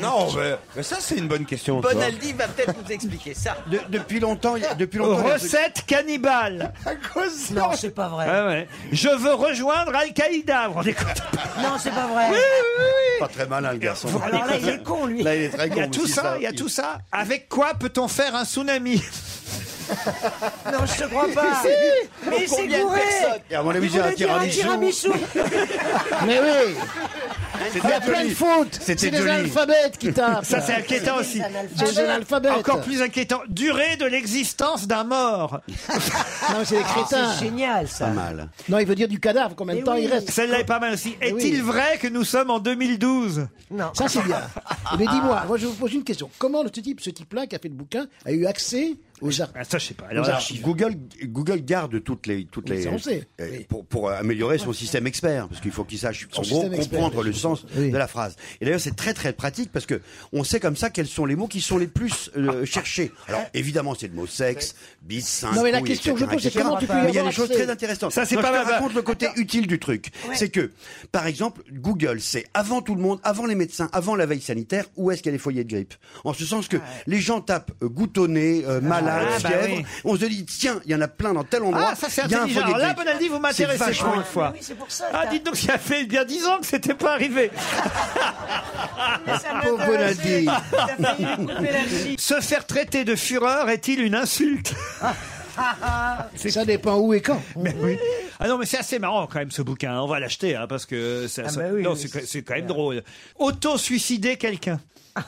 [SPEAKER 8] Non, mais, mais ça, c'est une bonne question. tu vois.
[SPEAKER 5] Bonaldi va peut-être nous expliquer ça.
[SPEAKER 6] depuis longtemps, il y a- depuis longtemps. il y a-
[SPEAKER 3] Recette cannibale.
[SPEAKER 13] Non, c'est pas vrai.
[SPEAKER 3] Ah ouais. Je veux rejoindre Al-Qaïda. Vous vous rendez compte
[SPEAKER 13] Non, c'est pas vrai.
[SPEAKER 3] Oui, oui, oui.
[SPEAKER 6] Pas très malin, le garçon.
[SPEAKER 13] Alors là, il est con, lui.
[SPEAKER 6] Là, il est très con.
[SPEAKER 3] Il y a tout
[SPEAKER 6] aussi,
[SPEAKER 3] ça, il y a tout ça. Avec quoi peut-on faire un tsunami
[SPEAKER 13] Non, je te crois pas. Mais c'est
[SPEAKER 5] Combien de
[SPEAKER 13] gouré.
[SPEAKER 5] personnes
[SPEAKER 6] Et à mon avis,
[SPEAKER 13] Il
[SPEAKER 6] j'ai un
[SPEAKER 13] voulait dire
[SPEAKER 6] tiramisu.
[SPEAKER 4] Mais oui Il y a
[SPEAKER 6] C'était
[SPEAKER 4] plein de
[SPEAKER 6] joli.
[SPEAKER 4] fautes
[SPEAKER 6] C'était
[SPEAKER 4] C'est les
[SPEAKER 6] joli.
[SPEAKER 4] analphabètes qui tapent
[SPEAKER 3] Ça, c'est inquiétant aussi.
[SPEAKER 4] C'est des analphabètes
[SPEAKER 3] Encore plus inquiétant. Durée de l'existence d'un mort.
[SPEAKER 4] Non, mais c'est des
[SPEAKER 13] Ah,
[SPEAKER 4] crétins
[SPEAKER 13] C'est génial, ça.
[SPEAKER 6] Pas mal.
[SPEAKER 4] Non, il veut dire du cadavre, combien de
[SPEAKER 13] Mais
[SPEAKER 4] temps
[SPEAKER 13] Eh oui.
[SPEAKER 4] il reste
[SPEAKER 3] Celle-là est pas mal aussi.
[SPEAKER 4] Eh
[SPEAKER 3] Est-il
[SPEAKER 4] oui.
[SPEAKER 3] vrai que nous sommes en 2012
[SPEAKER 13] Non.
[SPEAKER 4] Ça, c'est bien Mais dis-moi, moi, je vous pose une question. Comment ce type, ce type-là qui a fait le bouquin a eu accès aux arts
[SPEAKER 3] Ah, Ça, je sais pas.
[SPEAKER 4] Aux
[SPEAKER 3] Alors,
[SPEAKER 4] archives.
[SPEAKER 6] Google, Google garde toutes les, toutes
[SPEAKER 4] Oui,
[SPEAKER 6] les
[SPEAKER 4] ça, on sait.
[SPEAKER 6] euh,
[SPEAKER 4] Oui.
[SPEAKER 6] pour, pour améliorer son système expert, parce qu'il faut qu'il sache
[SPEAKER 4] Son
[SPEAKER 6] en gros
[SPEAKER 4] système expert,
[SPEAKER 6] comprendre
[SPEAKER 4] oui.
[SPEAKER 6] le sens
[SPEAKER 4] Oui.
[SPEAKER 6] de la phrase. Et d'ailleurs, c'est très très pratique parce que on sait comme ça quels sont les mots qui sont les plus euh, cherchés. Alors évidemment, c'est le mot sexe, bis, seins,
[SPEAKER 4] Ah. Non, mais la
[SPEAKER 6] couilles,
[SPEAKER 4] question que je
[SPEAKER 6] etc.,
[SPEAKER 4] pose, c'est
[SPEAKER 6] etc.
[SPEAKER 4] comment tu peux y
[SPEAKER 6] Mais il y a
[SPEAKER 4] avoir
[SPEAKER 6] des choses
[SPEAKER 4] accès
[SPEAKER 6] très intéressantes.
[SPEAKER 3] Ça, c'est
[SPEAKER 6] Non,
[SPEAKER 3] pas
[SPEAKER 6] je te
[SPEAKER 3] mal, bah-
[SPEAKER 6] raconte le côté utile du truc. C'est que, par exemple, Google, c'est avant tout le monde, avant les médecins, avant la veille sanitaire, où est-ce qu'il y a les foyers de grippe En ce sens que les gens tapent euh, goutonné, euh, malade,
[SPEAKER 3] Ah, bah
[SPEAKER 6] fièvre.
[SPEAKER 3] oui.
[SPEAKER 6] On se dit, tiens, il y en a plein dans tel endroit.
[SPEAKER 3] Ah, ça c'est
[SPEAKER 6] Il y a un
[SPEAKER 3] intelligent.
[SPEAKER 6] foyer
[SPEAKER 3] Alors là,
[SPEAKER 6] de grippe.
[SPEAKER 3] Bonaldi, vous m'intéressez
[SPEAKER 6] C'est vachement
[SPEAKER 3] pour une fois.
[SPEAKER 13] Mais oui, c'est pour ça.
[SPEAKER 3] Ah,
[SPEAKER 13] t'as-
[SPEAKER 3] dites donc, ça fait bien 10 ans que c'était pas arrivé.
[SPEAKER 13] Mais ça
[SPEAKER 6] Pauvre
[SPEAKER 13] m'intéressait.
[SPEAKER 6] Bonaldi.
[SPEAKER 13] T'as failli lui couper la chie.
[SPEAKER 3] Se faire traiter de fureur est-il une insulte
[SPEAKER 4] Ça dépend où et quand.
[SPEAKER 3] Ah non, Ah, mais c'est assez marrant quand même ce bouquin. On va l'acheter hein, parce que ça,
[SPEAKER 13] Ah
[SPEAKER 3] ça-
[SPEAKER 13] bah oui,
[SPEAKER 3] non,
[SPEAKER 13] oui,
[SPEAKER 3] c'est,
[SPEAKER 13] c'est-
[SPEAKER 3] c'est quand même drôle. Auto-suicider quelqu'un.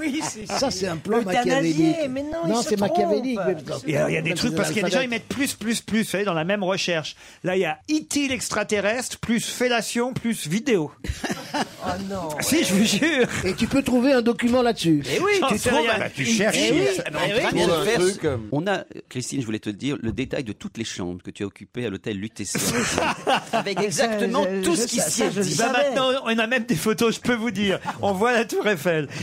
[SPEAKER 13] Oui, c'est
[SPEAKER 4] Ça, c'est un plan
[SPEAKER 13] Euthanasier,
[SPEAKER 4] machiavélique.
[SPEAKER 13] mais non, il se
[SPEAKER 4] c'est
[SPEAKER 13] trompe.
[SPEAKER 4] machiavélique. mais-
[SPEAKER 3] Et alors, il y a des trucs parce qu'il y a des gens ils mettent plus plus plus vous savez, dans la même recherche. Là, il y a itil extraterrestre plus fellation plus vidéo.
[SPEAKER 13] Oh non.
[SPEAKER 3] Si je vous jure.
[SPEAKER 4] Et tu peux trouver un document là-dessus.
[SPEAKER 5] Eh oui,
[SPEAKER 3] J'en
[SPEAKER 5] tu
[SPEAKER 3] sais
[SPEAKER 5] trouves
[SPEAKER 3] rien.
[SPEAKER 5] un-
[SPEAKER 3] Bah,
[SPEAKER 6] tu cherches.
[SPEAKER 5] Eh oui,
[SPEAKER 6] Ça-
[SPEAKER 5] bah oui.
[SPEAKER 6] on
[SPEAKER 5] Bien
[SPEAKER 6] trouve un
[SPEAKER 5] faire.
[SPEAKER 6] truc, euh,
[SPEAKER 5] On a, Christine, je voulais te le dire, le détail de toutes les chambres que tu as occupées à l'hôtel Lutécie. avec exactement
[SPEAKER 13] je-
[SPEAKER 5] tout
[SPEAKER 13] je-
[SPEAKER 5] ce qui
[SPEAKER 13] ça-
[SPEAKER 5] s'y
[SPEAKER 13] ça,
[SPEAKER 5] est
[SPEAKER 13] je le
[SPEAKER 5] dit.
[SPEAKER 3] Bah,
[SPEAKER 13] savais.
[SPEAKER 3] maintenant, on a même des photos, je peux vous dire. On voit la Tour Eiffel.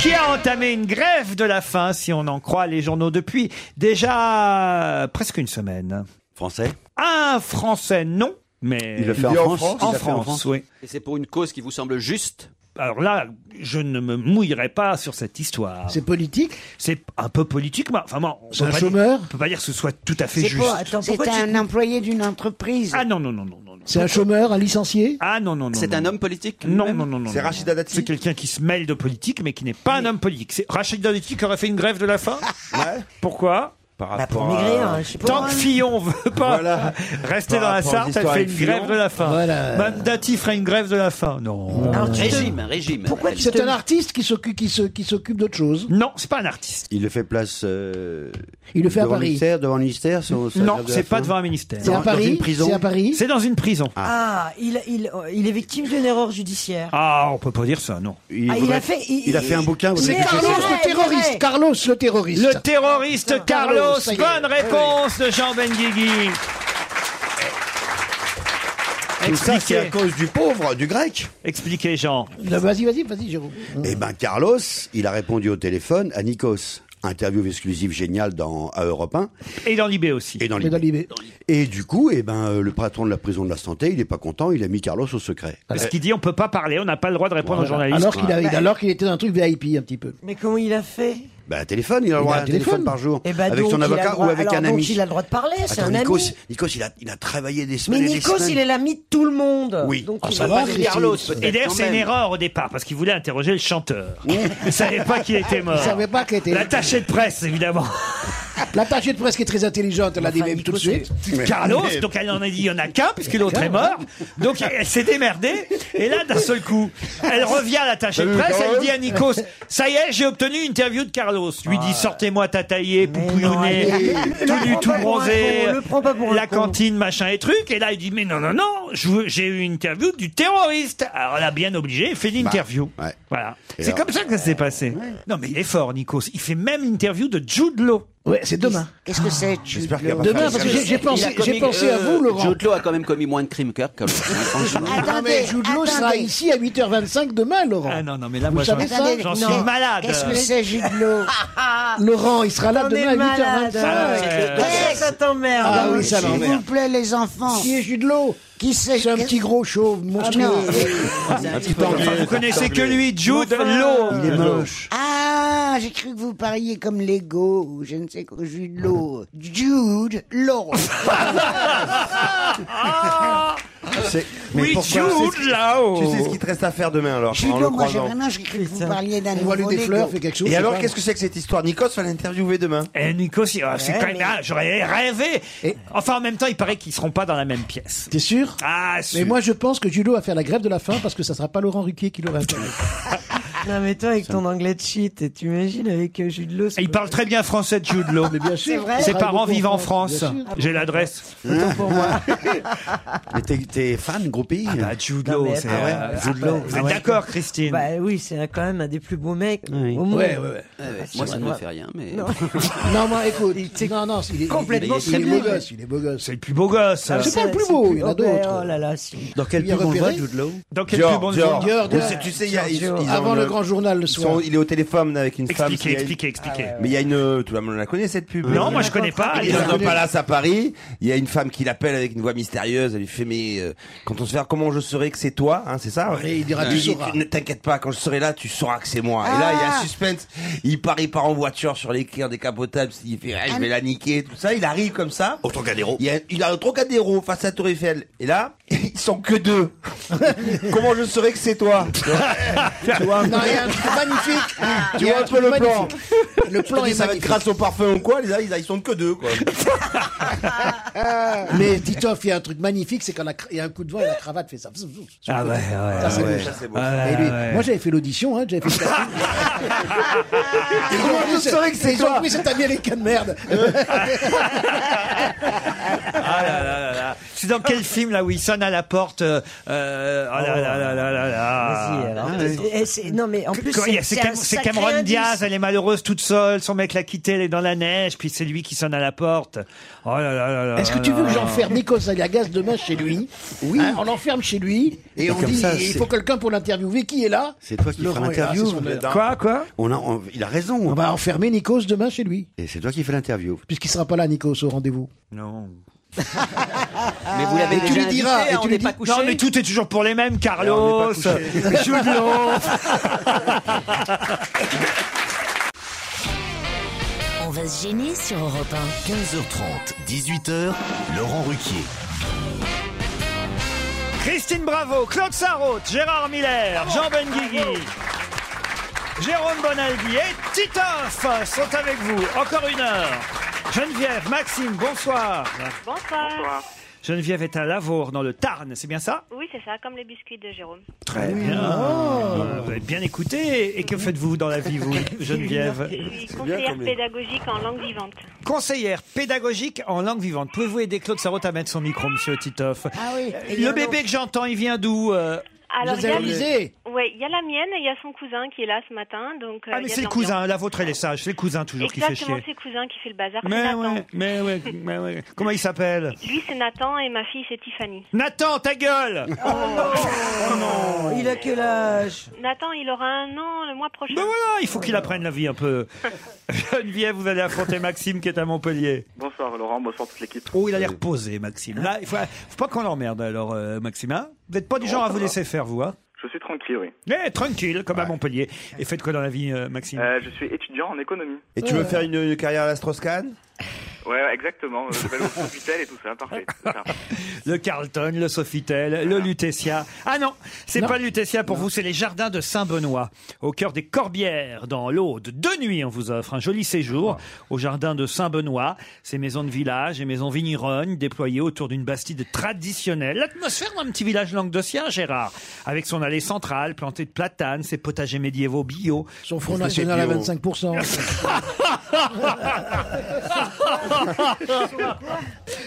[SPEAKER 3] Qui a entamé une grève de la faim, si on en croit les journaux, depuis déjà euh, presque une semaine
[SPEAKER 6] Français.
[SPEAKER 3] Un Français, non, mais
[SPEAKER 6] Il le fait en
[SPEAKER 8] Il est en
[SPEAKER 6] France.
[SPEAKER 8] France,
[SPEAKER 6] il
[SPEAKER 3] en
[SPEAKER 6] l'a fait
[SPEAKER 3] France, oui.
[SPEAKER 5] Et c'est pour une cause qui vous semble juste.
[SPEAKER 3] Alors là, je ne me mouillerai pas sur cette histoire.
[SPEAKER 4] C'est politique.
[SPEAKER 3] C'est un peu politique, mais enfin, moi, on
[SPEAKER 4] C'est
[SPEAKER 3] peut
[SPEAKER 4] un
[SPEAKER 3] pas dire-
[SPEAKER 4] chômeur
[SPEAKER 3] On peut pas dire que ce soit tout à fait
[SPEAKER 13] C'est
[SPEAKER 3] juste.
[SPEAKER 13] quoi Attends, pourquoi
[SPEAKER 1] C'est
[SPEAKER 13] tu...
[SPEAKER 1] un employé d'une entreprise.
[SPEAKER 3] Ah non, non, non, non, non. non.
[SPEAKER 4] C'est un chômeur, un licencié.
[SPEAKER 3] Ah non, non, non.
[SPEAKER 5] C'est
[SPEAKER 3] non.
[SPEAKER 5] un homme politique
[SPEAKER 3] Non,
[SPEAKER 5] lui-même
[SPEAKER 3] non, non, non.
[SPEAKER 8] C'est
[SPEAKER 3] non.
[SPEAKER 8] Rachida Dati.
[SPEAKER 3] C'est quelqu'un qui se mêle de politique, mais qui n'est pas un homme politique. C'est Rachida Dati qui aurait fait une grève de la faim
[SPEAKER 8] Ouais.
[SPEAKER 3] Pourquoi
[SPEAKER 8] Par
[SPEAKER 13] Bah, pour
[SPEAKER 8] à-
[SPEAKER 13] maigrir, hein, je sais pas.
[SPEAKER 3] Tant que Fillon veut pas
[SPEAKER 8] Voilà.
[SPEAKER 3] rester
[SPEAKER 8] Par
[SPEAKER 3] dans la
[SPEAKER 8] rapport aux
[SPEAKER 3] Sarthe, elle
[SPEAKER 8] histoires
[SPEAKER 3] fait
[SPEAKER 8] avec
[SPEAKER 3] une
[SPEAKER 8] Fillon.
[SPEAKER 3] grève de la faim.
[SPEAKER 4] Voilà.
[SPEAKER 3] Mme Dati ferait une grève de la faim. Non.
[SPEAKER 13] Alors, tu te-
[SPEAKER 5] Régime, un régime.
[SPEAKER 13] Pourquoi Bah, tu
[SPEAKER 4] Bah, C'est
[SPEAKER 13] te...
[SPEAKER 4] un artiste qui s'occupe qui se- qui s'occupe d'autre chose.
[SPEAKER 3] Non, c'est pas un artiste.
[SPEAKER 6] Il le fait place. euh,
[SPEAKER 4] Il le fait à
[SPEAKER 6] devant le
[SPEAKER 4] Paris.
[SPEAKER 6] ministère, devant le ministère. sur- sur la
[SPEAKER 3] Non,
[SPEAKER 6] grève de la
[SPEAKER 3] c'est pas
[SPEAKER 6] faim.
[SPEAKER 3] devant un ministère.
[SPEAKER 4] C'est à
[SPEAKER 6] Dans- dans une
[SPEAKER 4] Paris.
[SPEAKER 6] prison.
[SPEAKER 4] C'est à Paris.
[SPEAKER 3] C'est dans une prison.
[SPEAKER 13] Ah, il, il, euh, il est victime d'une erreur judiciaire.
[SPEAKER 3] Ah, on peut pas dire ça, non.
[SPEAKER 6] Il,
[SPEAKER 13] Ah, il
[SPEAKER 6] voudrait-
[SPEAKER 13] a fait- il-
[SPEAKER 6] il a fait un
[SPEAKER 13] il-
[SPEAKER 6] bouquin. vous
[SPEAKER 4] C'est
[SPEAKER 6] savez,
[SPEAKER 4] Carlos
[SPEAKER 13] Mireille,
[SPEAKER 4] le terroriste.
[SPEAKER 13] Mireille.
[SPEAKER 4] Carlos le terroriste.
[SPEAKER 3] Le terroriste
[SPEAKER 4] Carlos,
[SPEAKER 3] Carlos.
[SPEAKER 4] ça y est.
[SPEAKER 6] Ah
[SPEAKER 3] Bonne réponse de Jean Benguigui.
[SPEAKER 6] Tout ça, c'est à
[SPEAKER 3] Expliquez,
[SPEAKER 6] cause du pauvre, du grec.
[SPEAKER 3] expliquez Jean. Mmh.
[SPEAKER 4] Non, Vas-y, vas-y, vas-y, Jérôme.
[SPEAKER 6] Eh ben, Carlos, il a répondu au téléphone à Nikos. Un interview exclusive géniale dans, à Europe 1.
[SPEAKER 3] Et dans l'IB aussi.
[SPEAKER 6] Et dans l'IB. Et du coup, eh ben, euh, le patron de la prison de la santé, il est pas content, il a mis Carlos au
[SPEAKER 13] Ah
[SPEAKER 6] secret.
[SPEAKER 3] Parce qu'il dit on peut pas parler, on n'a pas le droit de répondre aux journalistes.
[SPEAKER 4] Alors qu'il a- il- alors qu'il était dans un truc VIP un petit peu.
[SPEAKER 13] Bah, Mais comment il a fait
[SPEAKER 6] Bah, téléphone, il a le droit à un téléphone par jour.
[SPEAKER 13] Eh ben
[SPEAKER 6] avec
[SPEAKER 13] donc,
[SPEAKER 6] son
[SPEAKER 13] il a le
[SPEAKER 6] avocat
[SPEAKER 13] droit-
[SPEAKER 6] ou avec
[SPEAKER 13] alors
[SPEAKER 6] un
[SPEAKER 13] donc,
[SPEAKER 6] ami.
[SPEAKER 13] il a le droit de parler, c'est
[SPEAKER 6] Attends,
[SPEAKER 13] un
[SPEAKER 6] Nikos,
[SPEAKER 13] ami.
[SPEAKER 6] Nikos, il a, il a travaillé des
[SPEAKER 13] Mais
[SPEAKER 6] semaines et des
[SPEAKER 13] Nikos,
[SPEAKER 6] semaines.
[SPEAKER 13] il est l'ami de tout le monde.
[SPEAKER 6] Oui.
[SPEAKER 13] Donc,
[SPEAKER 6] Ah,
[SPEAKER 13] il
[SPEAKER 6] ça
[SPEAKER 13] va
[SPEAKER 6] va,
[SPEAKER 13] pas dire
[SPEAKER 6] Christine.
[SPEAKER 13] Carlos, peut-être,
[SPEAKER 3] Et d'ailleurs,
[SPEAKER 13] quand
[SPEAKER 3] c'est une
[SPEAKER 13] même.
[SPEAKER 3] erreur au départ, parce qu'il voulait interroger le chanteur. il ne savait pas qui était mort.
[SPEAKER 4] Il savait pas qui était-
[SPEAKER 3] L'attaché de presse, évidemment.
[SPEAKER 4] L'attachée de presse qui est très intelligente, elle a dit même tout de suite.
[SPEAKER 3] Carlos, donc elle en a dit il y en a qu'un, puisque l'autre est mort. Donc elle s'est démerdée. Et là, d'un seul coup, elle revient à l'attaché de
[SPEAKER 6] Salut,
[SPEAKER 3] presse, elle
[SPEAKER 6] Carlos.
[SPEAKER 3] dit à Nikos Ça y est, j'ai obtenu une interview de Carlos. Lui
[SPEAKER 13] Ah.
[SPEAKER 3] dit Sortez-moi tataillé, poupouillonné,
[SPEAKER 13] allez.
[SPEAKER 3] tout
[SPEAKER 13] Le
[SPEAKER 3] nu,
[SPEAKER 13] prends
[SPEAKER 3] tout
[SPEAKER 13] pas pour un
[SPEAKER 3] bronzé,
[SPEAKER 13] con, le prends pas pour un
[SPEAKER 3] la
[SPEAKER 13] con.
[SPEAKER 3] cantine, machin et truc. Et là, il dit Mais non, non, non, je veux- j'ai eu une interview du terroriste. Alors elle a bien obligé, fait
[SPEAKER 13] Bah.
[SPEAKER 3] l'interview. Voilà.
[SPEAKER 6] Et
[SPEAKER 3] C'est
[SPEAKER 6] alors-
[SPEAKER 3] comme ça que ça s'est passé. Non, mais il est fort, Nikos. Il fait même l'interview de Jude Law.
[SPEAKER 4] Ouais, c'est demain.
[SPEAKER 1] Qu'est-ce que c'est
[SPEAKER 6] J'espère
[SPEAKER 1] qu'il a pas
[SPEAKER 4] Demain, parce que j'ai- j'ai pensé-
[SPEAKER 5] Il a commis-
[SPEAKER 4] j'ai pensé à
[SPEAKER 5] euh,
[SPEAKER 4] vous, Laurent.
[SPEAKER 5] Jude Law a quand même commis moins de crimes que Carlos. hein, Franchement.
[SPEAKER 4] Non, Ah, mais Jude Law sera ici à 8h25 demain, Laurent. Ah
[SPEAKER 3] non, non, mais là,
[SPEAKER 4] Vous
[SPEAKER 3] moi,
[SPEAKER 4] savez
[SPEAKER 3] j'en-
[SPEAKER 4] ça
[SPEAKER 3] j'en suis Non. malade. Qu'est-ce que c'est,
[SPEAKER 4] Judelot Ah. Laurent, il sera là
[SPEAKER 13] On
[SPEAKER 4] demain à
[SPEAKER 13] est malade.
[SPEAKER 4] 8h25.
[SPEAKER 13] Ça,
[SPEAKER 3] Ah
[SPEAKER 13] ça t'emmerde.
[SPEAKER 4] Ah oui, ça
[SPEAKER 1] S'il vous
[SPEAKER 4] l'emmerde.
[SPEAKER 1] plaît, les enfants.
[SPEAKER 4] Qui est Judelot
[SPEAKER 1] Qui Ah, c'est
[SPEAKER 4] C'est un petit gros chauve, monstrueux.
[SPEAKER 3] Enfin, vous connaissez que lui, Jude Law.
[SPEAKER 4] Il est moche.
[SPEAKER 1] Ah, j'ai cru que vous parliez comme Lego ou je ne sais quoi, Jude Law. Jude Law.
[SPEAKER 8] C'est- mais
[SPEAKER 3] Oui,
[SPEAKER 8] pourquoi-
[SPEAKER 3] Jude,
[SPEAKER 8] c'est ce qui-
[SPEAKER 3] là-haut.
[SPEAKER 8] Tu sais ce qu'il te reste à faire demain alors
[SPEAKER 1] Jude
[SPEAKER 8] en
[SPEAKER 1] Law,
[SPEAKER 8] le
[SPEAKER 1] moi j'ai
[SPEAKER 8] croisant.
[SPEAKER 1] vraiment, j'ai cru que vous parliez d'un
[SPEAKER 4] Envoie-lui
[SPEAKER 1] nouveau
[SPEAKER 4] des
[SPEAKER 1] Lego.
[SPEAKER 4] fleurs, fais quelque chose.
[SPEAKER 8] Et alors,
[SPEAKER 4] pas-
[SPEAKER 8] qu'est-ce que c'est que cette histoire Nikos va l'interviewer demain.
[SPEAKER 3] Et Nikos, il- ah, c'est
[SPEAKER 8] Ouais,
[SPEAKER 3] quand même.
[SPEAKER 8] mais-
[SPEAKER 3] ah, J'aurais rêvé. Enfin, en même temps, il paraît qu'ils seront pas dans la même pièce.
[SPEAKER 4] T'es sûr
[SPEAKER 3] Ah, sûr.
[SPEAKER 4] Mais moi, je pense que Julo va faire la grève de la faim parce que ça sera pas Laurent Ruquier qui l'aura interviewé.
[SPEAKER 13] Non, mais toi, avec ton anglais de shit, et tu imagines avec euh, Jude Law.
[SPEAKER 3] Il parle très bien français de Jude Law.
[SPEAKER 13] sûr. C'est vrai Il
[SPEAKER 3] Ses
[SPEAKER 13] travaille
[SPEAKER 3] parents
[SPEAKER 13] beaucoup
[SPEAKER 3] vivent
[SPEAKER 13] en
[SPEAKER 3] en
[SPEAKER 13] France,
[SPEAKER 3] France.
[SPEAKER 13] bien sûr.
[SPEAKER 3] J'ai l'adresse.
[SPEAKER 6] Hein Mais t'es- t'es fan, groupie ah
[SPEAKER 3] bah, Jude Law, c'est-
[SPEAKER 13] euh,
[SPEAKER 3] Ah ouais Jude Law. Vous êtes d'accord, Christine Ah
[SPEAKER 13] Bah oui, c'est un- quand même un des plus beaux mecs au monde. Ah,
[SPEAKER 4] Ouais, ouais, ouais.
[SPEAKER 5] Moi, ça ne me fait rien, mais.
[SPEAKER 13] Non.
[SPEAKER 4] non, moi, écoute. Non, non, il est
[SPEAKER 13] Complètement
[SPEAKER 4] il est- il est beau
[SPEAKER 13] crédible.
[SPEAKER 4] gosse, il est beau gosse.
[SPEAKER 3] C'est le plus beau gosse.
[SPEAKER 4] C'est pas le plus beau, il y en a
[SPEAKER 13] Oh
[SPEAKER 4] d'autres.
[SPEAKER 13] là là, si.
[SPEAKER 6] Dans quel
[SPEAKER 4] Il a
[SPEAKER 6] pub on le voit,
[SPEAKER 4] repéré
[SPEAKER 6] Jude Law
[SPEAKER 3] Dans quel
[SPEAKER 8] Dior,
[SPEAKER 3] pub on le
[SPEAKER 8] Dior.
[SPEAKER 3] voit
[SPEAKER 4] Dior, Dior.
[SPEAKER 8] Mais c'est- Tu sais, il y a- ils- ils ont
[SPEAKER 4] Avant le
[SPEAKER 8] le-
[SPEAKER 4] grand journal le
[SPEAKER 8] Ils
[SPEAKER 4] soir.
[SPEAKER 8] sont- il est au téléphone avec une femme.
[SPEAKER 3] Expliquez,
[SPEAKER 8] qui a-
[SPEAKER 3] expliquez, expliquez.
[SPEAKER 8] Mais il y a une. Tu la, on la connais cette pub
[SPEAKER 3] Non, moi, je connais pas.
[SPEAKER 8] Il est dans un
[SPEAKER 3] Allez,
[SPEAKER 8] palace à Paris. Il y a une femme qui l'appelle avec une voix mystérieuse. Elle lui fait mais euh, quand on se verra, comment je saurai que c'est toi hein, C'est ça
[SPEAKER 4] Et il dira, tu
[SPEAKER 8] Lui dit,
[SPEAKER 4] sauras. Ah.
[SPEAKER 8] Ne t'inquiète pas, quand je serai là, tu sauras que c'est moi. Et là, il y a un suspense. Il part, il part en voiture sur l'écrire décapotable. Il fait, Eh, je vais la niquer, tout ça. Il arrive comme ça.
[SPEAKER 6] Au Trocadéro.
[SPEAKER 8] Il, y a, il a un Trocadéro face à la Tour Eiffel. Et là, ils sont que deux. Comment je saurais que c'est toi Tu vois,
[SPEAKER 4] Non, il y a un truc magnifique.
[SPEAKER 8] tu
[SPEAKER 4] Il y a
[SPEAKER 8] vois
[SPEAKER 4] un
[SPEAKER 8] entre
[SPEAKER 4] truc
[SPEAKER 8] le
[SPEAKER 4] magnifique.
[SPEAKER 8] plan.
[SPEAKER 4] Le plan est
[SPEAKER 8] ça va être
[SPEAKER 4] magnifique.
[SPEAKER 8] grâce au parfum ou quoi, les gars, ils, ils sont que deux, quoi.
[SPEAKER 4] Ah. Mais Titoff, il y a un truc magnifique, c'est quand la cra- il y a un coup de vent et la cravate fait ça.
[SPEAKER 3] Ah ouais, ouais,
[SPEAKER 4] Ça, c'est
[SPEAKER 3] ouais.
[SPEAKER 4] beau, ça.
[SPEAKER 8] c'est beau.
[SPEAKER 4] Et lui,
[SPEAKER 3] ouais.
[SPEAKER 4] Moi, j'avais fait l'audition, hein, j'avais fait
[SPEAKER 8] ont
[SPEAKER 4] Ils pris
[SPEAKER 8] tous sauvé que c'est
[SPEAKER 4] ils ont
[SPEAKER 8] toi.
[SPEAKER 4] pris cet américain de merde.
[SPEAKER 3] Ah là là là Ah. là. C'est dans quel film là où il sonne à la porte euh, euh, Oh là là là là là là.
[SPEAKER 13] Vas-y, alors. Et Ah, c'est- Non, mais en plus,
[SPEAKER 3] Quand il y a- C'est
[SPEAKER 13] un
[SPEAKER 3] Cam- c'est
[SPEAKER 13] sacré
[SPEAKER 3] Cameron
[SPEAKER 13] indice.
[SPEAKER 3] Diaz, elle est malheureuse toute seule, son mec l'a quittée, elle est dans la neige, puis c'est lui qui sonne à la porte. Oh là là là là.
[SPEAKER 4] Est-ce que tu veux que
[SPEAKER 3] j'enferme
[SPEAKER 4] j'enferme Nikos Aliagas demain chez lui Oui. on l'enferme chez lui et
[SPEAKER 6] Et
[SPEAKER 4] on
[SPEAKER 6] comme
[SPEAKER 4] dit
[SPEAKER 6] ça,
[SPEAKER 4] il
[SPEAKER 6] c'est-
[SPEAKER 4] faut quelqu'un pour l'interviewer. Qui est là
[SPEAKER 6] C'est toi qui feras
[SPEAKER 4] Laurent est là,
[SPEAKER 6] l'interview.
[SPEAKER 4] c'est son heure.
[SPEAKER 3] Quoi, quoi
[SPEAKER 6] on a, on- Il a raison.
[SPEAKER 4] On va enfermer Nikos demain chez lui,
[SPEAKER 6] Et c'est toi qui fais l'interview.
[SPEAKER 4] puisqu'il sera pas là, Nikos, au rendez-vous.
[SPEAKER 3] Non.
[SPEAKER 5] Mais vous
[SPEAKER 3] Ah,
[SPEAKER 5] l'avez
[SPEAKER 4] Et tu
[SPEAKER 5] déjà
[SPEAKER 4] lui diras,
[SPEAKER 5] invité,
[SPEAKER 4] et tu
[SPEAKER 5] hein, on
[SPEAKER 4] lui
[SPEAKER 5] n'est
[SPEAKER 4] dis-
[SPEAKER 5] pas couché.
[SPEAKER 3] Non, mais tout est toujours pour les mêmes, Carlos, Jude Law.
[SPEAKER 4] Ah,
[SPEAKER 9] On va se gêner sur Europe 1.
[SPEAKER 2] 15h30, 18h, Laurent Ruquier.
[SPEAKER 3] Christine Bravo, Claude Sarraute, Gérard Miller, Jean Benguigui, Jérôme Bonaldi et Titoff sont avec vous. Encore une heure. Geneviève, Maxime, bonsoir.
[SPEAKER 12] Bonsoir.
[SPEAKER 3] Geneviève est à Lavour, dans le Tarn, c'est bien ça
[SPEAKER 12] Oui, c'est ça, comme les biscuits de Jérôme.
[SPEAKER 3] Très bien. Euh, Vous avez bien écouté. Et que faites-vous dans la vie, vous, Geneviève
[SPEAKER 12] Je suis conseillère pédagogique en langue vivante.
[SPEAKER 3] Conseillère pédagogique en langue vivante. Pouvez-vous aider Claude Sarraute à mettre son micro, monsieur Titoff
[SPEAKER 12] Ah oui.
[SPEAKER 3] Le bébé que j'entends, il vient d'où euh
[SPEAKER 12] Alors,
[SPEAKER 4] Vous
[SPEAKER 12] il y a-
[SPEAKER 4] analysez
[SPEAKER 12] Oui, ouais, il y a la mienne et il y a son cousin qui est là ce matin. Donc, euh,
[SPEAKER 3] Ah,
[SPEAKER 12] il
[SPEAKER 3] mais
[SPEAKER 12] y a
[SPEAKER 3] c'est
[SPEAKER 12] de
[SPEAKER 3] le cousin, la vôtre, elle est sage. C'est le cousin toujours qui fait
[SPEAKER 12] Exactement,
[SPEAKER 3] chier.
[SPEAKER 12] c'est le cousin qui fait le bazar. c'est
[SPEAKER 3] Mais
[SPEAKER 12] Nathan.
[SPEAKER 3] ouais, mais ouais, mais ouais. Comment il s'appelle
[SPEAKER 12] Lui, c'est Nathan et ma fille, c'est Tiffany.
[SPEAKER 3] Nathan, ta gueule
[SPEAKER 13] Oh, il a quel âge
[SPEAKER 12] Nathan, il aura un an le mois prochain.
[SPEAKER 3] Ben voilà, il faut qu'il apprenne la vie un peu. Geneviève, vous allez affronter Maxime qui est à Montpellier.
[SPEAKER 11] Bonsoir Laurent, bonsoir toute l'équipe.
[SPEAKER 3] Oh, il a l'air posé, Maxime. Là, il faut, faut pas qu'on l'emmerde, alors, euh, Maxime. hein vous n'êtes pas du genre à vous laisser faire, vous. Hein
[SPEAKER 11] Je suis tranquille, oui.
[SPEAKER 3] Eh, tranquille, comme à Montpellier. Et faites quoi dans la vie, euh, Maxime
[SPEAKER 11] Euh, je suis Euh. étudiant en économie.
[SPEAKER 8] Et tu veux faire une, une carrière à la Strauss-Kahn
[SPEAKER 11] Ouais, ouais, exactement. euh, Je vais aller au Sofitel et tout ça, parfait. c'est ça.
[SPEAKER 3] Le Carlton, le Sofitel, le Lutetia. Ah non, c'est pas le Lutetia pour vous, c'est les jardins de Saint-Benoît, au cœur des Corbières, dans l'Aude. Deux nuits, on vous offre un joli séjour au jardin de Saint-Benoît. Ces maisons de village et maisons vigneronnes déployées autour d'une bastide traditionnelle. L'atmosphère d'un petit village languedocien, Gérard, avec son allée centrale plantée de platanes, ses potagers médiévaux bio.
[SPEAKER 4] Son Front National à 25%.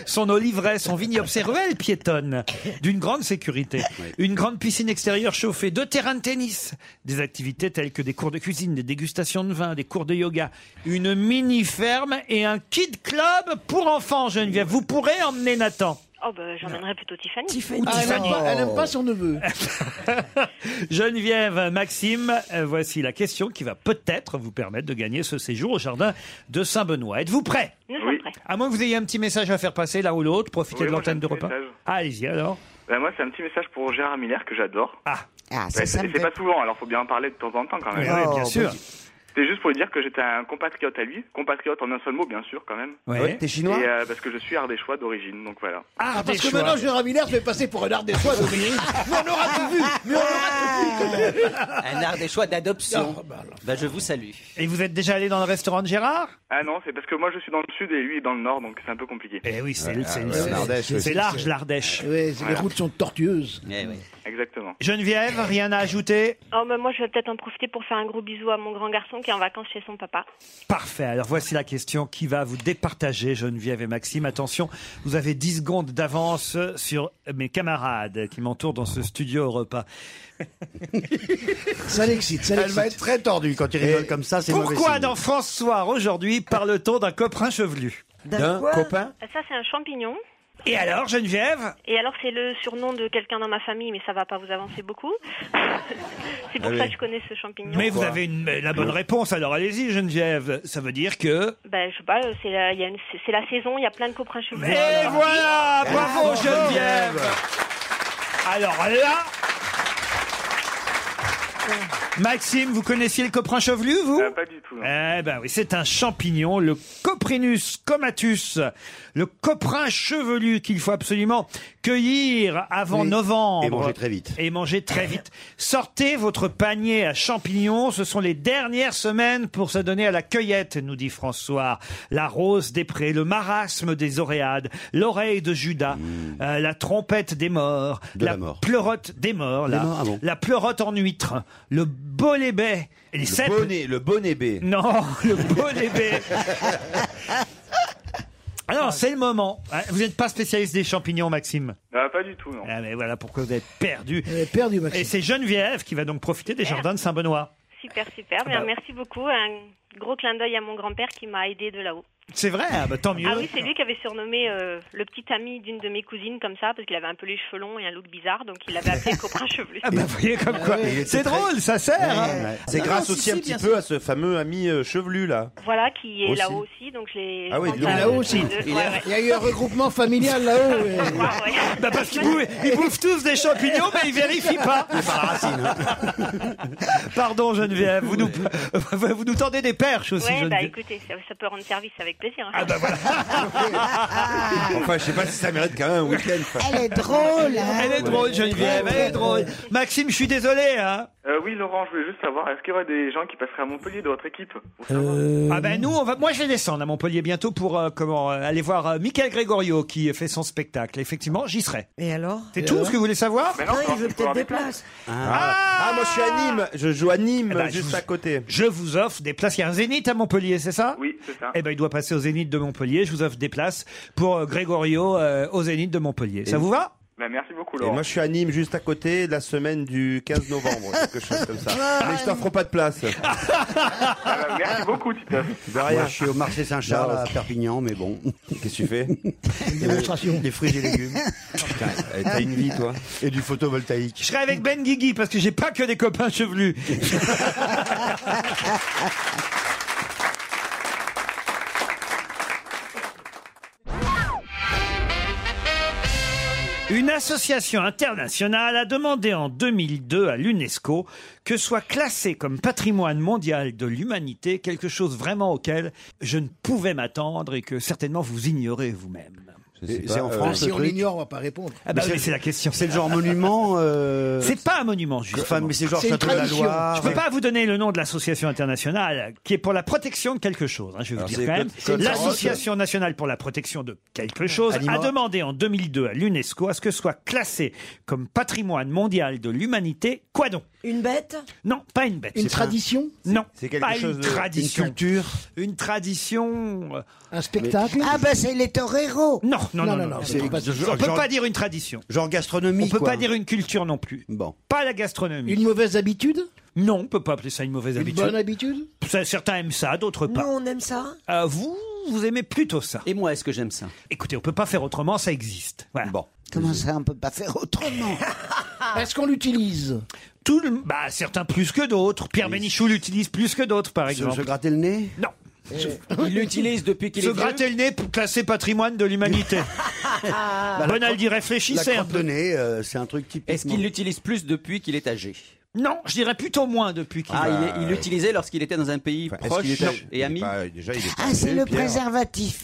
[SPEAKER 3] Son oliveraie, son vignoble, ses ruelles piétonnes, d'une grande sécurité. Une grande piscine extérieure chauffée, deux terrains de tennis, des activités telles que des cours de cuisine, des dégustations de vin, des cours de yoga, une mini-ferme et un kid club pour enfants, Geneviève. Vous pourrez emmener Nathan.
[SPEAKER 12] Oh, ben, j'emmènerai plutôt Tiffany.
[SPEAKER 3] Tiffany.
[SPEAKER 4] Ah, elle n'aime pas, elle aime pas son neveu.
[SPEAKER 3] Geneviève, Maxime, euh, voici la question qui va peut-être vous permettre de gagner ce séjour au jardin de Saint-Benoît. Êtes-vous prêts
[SPEAKER 12] Nous sommes prêts.
[SPEAKER 3] À moins que vous ayez un petit message à faire passer là ou l'autre, profitez
[SPEAKER 11] Oui,
[SPEAKER 3] de
[SPEAKER 11] moi,
[SPEAKER 3] l'antenne de
[SPEAKER 11] j'ai un petit
[SPEAKER 3] repas.
[SPEAKER 11] message.
[SPEAKER 3] Ah, Allez-y alors.
[SPEAKER 11] Bah, moi, c'est un petit message pour Gérard Miller que j'adore.
[SPEAKER 3] Ah,
[SPEAKER 11] ah
[SPEAKER 3] ça, ça me
[SPEAKER 11] C'est pas souvent, alors faut bien en parler de temps en temps quand même.
[SPEAKER 3] Oui, oui, bien sûr.
[SPEAKER 11] C'était juste pour lui dire que j'étais un compatriote à lui, compatriote en un seul mot bien sûr quand même.
[SPEAKER 3] Ouais. Ouais, t'es chinois
[SPEAKER 11] Et, euh, Parce que je suis ardéchois d'origine, donc voilà.
[SPEAKER 4] Ah, parce que maintenant, Gérard Miller se fait passer pour un art des choix d'origine. Mais on aura tout vu Mais on aura tout vu
[SPEAKER 5] Un art des choix d'adoption.
[SPEAKER 4] Ah,
[SPEAKER 5] Bah, je vous salue.
[SPEAKER 3] Et vous êtes déjà allé dans le restaurant de Gérard
[SPEAKER 11] Ah non, c'est parce que moi je suis dans le sud et lui est dans le nord, donc c'est un peu compliqué.
[SPEAKER 3] Eh oui, c'est c'est- c'est- c'est Eh large l'Ardèche.
[SPEAKER 4] Oui,
[SPEAKER 11] Voilà.
[SPEAKER 4] Les routes sont tortueuses.
[SPEAKER 11] Exactement.
[SPEAKER 3] Geneviève, rien à ajouter
[SPEAKER 12] Oh, ben, moi, je vais peut-être en profiter pour faire un gros bisou à mon grand garçon qui est en vacances chez son papa.
[SPEAKER 3] Parfait. Alors voici la question qui va vous départager, Geneviève et Maxime. Attention, vous avez 10 secondes d'avance sur mes camarades qui m'entourent dans ce studio au repas.
[SPEAKER 4] Ça l'excite, ça
[SPEAKER 6] Elle va être très tordue quand il rigole comme ça, c'est mauvais
[SPEAKER 3] Pourquoi
[SPEAKER 6] signe.
[SPEAKER 3] dans France Soir aujourd'hui parle-t-on d'un copain chevelu
[SPEAKER 6] D'un quoi copain
[SPEAKER 12] Euh, Ça, c'est un champignon.
[SPEAKER 3] Et alors,
[SPEAKER 13] Ah.
[SPEAKER 3] Geneviève
[SPEAKER 12] Et alors, c'est le surnom de quelqu'un dans ma famille, mais ça va pas vous avancer beaucoup. c'est pour
[SPEAKER 3] Ah
[SPEAKER 12] ça
[SPEAKER 3] oui.
[SPEAKER 12] que je connais ce champignon.
[SPEAKER 3] Mais vous avez une- la bonne réponse. Alors allez-y, Geneviève. Ça veut dire que...
[SPEAKER 12] Ben, je sais pas, c'est la, il y a une- c'est- c'est la saison, il y a plein de copains chez vous.
[SPEAKER 3] Et
[SPEAKER 12] Ah,
[SPEAKER 3] voilà Bravo Geneviève Alors là Maxime, vous connaissiez le coprin chevelu, vous
[SPEAKER 11] Euh, Pas du tout.
[SPEAKER 3] Eh ben oui, c'est un champignon, le Coprinus comatus, le coprin chevelu qu'il faut absolument cueillir avant
[SPEAKER 6] Oui.
[SPEAKER 3] novembre.
[SPEAKER 6] Et manger très vite.
[SPEAKER 3] Oh. Et manger très vite. Sortez votre panier à champignons, ce sont les dernières semaines pour se donner à la cueillette, nous dit François. La rose des prés, le marasme des oréades, l'oreille de Judas, euh, la trompette des morts,
[SPEAKER 6] Mmh. De la
[SPEAKER 3] mort. pleurote des morts,
[SPEAKER 6] Des
[SPEAKER 3] la,
[SPEAKER 6] morts, ah bon.
[SPEAKER 3] la pleurote en huître, le bolet bai, les
[SPEAKER 8] Le
[SPEAKER 3] cèpes-
[SPEAKER 8] bonnet, le bonnet B.
[SPEAKER 3] non, le bonnet B. Alors, c'est le moment. Ah, Vous n'êtes pas spécialiste des champignons, Maxime.
[SPEAKER 11] Ah, pas du tout, non.
[SPEAKER 3] Ah, mais voilà pourquoi vous êtes perdu.
[SPEAKER 4] perdu,
[SPEAKER 3] Et c'est Geneviève qui va donc profiter des jardins de Saint-Benoît.
[SPEAKER 12] Super,
[SPEAKER 3] Ah
[SPEAKER 12] super.
[SPEAKER 3] bah.
[SPEAKER 12] Bien, merci beaucoup. Un gros clin d'œil à mon grand-père qui m'a aidé de là-haut.
[SPEAKER 3] C'est vrai, ah, bah, tant mieux.
[SPEAKER 12] Ah oui, c'est lui qui avait surnommé euh, le petit ami d'une de mes cousines comme ça, parce qu'il avait un peu les cheveux longs et un look bizarre, donc il l'avait appelé copain chevelu.
[SPEAKER 3] Ah bah, vous voyez comme quoi.
[SPEAKER 8] ouais. Il était
[SPEAKER 3] C'est
[SPEAKER 8] très-
[SPEAKER 3] drôle, ça sert. hein.
[SPEAKER 8] C'est
[SPEAKER 12] Non,
[SPEAKER 8] grâce
[SPEAKER 12] non, si,
[SPEAKER 8] aussi un
[SPEAKER 12] si,
[SPEAKER 8] petit
[SPEAKER 12] bien
[SPEAKER 8] peu à ce fameux ami euh, chevelu là.
[SPEAKER 12] Voilà, qui est
[SPEAKER 8] Aussi.
[SPEAKER 12] là-haut aussi, donc je l'ai...
[SPEAKER 8] Ah oui,
[SPEAKER 12] je pense
[SPEAKER 8] donc
[SPEAKER 12] à
[SPEAKER 8] là-haut
[SPEAKER 12] eux
[SPEAKER 8] aussi.
[SPEAKER 12] deux.
[SPEAKER 8] Il
[SPEAKER 12] Ouais,
[SPEAKER 8] est-
[SPEAKER 12] ouais.
[SPEAKER 4] Il y a eu un regroupement familial là-haut. et-
[SPEAKER 3] Bah, parce qu'ils bouffent, ils bouffent tous des champignons, mais ils vérifient pas.
[SPEAKER 8] hein.
[SPEAKER 3] Pardon, Geneviève, vous nous, vous nous tendez des perches aussi,
[SPEAKER 12] Ouais, bah
[SPEAKER 3] Geneviève.
[SPEAKER 12] écoutez, ça, ça peut rendre service avec plaisir.
[SPEAKER 3] Ah,
[SPEAKER 12] hein.
[SPEAKER 3] bah
[SPEAKER 12] bah,
[SPEAKER 8] Enfin, je sais pas si ça mérite quand même un week-end. enfin.
[SPEAKER 1] Elle est drôle, hein.
[SPEAKER 3] Elle est drôle, Geneviève, elle est drôle. Maxime, je suis désolé, hein.
[SPEAKER 11] Euh, oui, Laurent, je voulais juste savoir, est-ce qu'il y aurait des gens qui passeraient à Montpellier de votre équipe
[SPEAKER 3] Ah ben nous, on va... moi je vais descendre à Montpellier bientôt pour euh, comment euh, aller voir euh, Michael Gregorio qui fait son spectacle. Effectivement, j'y serai.
[SPEAKER 13] Et alors
[SPEAKER 3] C'est tout ce que vous voulez savoir
[SPEAKER 13] Non, il veut peut-être des places.
[SPEAKER 8] Ah, moi je suis à Nîmes, je joue à Nîmes
[SPEAKER 3] Eh ben,
[SPEAKER 8] juste
[SPEAKER 3] je vous-
[SPEAKER 8] à côté.
[SPEAKER 3] Je vous offre des places. Il y a un zénith à Montpellier, c'est ça
[SPEAKER 11] Oui, c'est ça.
[SPEAKER 3] Eh ben il doit passer au zénith de Montpellier. Je vous offre des places pour euh, Gregorio euh, au zénith de Montpellier. Ça vous va
[SPEAKER 16] Ben, merci beaucoup,
[SPEAKER 8] Et
[SPEAKER 16] Laurent.
[SPEAKER 8] moi, je suis à Nîmes, juste à côté, la semaine du 15 novembre, quelque chose comme ça. Mais je t'offre pas de place.
[SPEAKER 16] Merci beaucoup, Tito.
[SPEAKER 8] De rien.
[SPEAKER 6] Moi, je suis au marché Saint-Charles à Perpignan, mais bon.
[SPEAKER 8] Qu'est-ce que tu fais
[SPEAKER 6] Démonstration. Des fruits et légumes. euh,
[SPEAKER 8] eh, t'as une vie, toi.
[SPEAKER 6] Et du photovoltaïque.
[SPEAKER 3] Je serai avec Ben Guigui parce que j'ai pas que des copains chevelus. Une association internationale a demandé en 2002 à l'UNESCO que soit classé comme patrimoine mondial de l'humanité quelque chose vraiment auquel je ne pouvais m'attendre et que certainement vous ignorez vous-même.
[SPEAKER 6] sais pas, euh,
[SPEAKER 4] Bah, Si
[SPEAKER 6] le
[SPEAKER 4] on
[SPEAKER 6] truc
[SPEAKER 4] l'ignore, on va pas répondre.
[SPEAKER 3] Ah bah oui, c'est la question.
[SPEAKER 6] C'est le genre monument. euh,
[SPEAKER 3] C'est pas un monument, justement.
[SPEAKER 6] Enfin, mais c'est genre château de la Loire.
[SPEAKER 3] Je peux pas vous donner le nom de l'association internationale qui est pour la protection de quelque chose. hein, je vais vous
[SPEAKER 6] Alors,
[SPEAKER 3] dire
[SPEAKER 6] c'est
[SPEAKER 3] quand même.
[SPEAKER 6] code- code
[SPEAKER 3] L'association nationale pour la protection de quelque chose
[SPEAKER 6] Anima.
[SPEAKER 3] a demandé en 2002 à l'UNESCO à ce que soit classé comme patrimoine mondial de l'humanité quoi donc
[SPEAKER 13] Une bête
[SPEAKER 3] Non, pas une bête.
[SPEAKER 4] Une
[SPEAKER 3] C'est pas-
[SPEAKER 4] tradition
[SPEAKER 3] Non.
[SPEAKER 4] C'est quelque
[SPEAKER 3] pas
[SPEAKER 4] chose
[SPEAKER 3] une
[SPEAKER 4] de-
[SPEAKER 3] tradition.
[SPEAKER 4] une
[SPEAKER 3] culture. Une tradition.
[SPEAKER 4] Un
[SPEAKER 3] spectacle
[SPEAKER 1] Ah bah c'est les toreros.
[SPEAKER 3] Non, non, non, non, non.
[SPEAKER 6] c'est-
[SPEAKER 3] On peut pas dire une tradition.
[SPEAKER 6] Genre gastronomie.
[SPEAKER 3] On peut
[SPEAKER 6] quoi.
[SPEAKER 3] pas dire une culture non plus.
[SPEAKER 6] Bon.
[SPEAKER 3] Pas la gastronomie.
[SPEAKER 4] Une mauvaise habitude
[SPEAKER 3] Non, on peut pas appeler ça une mauvaise
[SPEAKER 4] Une
[SPEAKER 3] habitude.
[SPEAKER 4] bonne habitude
[SPEAKER 3] Ça, Certains aiment ça, d'autres
[SPEAKER 13] Nous,
[SPEAKER 3] pas.
[SPEAKER 13] on aime ça
[SPEAKER 3] Euh, vous, vous aimez plutôt ça. Et moi, est-ce que j'aime ça Écoutez, on peut pas faire autrement, ça existe. Bon.
[SPEAKER 1] Comment ça, on peut pas faire autrement
[SPEAKER 4] Est-ce qu'on l'utilise
[SPEAKER 3] Tout le, bah, certains plus que d'autres. Pierre Bénichou l'utilise plus que d'autres, par exemple.
[SPEAKER 6] se gratter le nez
[SPEAKER 3] Non.
[SPEAKER 5] Il l'utilise depuis qu'il
[SPEAKER 3] Se
[SPEAKER 5] est vieux
[SPEAKER 3] gratter le nez pour classer patrimoine de l'humanité.
[SPEAKER 6] Bah, la
[SPEAKER 3] Bonaldi,
[SPEAKER 6] crotte-
[SPEAKER 3] réfléchissez
[SPEAKER 6] La
[SPEAKER 3] un
[SPEAKER 6] crotte de
[SPEAKER 3] peu.
[SPEAKER 6] nez, euh, c'est un truc typique.
[SPEAKER 5] Est-ce qu'il l'utilise plus depuis qu'il est âgé
[SPEAKER 3] Non, je dirais plutôt moins depuis qu'il
[SPEAKER 5] Ah,
[SPEAKER 3] est-
[SPEAKER 5] il est- il l'utilisait lorsqu'il était dans un pays
[SPEAKER 8] est-ce
[SPEAKER 5] proche
[SPEAKER 8] qu'il est âgé
[SPEAKER 5] et ami
[SPEAKER 8] Déjà, il est
[SPEAKER 1] Ah, c'est le préservatif.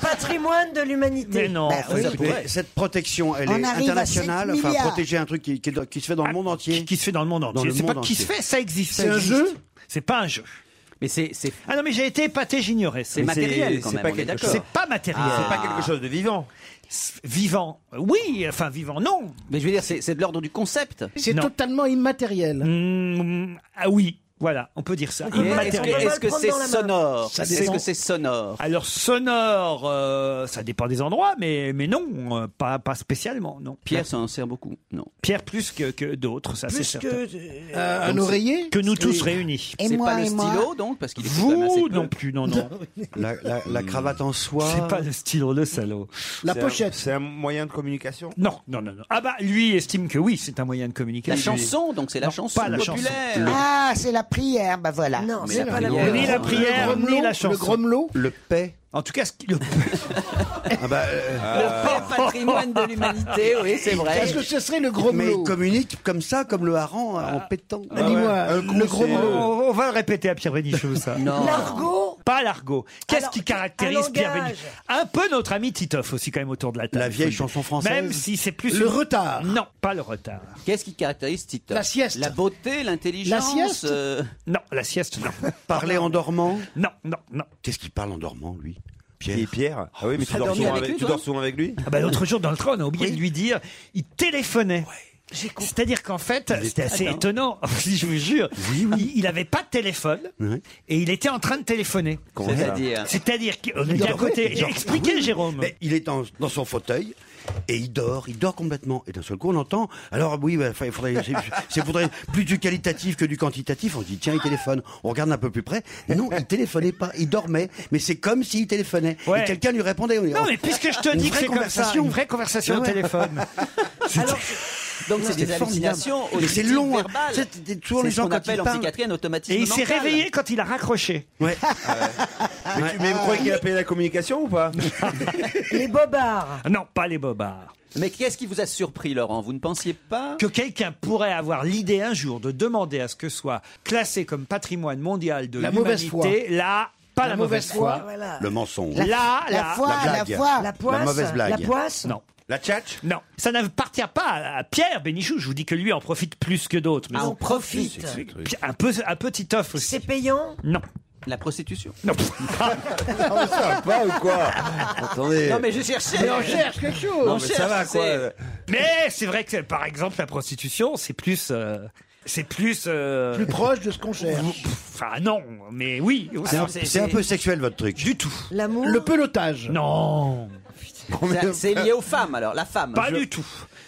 [SPEAKER 13] Patrimoine de l'humanité.
[SPEAKER 3] Mais non,
[SPEAKER 6] Bah oui. Ça pourrait- cette protection, elle
[SPEAKER 13] On
[SPEAKER 6] est
[SPEAKER 13] arrive à
[SPEAKER 6] internationale.
[SPEAKER 13] 7
[SPEAKER 6] Enfin,
[SPEAKER 13] milliards.
[SPEAKER 6] protéger un truc qui, qui est- qui se fait dans le monde entier.
[SPEAKER 3] Ah, Qui se fait dans le monde entier. C'est pas qui se fait, ça existe.
[SPEAKER 6] C'est
[SPEAKER 3] ça
[SPEAKER 6] un
[SPEAKER 3] existe.
[SPEAKER 6] jeu
[SPEAKER 3] C'est pas un jeu.
[SPEAKER 5] Mais c'est. c'est-
[SPEAKER 3] Ah non, mais j'ai été épaté, j'ignorais ça.
[SPEAKER 5] C'est Mais matériel, c'est- quand
[SPEAKER 3] C'est
[SPEAKER 5] même,
[SPEAKER 3] pas,
[SPEAKER 5] on est
[SPEAKER 3] quelque
[SPEAKER 5] d'accord.
[SPEAKER 3] chose- c'est pas matériel.
[SPEAKER 5] Ah. C'est pas quelque chose
[SPEAKER 3] de vivant. Vivant, oui, enfin vivant, non.
[SPEAKER 5] Mais je veux dire, c'est c'est de l'ordre du concept.
[SPEAKER 4] C'est totalement immatériel.
[SPEAKER 3] ah oui, voilà, on peut dire ça.
[SPEAKER 5] Et Est-ce que- est-ce que c'est sonore
[SPEAKER 3] Ça
[SPEAKER 5] Est-ce
[SPEAKER 3] dépend.
[SPEAKER 5] que c'est sonore
[SPEAKER 3] Oh. Alors sonore, euh, ça dépend des endroits, mais, mais non, euh, pas, pas spécialement, non.
[SPEAKER 5] Pierre s'en sert beaucoup, non.
[SPEAKER 3] Pierre plus que, que d'autres, ça Ah, c'est
[SPEAKER 5] Plus
[SPEAKER 3] certain. Ah,
[SPEAKER 5] que,
[SPEAKER 4] euh, un
[SPEAKER 3] Donc,
[SPEAKER 4] oreiller
[SPEAKER 3] c'est- Que nous tous
[SPEAKER 5] Oui.
[SPEAKER 3] réunis.
[SPEAKER 5] Et C'est moi, pas le et moi. stylo, donc, parce qu'il est quand même assez
[SPEAKER 3] Vous
[SPEAKER 5] peu.
[SPEAKER 3] non plus, non, non.
[SPEAKER 6] La, la- la cravate en soie.
[SPEAKER 3] C'est pas le stylo, le salaud.
[SPEAKER 4] La
[SPEAKER 8] C'est un-
[SPEAKER 4] pochette.
[SPEAKER 8] C'est un moyen de communication
[SPEAKER 3] Non, non, non, non. Ah bah, lui estime que oui, c'est un moyen de communiquer.
[SPEAKER 5] La chanson, donc c'est la
[SPEAKER 3] Non,
[SPEAKER 5] chanson
[SPEAKER 3] pas la chanson.
[SPEAKER 5] populaire.
[SPEAKER 1] Ah, c'est la prière, bah voilà.
[SPEAKER 13] Non,
[SPEAKER 3] c'est pas la prière. Ni la prière,
[SPEAKER 4] Le
[SPEAKER 3] ni la
[SPEAKER 4] le
[SPEAKER 3] chanson.
[SPEAKER 4] grommelot
[SPEAKER 6] Le paix.
[SPEAKER 3] En tout cas, ce qui- le
[SPEAKER 6] Ah bah, euh,
[SPEAKER 5] Le patrimoine de l'humanité, oui, c'est vrai.
[SPEAKER 4] Est-ce que ce serait le
[SPEAKER 6] Mais
[SPEAKER 4] grommelot
[SPEAKER 6] il communique comme ça, comme le hareng en pétant.
[SPEAKER 4] Dis-moi, le
[SPEAKER 3] On,
[SPEAKER 4] grommelot.
[SPEAKER 3] euh, on va le répéter à Pierre Bénichou, ça.
[SPEAKER 13] L'argot
[SPEAKER 3] Pas l'argot. Qu'est-ce
[SPEAKER 13] Alors,
[SPEAKER 3] qui caractérise
[SPEAKER 13] un
[SPEAKER 3] Pierre
[SPEAKER 13] langage.
[SPEAKER 3] Bénichou Un peu notre ami Titoff aussi, quand même, autour de la table.
[SPEAKER 6] La vieille
[SPEAKER 3] il faut le dire.
[SPEAKER 6] chanson française.
[SPEAKER 3] Même si c'est plus.
[SPEAKER 4] Le
[SPEAKER 3] une-
[SPEAKER 4] retard.
[SPEAKER 3] Non, pas le retard.
[SPEAKER 5] Qu'est-ce qui caractérise Tito
[SPEAKER 4] La sieste.
[SPEAKER 5] La beauté, l'intelligence.
[SPEAKER 4] La sieste.
[SPEAKER 5] euh,
[SPEAKER 3] Non, la sieste, non.
[SPEAKER 6] euh, Parler en dormant.
[SPEAKER 3] Non, non, non.
[SPEAKER 6] Qu'est-ce qu'il parle en dormant, lui
[SPEAKER 8] Pierre. Pierre Ah oui, mais tu
[SPEAKER 5] Ah,
[SPEAKER 8] dors,
[SPEAKER 5] dormir
[SPEAKER 8] souvent
[SPEAKER 5] avec
[SPEAKER 8] avec,
[SPEAKER 5] lui,
[SPEAKER 8] tu
[SPEAKER 5] toi
[SPEAKER 8] dors souvent avec lui
[SPEAKER 3] Ah bah, L'autre jour, dans le train, on a oublié de lui dire il téléphonait. C'est-à-dire qu'en fait, c'était
[SPEAKER 6] Ah
[SPEAKER 3] assez
[SPEAKER 5] Attends.
[SPEAKER 3] étonnant, si je vous jure. Il n'avait pas de téléphone
[SPEAKER 6] Oui.
[SPEAKER 3] et il était en train de téléphoner.
[SPEAKER 8] Comment ça
[SPEAKER 5] C'est-à-dire.
[SPEAKER 3] C'est-à-dire qu'on était à Euh, côté. J'ai expliqué, Jérôme.
[SPEAKER 6] Mais il est dans, dans son fauteuil et il dort, il dort complètement. Et d'un seul coup, on entend. Alors oui, bah, il faudrait, c'est- c'est faudrait plus du qualitatif que du quantitatif. On se dit tiens, il téléphone. On regarde un peu plus près. Non, il téléphonait pas, il dormait. Mais c'est comme s'il téléphonait.
[SPEAKER 3] Ouais.
[SPEAKER 6] Et quelqu'un lui répondait.
[SPEAKER 3] Non, mais puisque je te dis que c'est comme ça, une vraie
[SPEAKER 6] Ah
[SPEAKER 3] conversation au téléphone.
[SPEAKER 5] Donc c'est des
[SPEAKER 6] c'était formidable.
[SPEAKER 5] hallucinations.
[SPEAKER 6] Mais c'est
[SPEAKER 5] auditives,
[SPEAKER 6] long, hein.
[SPEAKER 5] verbales.
[SPEAKER 6] C'est- c'est- c'est toujours les
[SPEAKER 5] ce
[SPEAKER 6] gens
[SPEAKER 5] qu'on
[SPEAKER 6] quand
[SPEAKER 5] appelle
[SPEAKER 6] ils
[SPEAKER 5] en
[SPEAKER 6] parlent.
[SPEAKER 5] psychiatrie un automatisme
[SPEAKER 3] Et il s'est
[SPEAKER 5] mental.
[SPEAKER 3] réveillé quand il a raccroché. Ah.
[SPEAKER 6] Ouais.
[SPEAKER 8] Mais, tu, mais vous croyez qu'il a payé la communication ou pas
[SPEAKER 13] Les bobards.
[SPEAKER 3] Non, pas les bobards.
[SPEAKER 5] Mais qu'est-ce qui vous a surpris, Laurent Vous ne pensiez pas
[SPEAKER 3] Que quelqu'un pourrait avoir l'idée un jour de demander à ce que soit classé comme patrimoine mondial de
[SPEAKER 4] La mauvaise
[SPEAKER 3] l'humanité, là, Ah, pas la, mauvaise foi.
[SPEAKER 13] Voilà.
[SPEAKER 6] Le mensonge.
[SPEAKER 3] La- Là,
[SPEAKER 1] la
[SPEAKER 3] là,
[SPEAKER 1] foi,
[SPEAKER 6] la
[SPEAKER 1] la,
[SPEAKER 6] blague.
[SPEAKER 1] foi.
[SPEAKER 13] La poisse.
[SPEAKER 6] mauvaise blague.
[SPEAKER 13] La poisse.
[SPEAKER 3] Non.
[SPEAKER 8] La tchatch
[SPEAKER 3] Non, ça n'appartient pas à à Pierre Bénichou. Je vous dis que lui en profite plus que d'autres. mais
[SPEAKER 13] Ah, on
[SPEAKER 3] bon.
[SPEAKER 13] profite.
[SPEAKER 3] Pi- un peu, un petit off aussi.
[SPEAKER 13] C'est payant
[SPEAKER 3] Non,
[SPEAKER 5] la prostitution.
[SPEAKER 3] non.
[SPEAKER 8] Ah, ça va pas ou quoi Attendez.
[SPEAKER 5] Non, mais je cherchais.
[SPEAKER 4] Mais on cherche quelque chose.
[SPEAKER 8] Non, mais ça va
[SPEAKER 5] cherche,
[SPEAKER 8] quoi
[SPEAKER 5] c'est-
[SPEAKER 3] Mais c'est vrai que par exemple la prostitution, c'est plus. euh, C'est plus. euh,
[SPEAKER 4] Plus proche de ce qu'on cherche.
[SPEAKER 3] Pff, Ah non, mais oui.
[SPEAKER 6] C'est
[SPEAKER 5] Ah,
[SPEAKER 6] un- c'est un peu
[SPEAKER 3] sexuel votre truc. Du tout.
[SPEAKER 13] L'amour.
[SPEAKER 4] Le pelotage.
[SPEAKER 3] Non.
[SPEAKER 5] C'est- C'est lié aux femmes alors, la femme.
[SPEAKER 3] Pas du tout.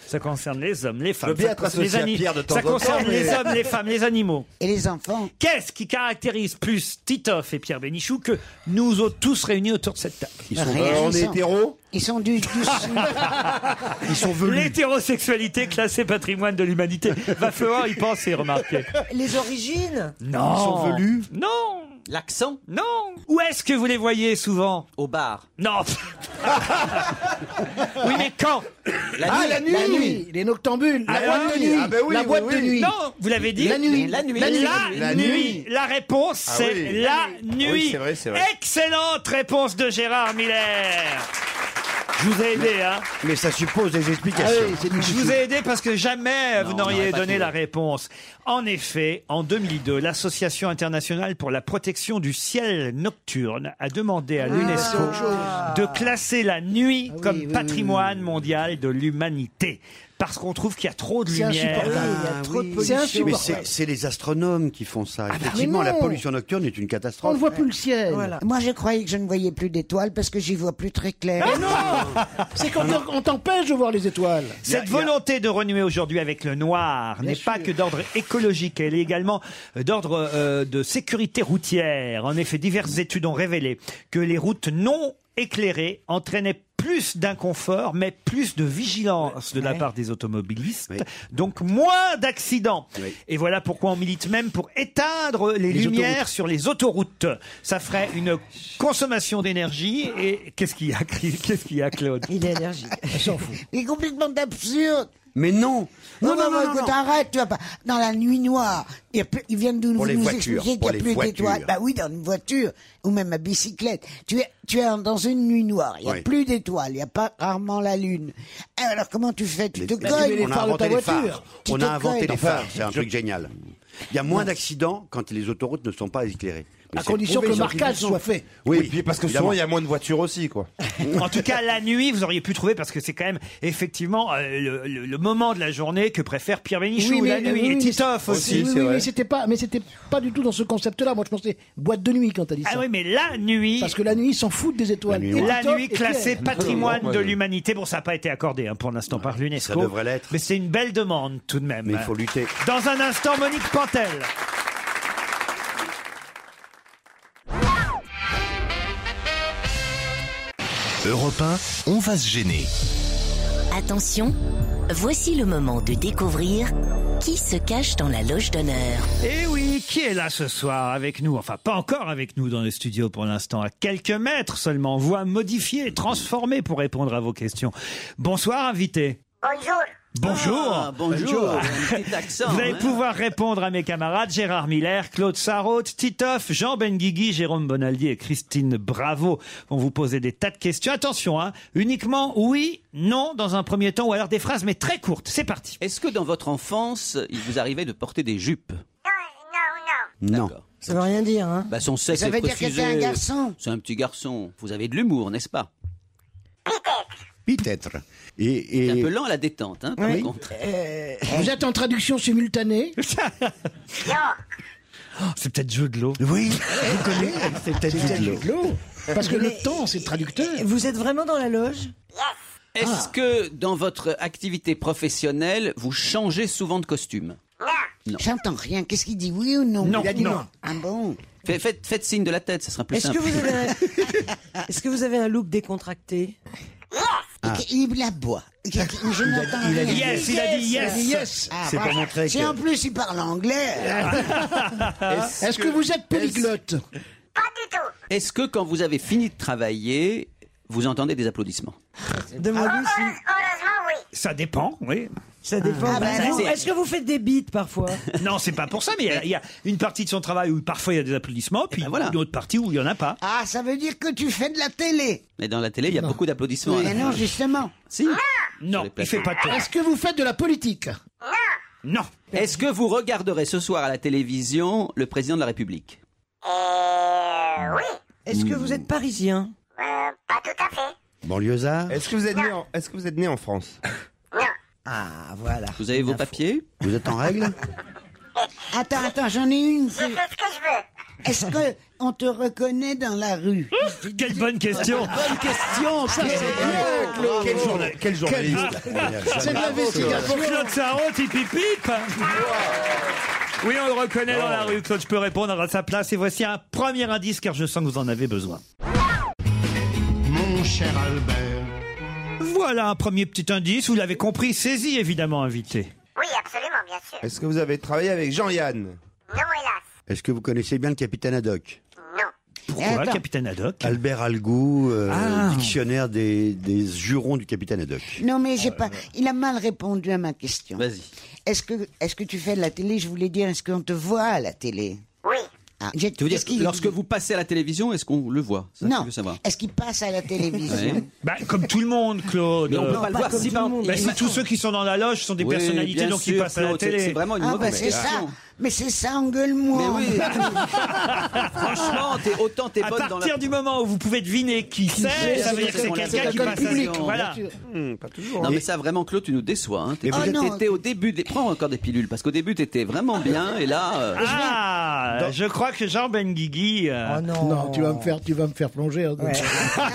[SPEAKER 3] Ça concerne les hommes, les femmes,
[SPEAKER 5] veux bien
[SPEAKER 3] ça
[SPEAKER 5] être
[SPEAKER 3] concerne les
[SPEAKER 5] associé à
[SPEAKER 3] ani-
[SPEAKER 5] Pierre de temps
[SPEAKER 3] ça
[SPEAKER 5] en temps,
[SPEAKER 3] concerne
[SPEAKER 5] mais-
[SPEAKER 3] les hommes, les femmes, les animaux.
[SPEAKER 1] Et les enfants.
[SPEAKER 3] Qu'est-ce qui caractérise plus Titoff et Pierre Bénichou que nous autres tous réunis autour de cette table
[SPEAKER 1] Rien, ils sont- Ils sont du, du
[SPEAKER 3] Ils sont L'hétérosexualité classée patrimoine de l'humanité. Va falloir y penser, remarquez.
[SPEAKER 13] Les origines
[SPEAKER 3] Non. Ils sont velus Non.
[SPEAKER 5] L'accent
[SPEAKER 3] Non. Où est-ce que vous les voyez souvent
[SPEAKER 5] Au bar.
[SPEAKER 3] Non.
[SPEAKER 5] Ah,
[SPEAKER 3] oui, mais quand
[SPEAKER 4] ah, la nuit, Les noctambules La
[SPEAKER 3] Alors-
[SPEAKER 4] boîte de nuit La boîte de nuit
[SPEAKER 3] Non, vous l'avez dit.
[SPEAKER 4] La nuit
[SPEAKER 3] La nuit. La
[SPEAKER 4] La
[SPEAKER 3] nuit.
[SPEAKER 4] nuit.
[SPEAKER 3] La,
[SPEAKER 4] La nuit.
[SPEAKER 3] réponse,
[SPEAKER 4] Ah
[SPEAKER 3] c'est
[SPEAKER 4] oui.
[SPEAKER 3] la
[SPEAKER 4] Oui,
[SPEAKER 3] nuit.
[SPEAKER 4] c'est vrai, c'est vrai.
[SPEAKER 3] Excellente réponse de Gérard Miller. Je vous ai aidé, hein. Ah
[SPEAKER 6] Mais ça suppose des explications.
[SPEAKER 4] Ah
[SPEAKER 3] Je vous ai aidé parce que jamais vous
[SPEAKER 6] on
[SPEAKER 3] n'auriez
[SPEAKER 6] n'aurait pas
[SPEAKER 3] donné
[SPEAKER 6] trouvé.
[SPEAKER 3] la réponse. En effet, en 2002, l'Association internationale pour la protection du ciel nocturne a
[SPEAKER 4] Ah,
[SPEAKER 3] demandé à l'UNESCO de classer la nuit comme patrimoine mondial de l'humanité. Parce qu'on trouve qu'il y a trop de
[SPEAKER 6] C'est
[SPEAKER 3] lumière.
[SPEAKER 6] insupportable,
[SPEAKER 4] il y a trop de
[SPEAKER 6] C'est
[SPEAKER 4] pollution.
[SPEAKER 6] Ah
[SPEAKER 4] Ah bah
[SPEAKER 6] Mais c'est- c'est les astronomes qui font ça. Effectivement,
[SPEAKER 1] mais
[SPEAKER 6] la
[SPEAKER 1] non.
[SPEAKER 6] pollution nocturne est une catastrophe.
[SPEAKER 1] On ne voit plus le ciel.
[SPEAKER 6] Voilà.
[SPEAKER 1] Moi, je croyais que je ne voyais plus d'étoiles parce que j'y vois plus très clair.
[SPEAKER 4] non C'est quand on- on t'empêche de voir les étoiles.
[SPEAKER 3] Cette volonté de renouer aujourd'hui avec le noir n'est pas que d'ordre écologique, elle est également d'ordre euh, de sécurité routière. En effet, diverses études ont révélé que les routes non éclairées entraînaient plus d'inconfort, mais plus de vigilance de la part des automobilistes, donc moins d'accidents. Et voilà pourquoi on milite même pour éteindre les,
[SPEAKER 6] Les
[SPEAKER 3] lumières
[SPEAKER 6] autoroutes.
[SPEAKER 3] sur les autoroutes. Ça ferait une consommation d'énergie. Et qu'est-ce qu'il y a, Chris Qu'est-ce qu'il y a, Claude
[SPEAKER 13] Il est allergique.
[SPEAKER 3] J'en fous.
[SPEAKER 1] C'est complètement absurde.
[SPEAKER 6] Mais non.
[SPEAKER 1] Non,
[SPEAKER 6] Non,
[SPEAKER 1] non,
[SPEAKER 6] non, non,
[SPEAKER 1] écoute, hein.
[SPEAKER 6] non.
[SPEAKER 1] arrête, tu vas pas. Dans la nuit noire, il y a plus- ils viennent de nous,
[SPEAKER 6] Pour les
[SPEAKER 1] nous
[SPEAKER 6] voitures,
[SPEAKER 1] expliquer qu'il
[SPEAKER 6] pour
[SPEAKER 1] n'y a
[SPEAKER 6] les
[SPEAKER 1] plus
[SPEAKER 6] voitures.
[SPEAKER 1] d'étoiles. Bah oui, dans une voiture, ou même à bicyclette. Tu es, tu es en- dans une nuit noire, il n'y a
[SPEAKER 6] Oui.
[SPEAKER 1] plus d'étoiles, il n'y a pas rarement la lune. Eh, Alors comment tu fais Tu te
[SPEAKER 6] Mais
[SPEAKER 1] cognes.
[SPEAKER 6] on a inventé les phares.
[SPEAKER 1] Tu
[SPEAKER 6] On
[SPEAKER 1] te
[SPEAKER 6] a inventé
[SPEAKER 1] cognes.
[SPEAKER 6] les phares. C'est un truc génial. Il y a moins d'accidents quand les autoroutes ne sont pas éclairées. Mais
[SPEAKER 4] À
[SPEAKER 6] c'est
[SPEAKER 4] condition que
[SPEAKER 6] prouvé
[SPEAKER 4] le marquage soit
[SPEAKER 6] scientifiquement.
[SPEAKER 4] fait.
[SPEAKER 6] Oui,
[SPEAKER 8] Et puis parce que souvent, il y a moins de voitures aussi, quoi.
[SPEAKER 3] En tout cas, la nuit, vous auriez pu trouver parce que c'est quand même effectivement euh, le, le- le moment de la journée que préfère Pierre Bénichou, la nuit, et
[SPEAKER 4] mais-
[SPEAKER 3] Titoff
[SPEAKER 4] oui,
[SPEAKER 3] aussi.
[SPEAKER 4] oui, oui, mais c'était pas, mais c'était pas du tout dans ce concept-là. Moi, je pensais boîte de nuit quand t'as dit ça.
[SPEAKER 3] Ah oui, mais la nuit.
[SPEAKER 4] Parce que la nuit, ils s'en foutent des étoiles. Et
[SPEAKER 3] La
[SPEAKER 4] Titoff
[SPEAKER 3] nuit
[SPEAKER 4] était-
[SPEAKER 3] classée patrimoine
[SPEAKER 6] Non,
[SPEAKER 3] de
[SPEAKER 6] non.
[SPEAKER 3] l'humanité. Bon, ça n'a pas été accordé hein, pour l'instant par l'UNESCO.
[SPEAKER 6] Ça devrait l'être.
[SPEAKER 3] Mais c'est une belle demande tout de même. hein.
[SPEAKER 6] Mais il faut lutter.
[SPEAKER 3] Dans un instant, Monique Pantel.
[SPEAKER 2] Europe 1, on va se gêner.
[SPEAKER 9] Attention, voici le moment de découvrir qui se cache dans la loge d'honneur.
[SPEAKER 3] Et Eh oui, qui est là ce soir avec nous Enfin, pas encore avec nous dans le studio pour l'instant, à quelques mètres seulement. Voix modifiée, transformée pour répondre à vos questions. Bonsoir, invité.
[SPEAKER 17] Bonjour.
[SPEAKER 3] Bonjour.
[SPEAKER 5] Ah, bonjour. Un petit accent,
[SPEAKER 3] Vous allez
[SPEAKER 5] hein.
[SPEAKER 3] pouvoir répondre à mes camarades Gérard Miller, Claude Sarraute, Titoff, Jean Benguigui, Jérôme Bonaldi et Christine Bravo vont vous poser des tas de questions. Attention, hein, uniquement oui, non dans un premier temps ou alors des phrases mais très courtes. C'est parti.
[SPEAKER 5] Est-ce que dans votre enfance, il vous arrivait de porter des jupes
[SPEAKER 6] Ah, Non.
[SPEAKER 13] Ça veut rien dire, hein
[SPEAKER 5] Bah son sexe
[SPEAKER 13] Ça
[SPEAKER 5] est
[SPEAKER 13] veut dire que
[SPEAKER 5] précisé.
[SPEAKER 13] t'es un garçon.
[SPEAKER 5] C'est un petit garçon. Vous avez de l'humour, n'est-ce pas
[SPEAKER 6] Peut-être. Et, et...
[SPEAKER 5] Un peu lent à la détente, hein, par
[SPEAKER 4] Oui.
[SPEAKER 5] contre.
[SPEAKER 4] Euh, Vous êtes en traduction simultanée.
[SPEAKER 3] Oh, C'est peut-être jeu de l'eau.
[SPEAKER 6] Oui. C'est peut-être
[SPEAKER 4] du l'eau. Parce que le temps, c'est traducteur.
[SPEAKER 13] Vous êtes vraiment dans la loge
[SPEAKER 5] Est-ce que dans votre activité professionnelle, vous changez souvent de costume
[SPEAKER 1] J'entends rien. Qu'est-ce qu'il dit Oui ou non
[SPEAKER 5] Non,
[SPEAKER 1] Il a dit
[SPEAKER 5] non.
[SPEAKER 1] non. Ah bon
[SPEAKER 5] Faites, faites- faites signe de la tête, ce sera plus
[SPEAKER 13] Est-ce
[SPEAKER 5] simple.
[SPEAKER 13] que, vous avez un... Est-ce que vous avez un look décontracté
[SPEAKER 5] Ah.
[SPEAKER 1] Il la boit. Je n'entends
[SPEAKER 5] il a dit
[SPEAKER 1] rien.
[SPEAKER 5] yes, il a dit yes.
[SPEAKER 1] Ah,
[SPEAKER 6] C'est pour
[SPEAKER 1] voilà.
[SPEAKER 6] montrer
[SPEAKER 1] Si
[SPEAKER 6] que-
[SPEAKER 1] en plus il parle anglais.
[SPEAKER 6] Est-ce
[SPEAKER 4] Est-ce que vous êtes polyglotte
[SPEAKER 5] Est-ce que quand vous avez fini de travailler, vous entendez des applaudissements
[SPEAKER 3] Ah,
[SPEAKER 13] Demandez si.
[SPEAKER 3] Ça dépend, oui.
[SPEAKER 13] Ça dépend.
[SPEAKER 3] Ah, bah,
[SPEAKER 13] Vous-
[SPEAKER 3] c'est-
[SPEAKER 13] Est-ce que vous faites des bites parfois
[SPEAKER 3] Non, c'est pas pour ça, mais il y a- il y, a une partie de son travail où parfois il y a des applaudissements, puis une autre partie où il y en a pas.
[SPEAKER 1] Ah, ça veut dire que tu fais de la télé.
[SPEAKER 5] Mais dans la télé, il y a beaucoup d'applaudissements. hein.
[SPEAKER 13] Ah
[SPEAKER 1] Mais non, justement. Ah
[SPEAKER 5] Si.
[SPEAKER 3] Non,
[SPEAKER 5] il fait
[SPEAKER 3] pas
[SPEAKER 4] Est-ce que vous faites de la politique
[SPEAKER 3] Non.
[SPEAKER 5] Est-ce que vous regarderez ce soir à la télévision le président de la République
[SPEAKER 4] Euh,
[SPEAKER 13] Est-ce
[SPEAKER 5] Hmm.
[SPEAKER 13] que vous êtes parisien
[SPEAKER 6] Banlieusard
[SPEAKER 8] Est-ce que vous êtes né en, est-ce que vous êtes né en France
[SPEAKER 6] Ah, voilà.
[SPEAKER 5] Vous avez vos papiers
[SPEAKER 6] Vous êtes en règle
[SPEAKER 1] Attends, attends, j'en ai une. C'est Est-ce que on te reconnaît dans la rue
[SPEAKER 3] Quelle bonne question
[SPEAKER 1] Bonne question
[SPEAKER 3] ça, c'est bien, Claude. Quel journa- quel journaliste. Ah,
[SPEAKER 1] C'est de l'investigation.
[SPEAKER 3] Pour Claude Sarraute, il pipipe. Oui, on le reconnaît dans la rue. Claude, je peux répondre à sa place. Et voici un premier indice, car je sens que vous en avez besoin.
[SPEAKER 17] Mon cher Albert.
[SPEAKER 3] Voilà un premier petit indice. Vous l'avez compris, saisi évidemment, invité.
[SPEAKER 17] Oui, absolument, bien sûr.
[SPEAKER 6] Est-ce que vous avez travaillé avec Jean-Yann
[SPEAKER 17] Non, hélas.
[SPEAKER 6] Est-ce que vous connaissez bien le capitaine Haddock
[SPEAKER 1] Eh,
[SPEAKER 3] Pourquoi, Attends. capitaine Haddock
[SPEAKER 6] Albert Algou, euh,
[SPEAKER 1] Ah.
[SPEAKER 6] dictionnaire des, des jurons du capitaine Haddock.
[SPEAKER 1] Non, mais
[SPEAKER 5] Ah,
[SPEAKER 1] j'ai pas. Il a mal répondu à ma question.
[SPEAKER 6] Vas-y.
[SPEAKER 1] Est-ce que, est-ce que tu fais de la télé Je voulais dire, est-ce qu'on te voit à la télé Oui.
[SPEAKER 5] Tu veux dire,
[SPEAKER 1] qu'est-ce qu'il-
[SPEAKER 5] lorsque vous passez à la télévision, est-ce qu'on le voit Ça,
[SPEAKER 1] Non.
[SPEAKER 5] tu veux savoir.
[SPEAKER 1] Est-ce qu'il passe à la télévision
[SPEAKER 5] Ouais.
[SPEAKER 3] Bah, comme tout le monde, Claude.
[SPEAKER 5] Mais on peut
[SPEAKER 3] Euh,
[SPEAKER 5] pas le voir, si,
[SPEAKER 3] tout
[SPEAKER 5] par-
[SPEAKER 3] le monde.
[SPEAKER 5] il-
[SPEAKER 3] Bah, si tous ceux qui sont dans la loge sont des
[SPEAKER 5] Oui,
[SPEAKER 3] personnalités,
[SPEAKER 5] bien
[SPEAKER 3] donc ils
[SPEAKER 5] sûr,
[SPEAKER 3] passent à la
[SPEAKER 5] Claude, c'est-
[SPEAKER 3] télé.
[SPEAKER 5] c'est vraiment une
[SPEAKER 1] Ah, bah,
[SPEAKER 5] mauvaise
[SPEAKER 1] c'est ça.
[SPEAKER 5] question.
[SPEAKER 1] Mais c'est ça, engueule-moi.
[SPEAKER 5] Mais oui. Franchement, t'es- autant t'es
[SPEAKER 3] à
[SPEAKER 5] bonne dans
[SPEAKER 3] partir
[SPEAKER 5] la-
[SPEAKER 3] du moment où vous pouvez deviner qui c'est, ça veut dire que c'est quelqu'un qui passe à la Voilà.
[SPEAKER 5] Non, mais ça, vraiment, Claude, tu nous déçois. Hein. T'es-
[SPEAKER 3] Mais vous
[SPEAKER 5] T'étais
[SPEAKER 3] êtes-
[SPEAKER 5] t'étais au début. Des... Prends encore des pilules, parce qu'au début, t'étais vraiment bien, et là. euh,
[SPEAKER 3] Ah,
[SPEAKER 5] Donc-
[SPEAKER 3] je crois que Jean Benguigui. euh,
[SPEAKER 5] Ah
[SPEAKER 4] Oh, Non, tu vas me faire, tu vas me faire plonger. hein, donc.
[SPEAKER 3] Ah,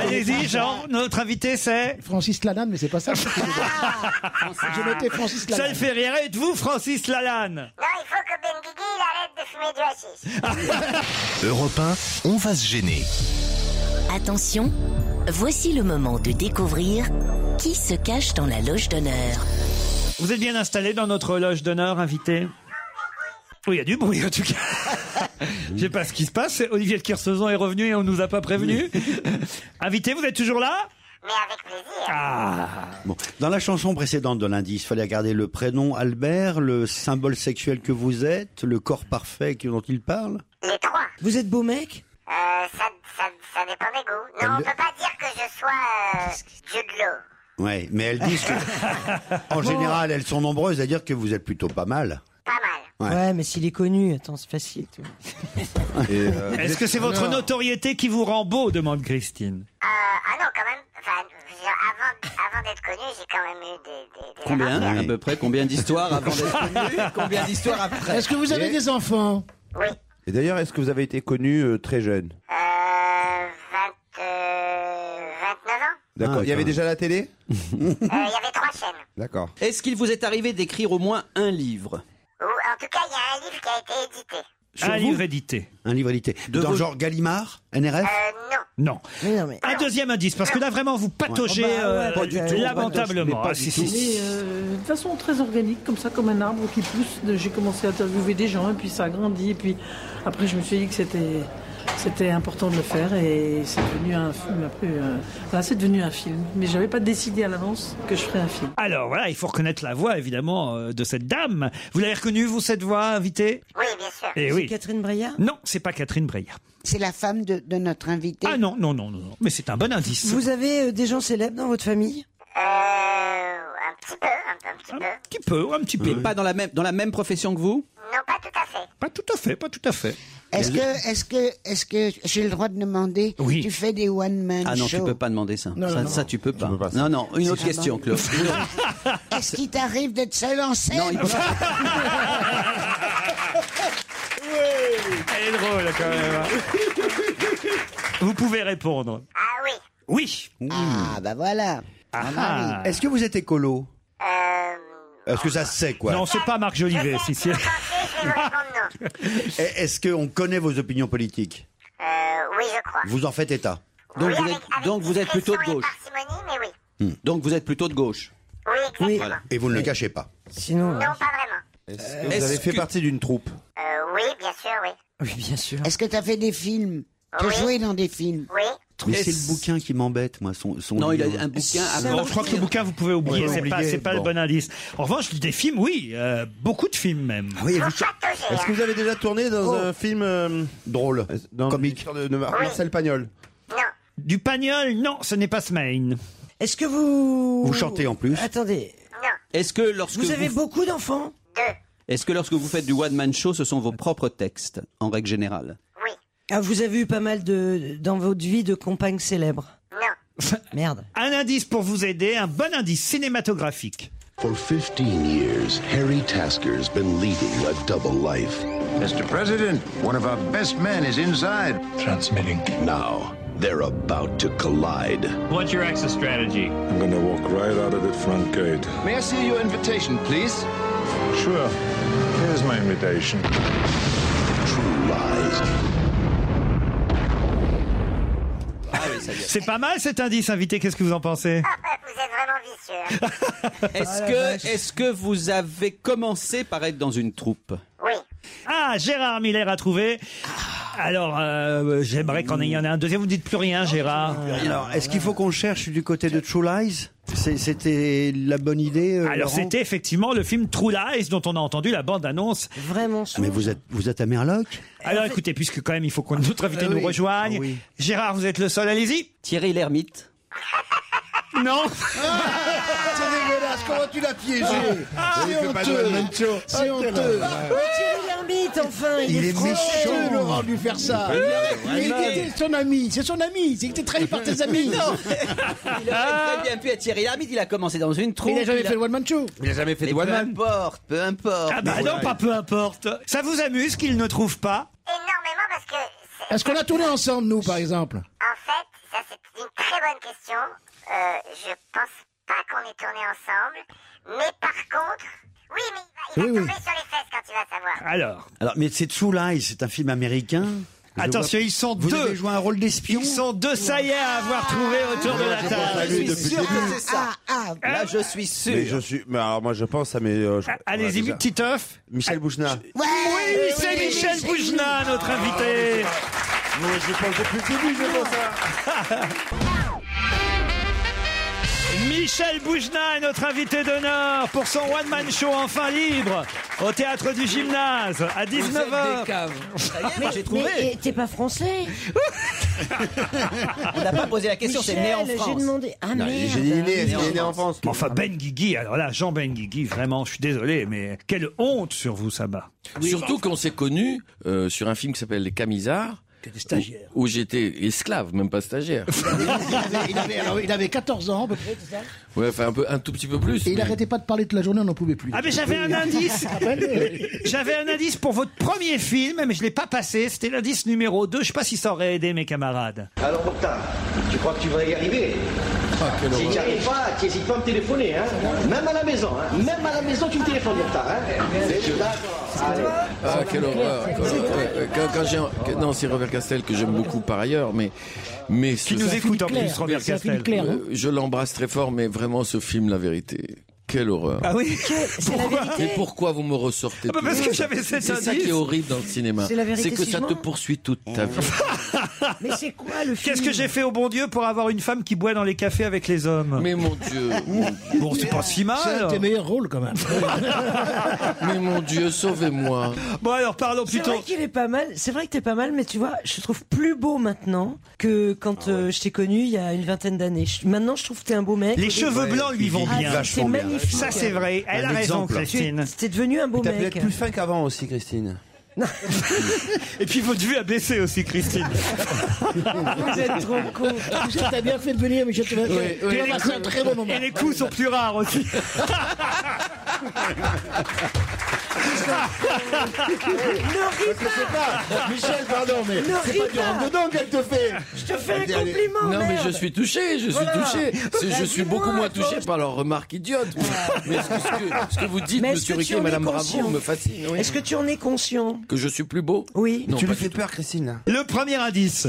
[SPEAKER 3] Allez-y, Jean. Notre invité, c'est. Ah,
[SPEAKER 4] Francis Lalanne, mais c'est pas ça. J'ai noté Francis
[SPEAKER 3] Ça
[SPEAKER 4] Lalanne.
[SPEAKER 3] le fait rire. Êtes-vous Francis Lalanne
[SPEAKER 17] Non, il faut que Ben Guigui il arrête de fumer du hashish.
[SPEAKER 2] Europe 1, on va se gêner.
[SPEAKER 9] Attention, voici le moment de découvrir qui se cache dans la loge d'honneur.
[SPEAKER 3] Vous êtes bien installé dans notre loge d'honneur, invité Oui, il y a du bruit en tout cas. Je sais pas ce qui se passe. Olivier de Kersauzon est revenu et on nous a pas prévenu. invité, vous êtes toujours là Ah.
[SPEAKER 6] Bon. Dans la chanson précédente de l'indice, fallait garder le prénom Albert, le symbole sexuel que vous êtes, le corps parfait que- dont il parle.
[SPEAKER 17] Les trois.
[SPEAKER 13] Vous êtes beau mec
[SPEAKER 17] Euh, ça, ça, ça dépend des goûts. Non, on peut pas dire que je sois euh, Jude Law.
[SPEAKER 6] Ouais, mais elles disent que, en général, elles sont nombreuses à dire que vous êtes plutôt pas mal.
[SPEAKER 13] Ouais, mais s'il est connu, attends, c'est facile. tu vois.
[SPEAKER 5] euh,
[SPEAKER 4] Euh,
[SPEAKER 3] Est-ce que c'est votre notoriété qui vous rend beau demande Christine.
[SPEAKER 17] Euh, ah non, quand même. Enfin, je- avant, avant d'être connu, j'ai quand même eu des. des, des
[SPEAKER 5] Combien
[SPEAKER 17] aventures.
[SPEAKER 5] Hein, À peu près, combien d'histoires avant d'être connu Combien d'histoires après
[SPEAKER 4] Est-ce que vous avez des enfants
[SPEAKER 18] Et d'ailleurs, est-ce que vous avez été connu euh, très jeune
[SPEAKER 17] Euh, 20, euh, 29 ans
[SPEAKER 18] D'accord.
[SPEAKER 5] Ah,
[SPEAKER 18] Il y avait déjà la télé
[SPEAKER 17] Euh, Il y avait trois chaînes.
[SPEAKER 18] D'accord.
[SPEAKER 5] Est-ce qu'il vous est arrivé d'écrire au moins un livre
[SPEAKER 17] Ou, en tout cas, il y a un livre qui a été édité.
[SPEAKER 3] un livre édité.
[SPEAKER 6] Un livre édité. Dans
[SPEAKER 3] vos-
[SPEAKER 6] genre Gallimard NRF
[SPEAKER 3] Non. Un deuxième indice, parce que là vraiment vous pataugez
[SPEAKER 6] Oh bah ouais,
[SPEAKER 3] euh,
[SPEAKER 6] pas du tout,
[SPEAKER 3] lamentablement.
[SPEAKER 6] pas
[SPEAKER 3] Ah, si,
[SPEAKER 6] du tout.
[SPEAKER 3] si, si.
[SPEAKER 19] euh, de façon très organique, comme ça, comme un arbre qui pousse. De- J'ai commencé à interviewer des gens, et puis ça a grandi. Et puis après, je me suis dit que c'était c'était important de le faire, et c'est devenu un film. Après, euh, voilà, c'est devenu un film. Mais j'avais pas décidé à l'avance que je ferais un film.
[SPEAKER 3] Alors voilà, il faut reconnaître la voix évidemment euh, de cette dame. Vous l'avez reconnue vous cette voix invitée
[SPEAKER 17] Oui, bien sûr.
[SPEAKER 3] Et oui.
[SPEAKER 13] Catherine Breillat
[SPEAKER 3] Non, c'est pas Catherine Breillat.
[SPEAKER 1] C'est la femme de, de notre invité.
[SPEAKER 3] Ah non, non, non, non, non. Mais c'est un bon indice.
[SPEAKER 13] Vous avez euh, des gens célèbres dans votre famille
[SPEAKER 17] Un petit peu, un, un petit peu.
[SPEAKER 3] petit peu, un petit
[SPEAKER 5] peu. Mais pas dans la même, dans la même profession que vous
[SPEAKER 17] Non, pas tout à fait.
[SPEAKER 3] Pas tout à fait, pas tout à fait.
[SPEAKER 1] Est-ce que, est-ce que, est-ce que j'ai le droit de demander Tu fais des one man
[SPEAKER 5] Ah non, tu
[SPEAKER 1] show.
[SPEAKER 5] peux pas demander ça.
[SPEAKER 1] Non,
[SPEAKER 5] ça,
[SPEAKER 1] non,
[SPEAKER 5] ça, tu peux pas. non, non, une autre question, Claude. Une autre-
[SPEAKER 1] Est-ce qu'il t'arrive d'être seul en scène
[SPEAKER 3] Elle est drôle quand même. hein. vous pouvez répondre. Ah oui. Oui.
[SPEAKER 1] Ah bah voilà.
[SPEAKER 3] Ah.
[SPEAKER 6] Est-ce que vous êtes écolo Est-ce que ça se sait, quoi
[SPEAKER 3] Non, c'est pas Marc Jolivet, si si.
[SPEAKER 6] Et Est-ce qu'on connaît vos opinions politiques
[SPEAKER 17] euh, Oui, je crois.
[SPEAKER 6] Vous en faites état.
[SPEAKER 5] Donc, vous êtes, donc vous êtes plutôt de gauche.
[SPEAKER 17] Parcimonie, mais oui.
[SPEAKER 5] Donc vous êtes plutôt de gauche.
[SPEAKER 17] Oui, exactement.
[SPEAKER 6] Hmm. Voilà. Et vous ne le cachez pas.
[SPEAKER 13] Sinon.
[SPEAKER 4] euh,
[SPEAKER 17] Non, pas vraiment.
[SPEAKER 18] Est-ce que Vous avez fait partie d'une troupe.
[SPEAKER 17] Euh, oui, bien sûr, oui.
[SPEAKER 13] Oui, bien sûr.
[SPEAKER 1] Est-ce que t'as fait des films T'as
[SPEAKER 17] Oui.
[SPEAKER 1] joué dans des films
[SPEAKER 17] Oui.
[SPEAKER 6] Mais c'est le bouquin qui m'embête, moi. Son, son
[SPEAKER 5] Non, il a
[SPEAKER 6] livre.
[SPEAKER 5] un bouquin à
[SPEAKER 3] Non, je crois que le bouquin, vous pouvez oublier,
[SPEAKER 6] Ouais,
[SPEAKER 3] c'est pas,
[SPEAKER 6] oublier,
[SPEAKER 3] c'est pas
[SPEAKER 6] bon.
[SPEAKER 3] le bon indice. En revanche, des films, oui, euh, beaucoup de films même.
[SPEAKER 6] oui, vous-
[SPEAKER 18] Est-ce que vous avez déjà tourné dans
[SPEAKER 4] Oh.
[SPEAKER 8] Oh.
[SPEAKER 18] un film euh,
[SPEAKER 6] drôle,
[SPEAKER 18] dans comique de, de Mar- Marcel Pagnol
[SPEAKER 3] Du Pagnol, non, ce n'est pas Smain.
[SPEAKER 13] Est-ce que vous.
[SPEAKER 5] Vous chantez en plus.
[SPEAKER 13] Attendez.
[SPEAKER 5] Est-ce que lorsque
[SPEAKER 13] Vous avez
[SPEAKER 5] vous-
[SPEAKER 13] beaucoup d'enfants
[SPEAKER 5] Est-ce que lorsque vous faites du one man show, ce sont vos propres textes en règle générale
[SPEAKER 13] Ah, vous avez eu pas mal de dans votre vie de compagnes célèbres. Merde.
[SPEAKER 3] Un indice pour vous aider, un bon indice cinématographique.
[SPEAKER 20] For 15 years, Harry Tasker's been leading a double life. Mr. President, one of our best men is inside. Transmitting. Now, they're about to collide.
[SPEAKER 21] What's your exit strategy?
[SPEAKER 22] I'm gonna walk right out of the front gate.
[SPEAKER 20] May I see your invitation, please?
[SPEAKER 22] Sure. Here's my invitation.
[SPEAKER 20] True lies.
[SPEAKER 3] C'est pas mal cet indice invité, qu'est-ce que vous en pensez
[SPEAKER 17] Ah, bah, Vous êtes vraiment vicieux. hein.
[SPEAKER 6] Ah,
[SPEAKER 3] Ah,
[SPEAKER 5] Est-ce que, est que vous avez commencé par être dans une troupe
[SPEAKER 3] Ah, Gérard Miller a trouvé. Alors, euh, j'aimerais qu'on ait- il y en ait un deuxième. Vous dites plus rien, Gérard.
[SPEAKER 6] Alors, est-ce qu'il faut qu'on cherche du côté de True Lies C'est- C'était la bonne idée euh,
[SPEAKER 3] Alors,
[SPEAKER 6] Laurent
[SPEAKER 3] c'était effectivement le film True Lies dont on a entendu la bande-annonce.
[SPEAKER 13] Vraiment.
[SPEAKER 6] Mais vous êtes, vous êtes à Merloc
[SPEAKER 3] Alors, écoutez, puisque quand même, il faut qu'on notre invité
[SPEAKER 6] Ah
[SPEAKER 3] nous
[SPEAKER 6] oui,
[SPEAKER 3] rejoigne. Gérard, vous êtes le seul, allez-y.
[SPEAKER 5] Thierry l'ermite.
[SPEAKER 3] Non
[SPEAKER 6] C'est dégueulasse, comment tu l'as piégé
[SPEAKER 4] C'est honteux C'est
[SPEAKER 20] Ah,
[SPEAKER 4] honteux
[SPEAKER 13] Thierry Lhermitte, enfin
[SPEAKER 4] Il, est,
[SPEAKER 13] franc.
[SPEAKER 4] méchant, Laurent, de lui faire ça.
[SPEAKER 13] Il est
[SPEAKER 4] Il
[SPEAKER 13] vraiment-
[SPEAKER 4] était son ami, c'est son ami, c'est que t'es trahi par tes amis.
[SPEAKER 5] Non. Il aurait très bien pu être Thierry Lhermitte, il a commencé dans une troupe.
[SPEAKER 4] Il a jamais fait le one man show.
[SPEAKER 5] Il a jamais fait de one man. Peu importe, peu importe.
[SPEAKER 3] Ah bah non, pas peu importe. Ça vous amuse qu'il ne trouve pas
[SPEAKER 17] Énormément parce que
[SPEAKER 4] Est-ce qu'on a tourné ensemble, nous, par exemple
[SPEAKER 17] En fait, ça c'est une très bonne question. Euh, je pense pas qu'on ait tourné ensemble. Mais par contre, oui, mais il va, il va tomber sur les fesses quand tu vas savoir.
[SPEAKER 3] Alors
[SPEAKER 6] Alors, mais c'est True Lies, c'est un film américain. Je
[SPEAKER 3] Attention,
[SPEAKER 6] vois-
[SPEAKER 3] ils sont
[SPEAKER 6] vous
[SPEAKER 3] deux.
[SPEAKER 6] Vous avez joué un rôle d'espion
[SPEAKER 3] Ils sont deux, ça y est, à avoir trouvé autour de la table.
[SPEAKER 5] Je suis sûr que c'est ça.
[SPEAKER 17] Ah,
[SPEAKER 5] Là, je suis
[SPEAKER 18] Mais
[SPEAKER 5] sûr.
[SPEAKER 18] je suis. Mais alors moi je pense à mes. euh,
[SPEAKER 4] Ah,
[SPEAKER 18] je-
[SPEAKER 3] allez-y,
[SPEAKER 18] déjà.
[SPEAKER 3] Titoff.
[SPEAKER 18] Michel Bouchna.
[SPEAKER 17] Ouais,
[SPEAKER 3] oui, c'est Michel Boujna, notre invité.
[SPEAKER 18] Moi j'ai pensé plus début, c'est pour
[SPEAKER 5] hein.
[SPEAKER 18] ça.
[SPEAKER 3] Michel Boujna est notre invité d'honneur pour son one-man show enfin libre au théâtre du gymnase à 19h.
[SPEAKER 13] Mais-
[SPEAKER 5] j'ai trouvé.
[SPEAKER 13] Mais et t'es pas français
[SPEAKER 5] On n'a pas posé la question, c'est né en
[SPEAKER 13] Michel,
[SPEAKER 5] France.
[SPEAKER 13] J'ai demandé. Ah
[SPEAKER 5] Non,
[SPEAKER 13] merde.
[SPEAKER 5] j'ai dit il est, est-ce qu'il est né en France
[SPEAKER 3] Mais Enfin, Ben Guigui, alors là, Jean Ben Guigui, vraiment, je suis désolé, mais quelle honte sur vous, Sabat.
[SPEAKER 23] Surtout qu'on s'est connus euh, sur un film qui s'appelle Les Camisards.
[SPEAKER 4] stagiaire.
[SPEAKER 23] Où, où j'étais esclave, même pas stagiaire.
[SPEAKER 4] il avait, il avait- alors, il avait 14 ans, à peu près, c'est ça
[SPEAKER 23] ouais, enfin un peu, un tout petit peu plus.
[SPEAKER 4] Et il
[SPEAKER 23] mais-
[SPEAKER 4] arrêtait pas de parler toute la journée, on n'en pouvait plus. ben,
[SPEAKER 3] Ah mais j'avais un indice.
[SPEAKER 4] Ah,
[SPEAKER 3] j'avais un indice pour votre premier film, mais je l'ai pas passé. C'était l'indice numéro 2. Je sais pas si ça aurait aidé mes camarades.
[SPEAKER 24] Alors Octave, tu crois que tu vas y arriver
[SPEAKER 6] Ah,
[SPEAKER 24] Si tu n'y arrives pas, tu n'hésites pas à me téléphoner, hein Même à la maison, hein Même à la maison, tu me téléphones, Octave, hein C'est d'accord. Allez.
[SPEAKER 23] Ah, quelle horreur. Quand, quand- quand j'ai- que- non, c'est Robert Castel que j'aime beaucoup par ailleurs, mais. mais
[SPEAKER 3] Qui nous écoute en plus, Clair. Robert C'est un film Castel. clair, hein.
[SPEAKER 23] Euh, Je l'embrasse très fort, mais vraiment, ce film, la vérité. Quelle horreur.
[SPEAKER 3] Ah oui
[SPEAKER 23] Pourquoi Mais pourquoi vous me ressortez
[SPEAKER 3] Ah bah
[SPEAKER 23] tout
[SPEAKER 3] parce
[SPEAKER 23] ça
[SPEAKER 3] que j'avais cet
[SPEAKER 23] C'est ça
[SPEAKER 3] indice.
[SPEAKER 23] qui est horrible dans le cinéma.
[SPEAKER 3] C'est la vérité,
[SPEAKER 23] que ça te
[SPEAKER 3] suivant.
[SPEAKER 23] poursuit toute ta vie.
[SPEAKER 13] Mais c'est quoi le film
[SPEAKER 3] Qu'est-ce que j'ai fait au bon Dieu pour avoir une femme qui boit dans les cafés avec les hommes
[SPEAKER 23] Mais mon Dieu.
[SPEAKER 3] Bon, c'est pas si
[SPEAKER 4] C'est un
[SPEAKER 3] mal.
[SPEAKER 4] de tes meilleurs rôles, quand même.
[SPEAKER 23] Mais mon Dieu, sauvez-moi.
[SPEAKER 3] Bon alors parlons
[SPEAKER 13] C'est
[SPEAKER 23] plutôt.
[SPEAKER 13] vrai qu'il est pas mal. C'est vrai que t'es pas mal, mais tu vois, je te trouve plus beau maintenant que
[SPEAKER 4] Ah
[SPEAKER 13] quand euh, je t'ai connu il y a une vingtaine d'années. Je- Maintenant, je trouve que t'es un beau mec.
[SPEAKER 3] Les cheveux blancs lui vont
[SPEAKER 13] Ah,
[SPEAKER 3] bien.
[SPEAKER 13] C'est magnifique.
[SPEAKER 3] Ça c'est vrai. Elle a raison, Christine.
[SPEAKER 13] T'es devenu un beau
[SPEAKER 18] T'as pu
[SPEAKER 13] mec.
[SPEAKER 18] être plus fin qu'avant aussi, Christine.
[SPEAKER 3] Et puis votre vue a baissé aussi, Christine.
[SPEAKER 4] Ah, Vous êtes trop con. T'as bien fait de venir, Michel. Tu vas
[SPEAKER 3] Oui,
[SPEAKER 4] tu
[SPEAKER 3] oui.
[SPEAKER 4] vas passer un très bon moment.
[SPEAKER 3] Et les coups sont plus rares aussi.
[SPEAKER 13] ne ris pas
[SPEAKER 18] Michel, pardon, mais
[SPEAKER 13] Ne
[SPEAKER 18] c'est
[SPEAKER 13] ris
[SPEAKER 18] pas du
[SPEAKER 13] pas.
[SPEAKER 18] rentre-dedans qu'elle te fait.
[SPEAKER 13] Je te fais un
[SPEAKER 18] Allez, allez.
[SPEAKER 13] compliment.
[SPEAKER 23] Non, mais
[SPEAKER 13] merde.
[SPEAKER 23] je suis touché, je suis
[SPEAKER 13] Voilà.
[SPEAKER 23] touché. C'est-
[SPEAKER 13] Bah,
[SPEAKER 23] Je suis
[SPEAKER 13] dis-moi,
[SPEAKER 23] beaucoup moins
[SPEAKER 13] toi.
[SPEAKER 23] touché par leurs remarques idiotes. Mais ce que, ce que- ce que vous dites,
[SPEAKER 13] Mais est-ce
[SPEAKER 23] monsieur
[SPEAKER 13] que tu
[SPEAKER 23] Riquet
[SPEAKER 13] en
[SPEAKER 23] et
[SPEAKER 13] es
[SPEAKER 23] madame Bravo,
[SPEAKER 13] conscient
[SPEAKER 23] me fascine. oui.
[SPEAKER 13] Est-ce que tu en es conscient
[SPEAKER 23] Que je suis plus beau
[SPEAKER 13] Oui.
[SPEAKER 23] Non,
[SPEAKER 18] tu
[SPEAKER 23] pas
[SPEAKER 18] lui fais peur, Christine, là.
[SPEAKER 3] Le premier indice.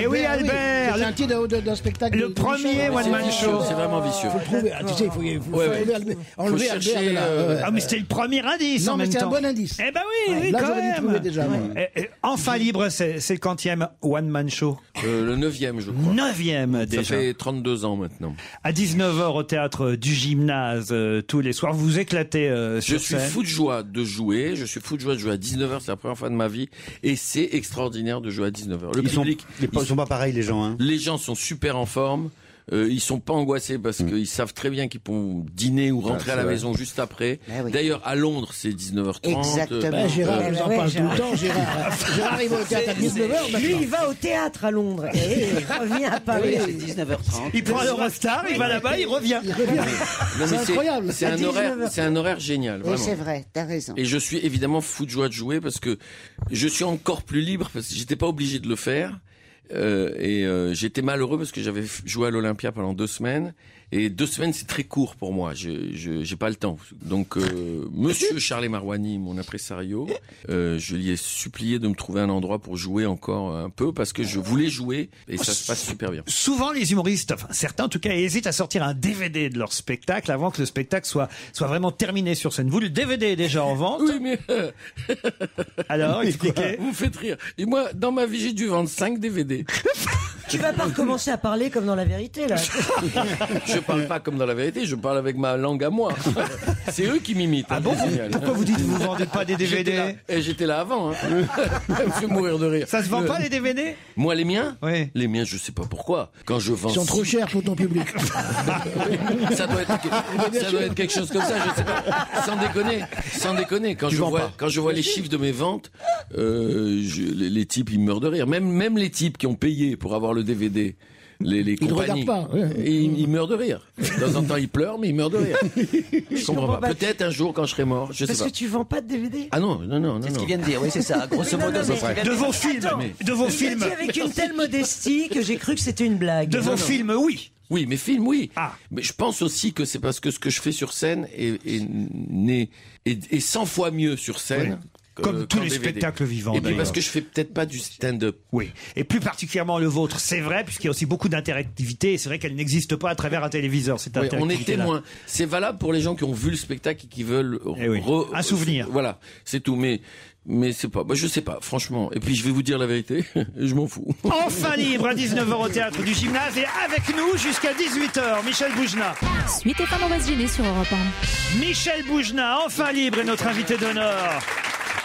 [SPEAKER 3] Eh oui,
[SPEAKER 4] Ah, ben,
[SPEAKER 3] Albert.
[SPEAKER 4] C'est un titre d'un- d'un spectacle.
[SPEAKER 3] Le
[SPEAKER 4] de- de
[SPEAKER 3] premier
[SPEAKER 4] Michel. hein.
[SPEAKER 3] one man show.
[SPEAKER 23] C'est vraiment vicieux.
[SPEAKER 4] Faut le trouver. Ah, tu sais, il faut, il faut- faut
[SPEAKER 23] Ouais, ouais.
[SPEAKER 4] enlever Albert-
[SPEAKER 23] Faut
[SPEAKER 4] enlever Albert
[SPEAKER 23] chercher,
[SPEAKER 4] de la-
[SPEAKER 23] euh,
[SPEAKER 4] ouais.
[SPEAKER 3] Ah mais c'était le premier indice
[SPEAKER 4] Non,
[SPEAKER 3] en
[SPEAKER 4] mais
[SPEAKER 3] même
[SPEAKER 4] c'est un
[SPEAKER 3] temps.
[SPEAKER 4] bon indice.
[SPEAKER 3] Eh ben oui,
[SPEAKER 4] Ouais,
[SPEAKER 3] oui
[SPEAKER 4] là,
[SPEAKER 3] quand
[SPEAKER 4] j'aurais dû
[SPEAKER 3] même.
[SPEAKER 4] trouver déjà, moi.
[SPEAKER 3] Eh, eh, Enfin libre, c'est c'est le quantième one man show.
[SPEAKER 23] Euh, le neuvième, je crois.
[SPEAKER 3] Neuvième
[SPEAKER 23] Ça
[SPEAKER 3] déjà.
[SPEAKER 23] fait 32 ans maintenant.
[SPEAKER 3] À 19h au théâtre du gymnase euh, tous les soirs, vous vous éclatez euh,
[SPEAKER 23] Je
[SPEAKER 3] sur
[SPEAKER 23] suis
[SPEAKER 3] scène.
[SPEAKER 23] fou de joie de jouer. Je suis fou de joie de jouer à 19h. C'est la première fois de ma vie. Et c'est extraordinaire de jouer à 19h. Le
[SPEAKER 6] Ils sont-
[SPEAKER 23] public,
[SPEAKER 6] les pas, ils sont pas pareils les gens. Hein.
[SPEAKER 23] Les gens sont super en forme. Euh, ils sont pas angoissés parce qu'ils savent très bien qu'ils pourront dîner ou
[SPEAKER 6] Mm.
[SPEAKER 23] rentrer
[SPEAKER 6] Ah,
[SPEAKER 23] à la
[SPEAKER 6] c'est vrai.
[SPEAKER 23] maison juste après.
[SPEAKER 6] Eh oui.
[SPEAKER 23] D'ailleurs, à Londres, c'est 19h30.
[SPEAKER 4] Bah Exactement. Bah, Gérard, il nous en parle tout le temps, Gérard. Gérard, il va au théâtre à 19h maintenant.
[SPEAKER 13] Lui, il va au théâtre à Londres et il revient à Paris.
[SPEAKER 5] Ah Oui, c'est 19h30.
[SPEAKER 3] Il prend l'Eurostar, il va là-bas, il revient.
[SPEAKER 23] Non, mais
[SPEAKER 1] C'est incroyable.
[SPEAKER 23] C'est
[SPEAKER 1] À
[SPEAKER 23] un horaire,
[SPEAKER 1] 19h30.
[SPEAKER 23] c'est un horaire génial.
[SPEAKER 1] Oui,
[SPEAKER 23] vraiment.
[SPEAKER 1] c'est vrai, t'as raison.
[SPEAKER 23] Et je suis évidemment fou de joie de jouer parce que je suis encore plus libre parce que j'étais pas obligé de le faire. Euh, et euh, j'étais malheureux parce que j'avais f- joué à l'Olympia pendant deux semaines et deux semaines c'est très court pour moi je je- j'ai pas le temps donc euh, Monsieur Charlie Marwani mon impresario euh, je lui ai supplié de me trouver un endroit pour jouer encore un peu parce que je voulais jouer et ça se passe super bien
[SPEAKER 3] Souvent, les humoristes, enfin certains en tout cas, hésitent à sortir un DVD de leur spectacle avant que le spectacle soit, soit vraiment terminé sur scène. Vous, le DVD est déjà en vente. Oui,
[SPEAKER 23] mais... euh,
[SPEAKER 3] Alors,
[SPEAKER 23] Mais
[SPEAKER 3] expliquez.
[SPEAKER 23] quoi Vous me faites rire. Et moi, dans ma vie, j'ai dû vendre 5 DVD.
[SPEAKER 13] Tu vas pas recommencer à parler comme dans la vérité, là.
[SPEAKER 23] Je parle pas comme dans la vérité, je parle avec ma langue à moi. C'est eux qui m'imitent. Ah bon
[SPEAKER 3] Pourquoi vous dites que vous vendez pas des DVD
[SPEAKER 23] J'étais là, eh, j'étais là avant. Hein. Ça me fait mourir de rire.
[SPEAKER 3] Ça se vend
[SPEAKER 23] Je-
[SPEAKER 3] pas, les DVD
[SPEAKER 23] Moi, les miens
[SPEAKER 3] Oui.
[SPEAKER 23] Les miens, je sais pas pourquoi. Quand je vends.
[SPEAKER 4] Ils sont trop chers pour ton public.
[SPEAKER 23] ça doit, être, que- ça doit être quelque chose comme ça, je sais pas. Sans déconner, sans déconner. Quand, je vois, quand je vois les chiffres de mes ventes, euh, je- les, les types, ils meurent de rire. Même, même les types qui ont payé pour avoir le DVD. Les, les
[SPEAKER 4] Ils ne
[SPEAKER 23] compagnies.
[SPEAKER 4] regardent pas, ouais.
[SPEAKER 23] Et ils, ils meurent de rire. De temps en temps, ils pleurent, mais ils meurent de rire. Je comprends pas. Peut-être un jour, quand je serai mort, je sais
[SPEAKER 13] Parce
[SPEAKER 23] pas.
[SPEAKER 13] que tu vends pas de DVD.
[SPEAKER 23] Ah non, non, non, non. C'est ce
[SPEAKER 5] qu'il vient de dire, oui, c'est ça, grosso modo, c'est ce qu'il vient de De vos dire. films, de vos
[SPEAKER 13] Il l'a dit
[SPEAKER 5] films.
[SPEAKER 13] avec une telle modestie que j'ai cru que c'était une blague.
[SPEAKER 3] oui. Ah.
[SPEAKER 23] Oui, mes films, oui. Mais je pense aussi que c'est parce que ce que je fais sur scène est, est, n'est- est- est 100 fois mieux sur scène.
[SPEAKER 3] Oui.
[SPEAKER 23] que-
[SPEAKER 3] Comme tous
[SPEAKER 23] qu'en
[SPEAKER 3] les
[SPEAKER 23] DVD.
[SPEAKER 3] spectacles vivants,
[SPEAKER 23] Et puis
[SPEAKER 3] d'ailleurs.
[SPEAKER 23] parce que je fais peut-être pas du stand-up.
[SPEAKER 3] Oui. Et plus particulièrement le vôtre, c'est vrai, puisqu'il y a aussi beaucoup d'interactivité, et c'est vrai qu'elle n'existe pas à travers un téléviseur, cette
[SPEAKER 23] Oui, on est
[SPEAKER 3] interactivité-là.
[SPEAKER 23] témoin. C'est valable pour les gens qui ont vu le spectacle et qui veulent
[SPEAKER 3] Eh
[SPEAKER 23] un souvenir. Voilà, c'est tout. Mais mais c'est pas. Bah, je sais pas, franchement. Et puis je vais vous dire la vérité. je m'en fous.
[SPEAKER 3] Enfin libre à 19h au théâtre du gymnase et avec nous jusqu'à 18h, Michel Boujna.
[SPEAKER 15] Suite et fin d'en gêner sur Europe 1.
[SPEAKER 3] Michel Boujna, enfin libre, est notre invité d'honneur.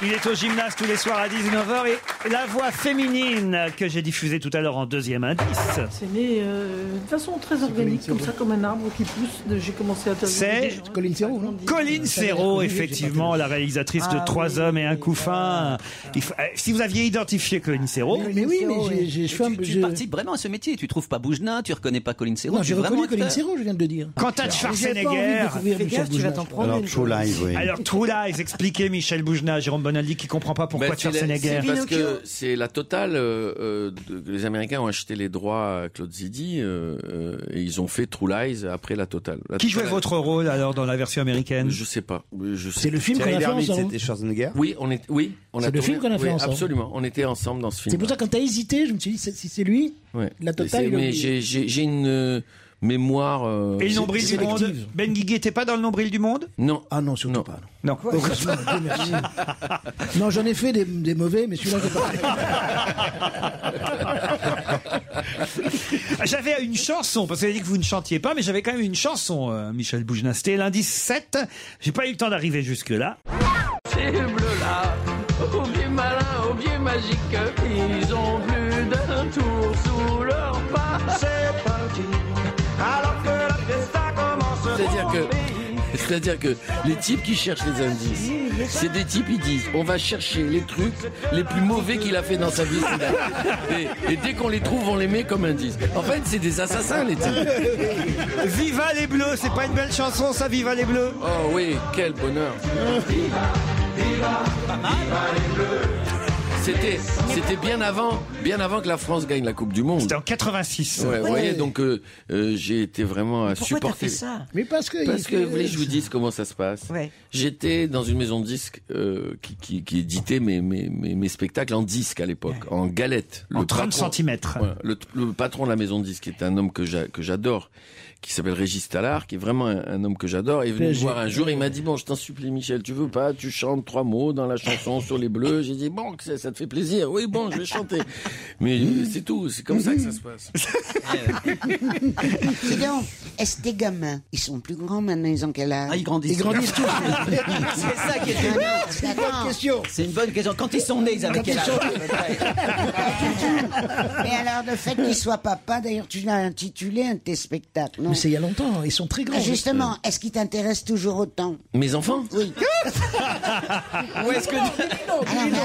[SPEAKER 3] Il est au gymnase tous les soirs à 19h et la voix féminine que j'ai diffusée tout à l'heure en deuxième indice.
[SPEAKER 19] C'est né euh, de façon très organique, comme ça, comme un arbre qui pousse. de- J'ai commencé à interviewer des
[SPEAKER 3] C'est hein.
[SPEAKER 19] gens.
[SPEAKER 3] Colline Serrault. Colline Serrault, effectivement, la réalisatrice de
[SPEAKER 19] Ah
[SPEAKER 3] Trois hommes et un couffin. Il faut- euh, Si vous aviez identifié Colline Serrault,
[SPEAKER 4] Mais oui, mais j'ai- j'ai- je fais un peu.
[SPEAKER 5] Tu
[SPEAKER 4] je-
[SPEAKER 5] participes vraiment à ce métier. Tu trouves pas Boujna, tu reconnais pas Colin Serrault.
[SPEAKER 4] Non,
[SPEAKER 5] tu
[SPEAKER 4] j'ai
[SPEAKER 5] es vraiment
[SPEAKER 4] reconnu Colin
[SPEAKER 5] acteur.
[SPEAKER 4] Serrault, je viens de le dire.
[SPEAKER 3] Quant à
[SPEAKER 4] J'ai pas envie de
[SPEAKER 17] Ah,
[SPEAKER 3] Schwarzenegger,
[SPEAKER 4] découvrir Michel Bougenat, je crois.
[SPEAKER 3] Alors True Lies, expliquez Michel Boujna, Jérôme Bonaldi qui comprend pas pourquoi
[SPEAKER 23] Bah, c'est la-
[SPEAKER 3] Schwarzenegger.
[SPEAKER 23] c'est Parce que c'est la totale. euh, euh, de- les Américains ont acheté les droits à Claude Zidi euh, euh, et ils ont fait True Lies après la totale. La
[SPEAKER 3] Qui jouait
[SPEAKER 23] Totale-
[SPEAKER 3] votre rôle alors dans la version américaine
[SPEAKER 23] Je sais pas.
[SPEAKER 4] C'est le film qu'on a fait ensemble.
[SPEAKER 23] Schwarzenegger Oui, on est. Oui, on a
[SPEAKER 4] C'est le
[SPEAKER 23] tourné-
[SPEAKER 4] film qu'on a fait
[SPEAKER 23] oui,
[SPEAKER 4] ensemble.
[SPEAKER 23] Absolument, on était ensemble dans ce film.
[SPEAKER 4] C'est pour ça, quand t'as hésité, je me suis dit, c'est- si c'est lui,
[SPEAKER 23] Ouais.
[SPEAKER 4] la totale.
[SPEAKER 23] Et c'est-
[SPEAKER 4] il a
[SPEAKER 23] Mais
[SPEAKER 4] oublié.
[SPEAKER 23] j'ai- j'ai j'ai une euh, mémoire. euh,
[SPEAKER 3] Et le nombril du monde
[SPEAKER 23] sélective.
[SPEAKER 3] Ben Guigui était pas dans le nombril du monde
[SPEAKER 23] Non.
[SPEAKER 4] Ah non, surtout pas.
[SPEAKER 3] Non.
[SPEAKER 4] Heureusement, Dieu merci. Non, j'en ai fait des, des mauvais, mais celui-là, j'ai pas fait.
[SPEAKER 3] J'avais une chanson, parce que vous avez dit que vous ne chantiez pas, mais j'avais quand même une chanson, euh, Michel Boujna. C'était lundi 7. J'ai pas eu le temps d'arriver jusque-là.
[SPEAKER 18] C'est bleu là, au biais malin, au biais magique, ils ont plus d'un tour sous leur pas. C'est parti, alors que la fiesta commence.
[SPEAKER 23] C'est-à-dire que, c'est-à-dire que les types qui cherchent les indices, c'est des types qui disent on va chercher les trucs les plus mauvais qu'il a fait dans sa vie. celui-là. Et, et dès qu'on les trouve, on les met comme indices. En fait, c'est des assassins les types.
[SPEAKER 3] Viva les Bleus, c'est pas une belle chanson ça, Viva les Bleus
[SPEAKER 23] Oh oui, quel bonheur. C'était, c'était bien avant, bien avant que la France gagne la Coupe du Monde. C'était
[SPEAKER 3] en 86.
[SPEAKER 23] Ouais, vous
[SPEAKER 4] Ouais.
[SPEAKER 23] voyez, donc euh, euh, j'ai été vraiment à supporter.
[SPEAKER 4] Mais parce que.
[SPEAKER 23] Parce
[SPEAKER 4] il-
[SPEAKER 23] que vous voulez que je vous dise comment ça se passe. J'étais dans une maison de disques euh, qui, qui, qui éditait mes, mes, mes, mes spectacles en disque à l'époque, en galette.
[SPEAKER 3] En 30 centimètres.
[SPEAKER 23] Ouais, le, le patron de la maison de disques est un homme que j'a- que j'adore, qui s'appelle Régis Tallard, qui est vraiment un, un homme que j'adore, est venu me
[SPEAKER 24] PSG.
[SPEAKER 23] voir un jour, il m'a dit, bon, je t'en supplie Michel, tu veux pas, tu chantes trois mots dans la chanson sur les bleus. J'ai dit, bon, que c'est- ça ça te fait plaisir. Oui, bon, je vais chanter. Mais euh, c'est tout, c'est comme ça que ça se passe.
[SPEAKER 1] Dis donc, est-ce que tes gamins, ils sont plus grands maintenant, ils ont quel âge
[SPEAKER 5] Ah, ils grandissent.
[SPEAKER 1] Ils grandissent tous. Ah
[SPEAKER 5] C'est ça qui
[SPEAKER 4] Ah
[SPEAKER 5] est étonnant.
[SPEAKER 1] C'est une bonne question.
[SPEAKER 5] C'est une bonne question. Quand ils sont nés, ils avaient quel âge
[SPEAKER 1] Et alors, le fait qu'ils soient papa, d'ailleurs, tu l'as intitulé un de tes spectacles, non
[SPEAKER 4] Mais c'est il y a longtemps, ils sont très grands.
[SPEAKER 1] Ah, Justement, est-ce qu'ils t'intéressent toujours autant
[SPEAKER 23] Mes enfants
[SPEAKER 1] Oui.
[SPEAKER 23] Où est-ce que.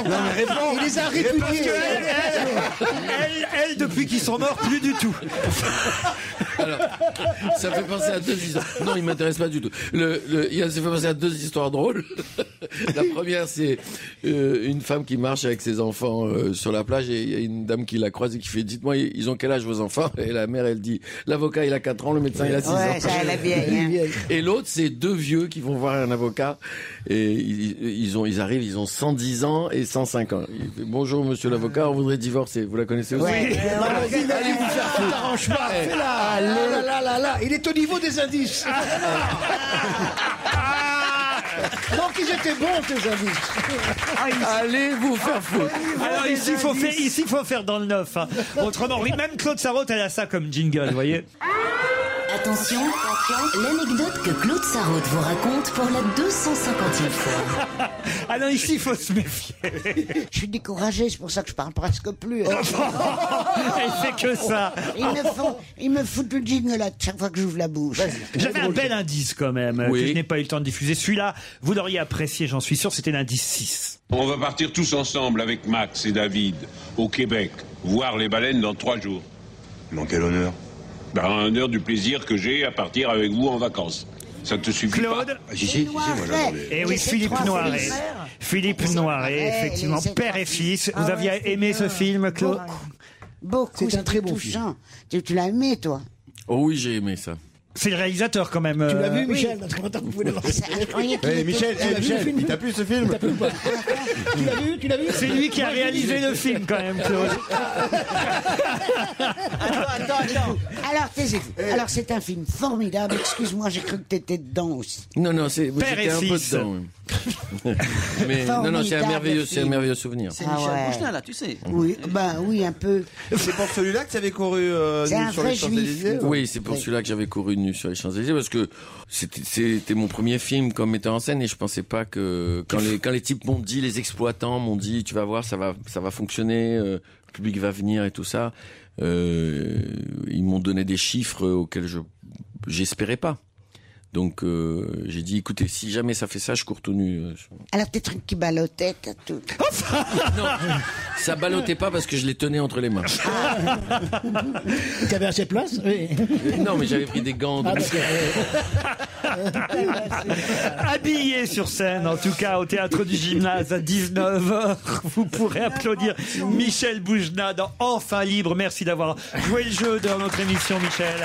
[SPEAKER 3] Non, mais réponds.
[SPEAKER 1] Il les a
[SPEAKER 3] Mais
[SPEAKER 1] répudiés.
[SPEAKER 3] parce que elle, elle, elle- elle, depuis qu'ils sont morts, plus du tout.
[SPEAKER 23] Alors, ça fait penser à deux histoires. Non, il m'intéresse pas du tout. Le, le- il y a- ça fait penser à deux histoires drôles. La première, c'est euh, une femme qui marche avec ses enfants euh, sur la plage et il y a une dame qui la croise et qui fait Dites-moi, ils ont quel âge vos enfants Et la mère, elle dit L'avocat, il a 4 ans, le médecin, il a 6 ans.
[SPEAKER 1] Ouais, ça, elle est vieille, hein.
[SPEAKER 23] Et l'autre, c'est deux vieux qui vont voir un avocat et ils, ils ont, ils arrivent, ils ont 110 ans et 105 ans. Il fait, Bonjour, monsieur l'avocat, on voudrait divorcer. Vous la connaissez aussi
[SPEAKER 4] allez vous faire foutre. T'arranges pas.
[SPEAKER 23] Eh,
[SPEAKER 4] Fais-la. Ah là là là là. Il est au niveau des indices. Donc ils étaient bons Ah. tes indices.
[SPEAKER 23] Allez vous faire foutre.
[SPEAKER 3] Alors ici, faut faire, ici, faut faire dans le neuf. hein. Autrement, oui, même Claude Sarraute, elle a ça comme jingle, vous voyez.
[SPEAKER 9] Attention, l'anecdote que Claude Sarraute vous raconte pour la 250e fois.
[SPEAKER 3] Ah non, ici, il faut se méfier.
[SPEAKER 1] Je suis découragé, c'est pour ça que je parle presque plus. Elle
[SPEAKER 3] fait que ça.
[SPEAKER 1] Ils me, font, ils me foutent le jingle à chaque fois que j'ouvre la bouche.
[SPEAKER 3] J'avais un bel indice quand même, euh, que je n'ai pas eu le temps de diffuser. Celui-là, vous l'auriez apprécié, j'en suis sûr, c'était l'indice 6.
[SPEAKER 7] On va partir tous ensemble avec Max et David au Québec, voir les baleines dans trois jours. Dans quel honneur Ben, un honneur du plaisir que j'ai à partir avec vous en vacances. Ça te suffit
[SPEAKER 3] Claude
[SPEAKER 7] pas Ah, Si, si, si, moi, j'attendais.
[SPEAKER 3] Et Eh oui, Philippe Noiret. Philippe Noiret,
[SPEAKER 1] Noiret,
[SPEAKER 3] effectivement,
[SPEAKER 1] les sept
[SPEAKER 3] père et
[SPEAKER 1] enfants.
[SPEAKER 3] fils.
[SPEAKER 1] Ah
[SPEAKER 3] Vous
[SPEAKER 1] ouais,
[SPEAKER 3] aviez
[SPEAKER 1] c'était
[SPEAKER 3] aimé ce
[SPEAKER 1] bien.
[SPEAKER 3] film, Claude
[SPEAKER 1] Beaucoup, c'est un très bon film. Tu, tu l'as aimé, toi
[SPEAKER 23] Oh oui, j'ai aimé ça.
[SPEAKER 3] C'est le réalisateur quand même.
[SPEAKER 4] Tu l'as
[SPEAKER 3] euh,
[SPEAKER 4] vu, Michel Attends, attends, vous pouvez le lancer.
[SPEAKER 1] Je croyais qu'il
[SPEAKER 4] Eh,
[SPEAKER 1] était-
[SPEAKER 4] Michel,
[SPEAKER 1] Tu
[SPEAKER 4] eh,
[SPEAKER 1] l'as vu,
[SPEAKER 4] Michel,
[SPEAKER 1] le film
[SPEAKER 4] il t'a
[SPEAKER 23] plu ce film
[SPEAKER 4] T'as plu ou pas Tu l'as vu Tu l'as vu
[SPEAKER 3] C'est lui qui a
[SPEAKER 4] Moi, je
[SPEAKER 3] réalisé
[SPEAKER 4] l'ai vu.
[SPEAKER 3] le film quand même, Claude.
[SPEAKER 1] Attends, attends. Euh. Alors, taisez-vous. Alors, c'est un film formidable. Excuse-moi, j'ai cru que t'étais dedans aussi.
[SPEAKER 23] Non, non, c'est
[SPEAKER 1] Père
[SPEAKER 23] j'étais
[SPEAKER 1] et
[SPEAKER 23] un peu
[SPEAKER 1] fils.
[SPEAKER 23] dedans. oui. Mais non, non, c'est un
[SPEAKER 1] Formidable
[SPEAKER 23] merveilleux, c'est un
[SPEAKER 1] film.
[SPEAKER 23] merveilleux souvenir.
[SPEAKER 5] C'est Michel Bouchelin,
[SPEAKER 23] Ah,
[SPEAKER 5] là, tu sais.
[SPEAKER 1] Oui, ben oui, un peu.
[SPEAKER 8] C'est pour celui-là que tu avais couru euh,
[SPEAKER 1] C'est
[SPEAKER 8] nous,
[SPEAKER 1] un
[SPEAKER 8] sur les
[SPEAKER 1] vrai
[SPEAKER 8] Champs-Élysées hein. ou-
[SPEAKER 23] Oui, c'est pour celui-là que j'avais couru nu sur les Champs-Élysées parce que c'était- c'était mon premier film comme metteur en scène et je pensais pas que quand les quand les types m'ont dit les exploitants m'ont dit tu vas voir ça va ça va fonctionner euh, le public va venir et tout ça euh, ils m'ont donné des chiffres auxquels je j'espérais pas. Donc euh, j'ai dit écoutez si jamais ça fait ça je cours tout nu. euh, sur-
[SPEAKER 1] Alors, tes trucs qui ballottaient, t'as tout.
[SPEAKER 23] Ça ballottait pas parce que je les tenais entre les mains.
[SPEAKER 4] Ah. Tu avais assez de place Oui.
[SPEAKER 23] Non, mais j'avais pris des gants. donc-
[SPEAKER 4] Ah, d'accord.
[SPEAKER 3] Habillé sur scène, en tout cas au théâtre du gymnase à 19h, vous pourrez applaudir Michel Boujna dans Enfin Libre. Merci d'avoir joué le jeu dans notre émission, Michel.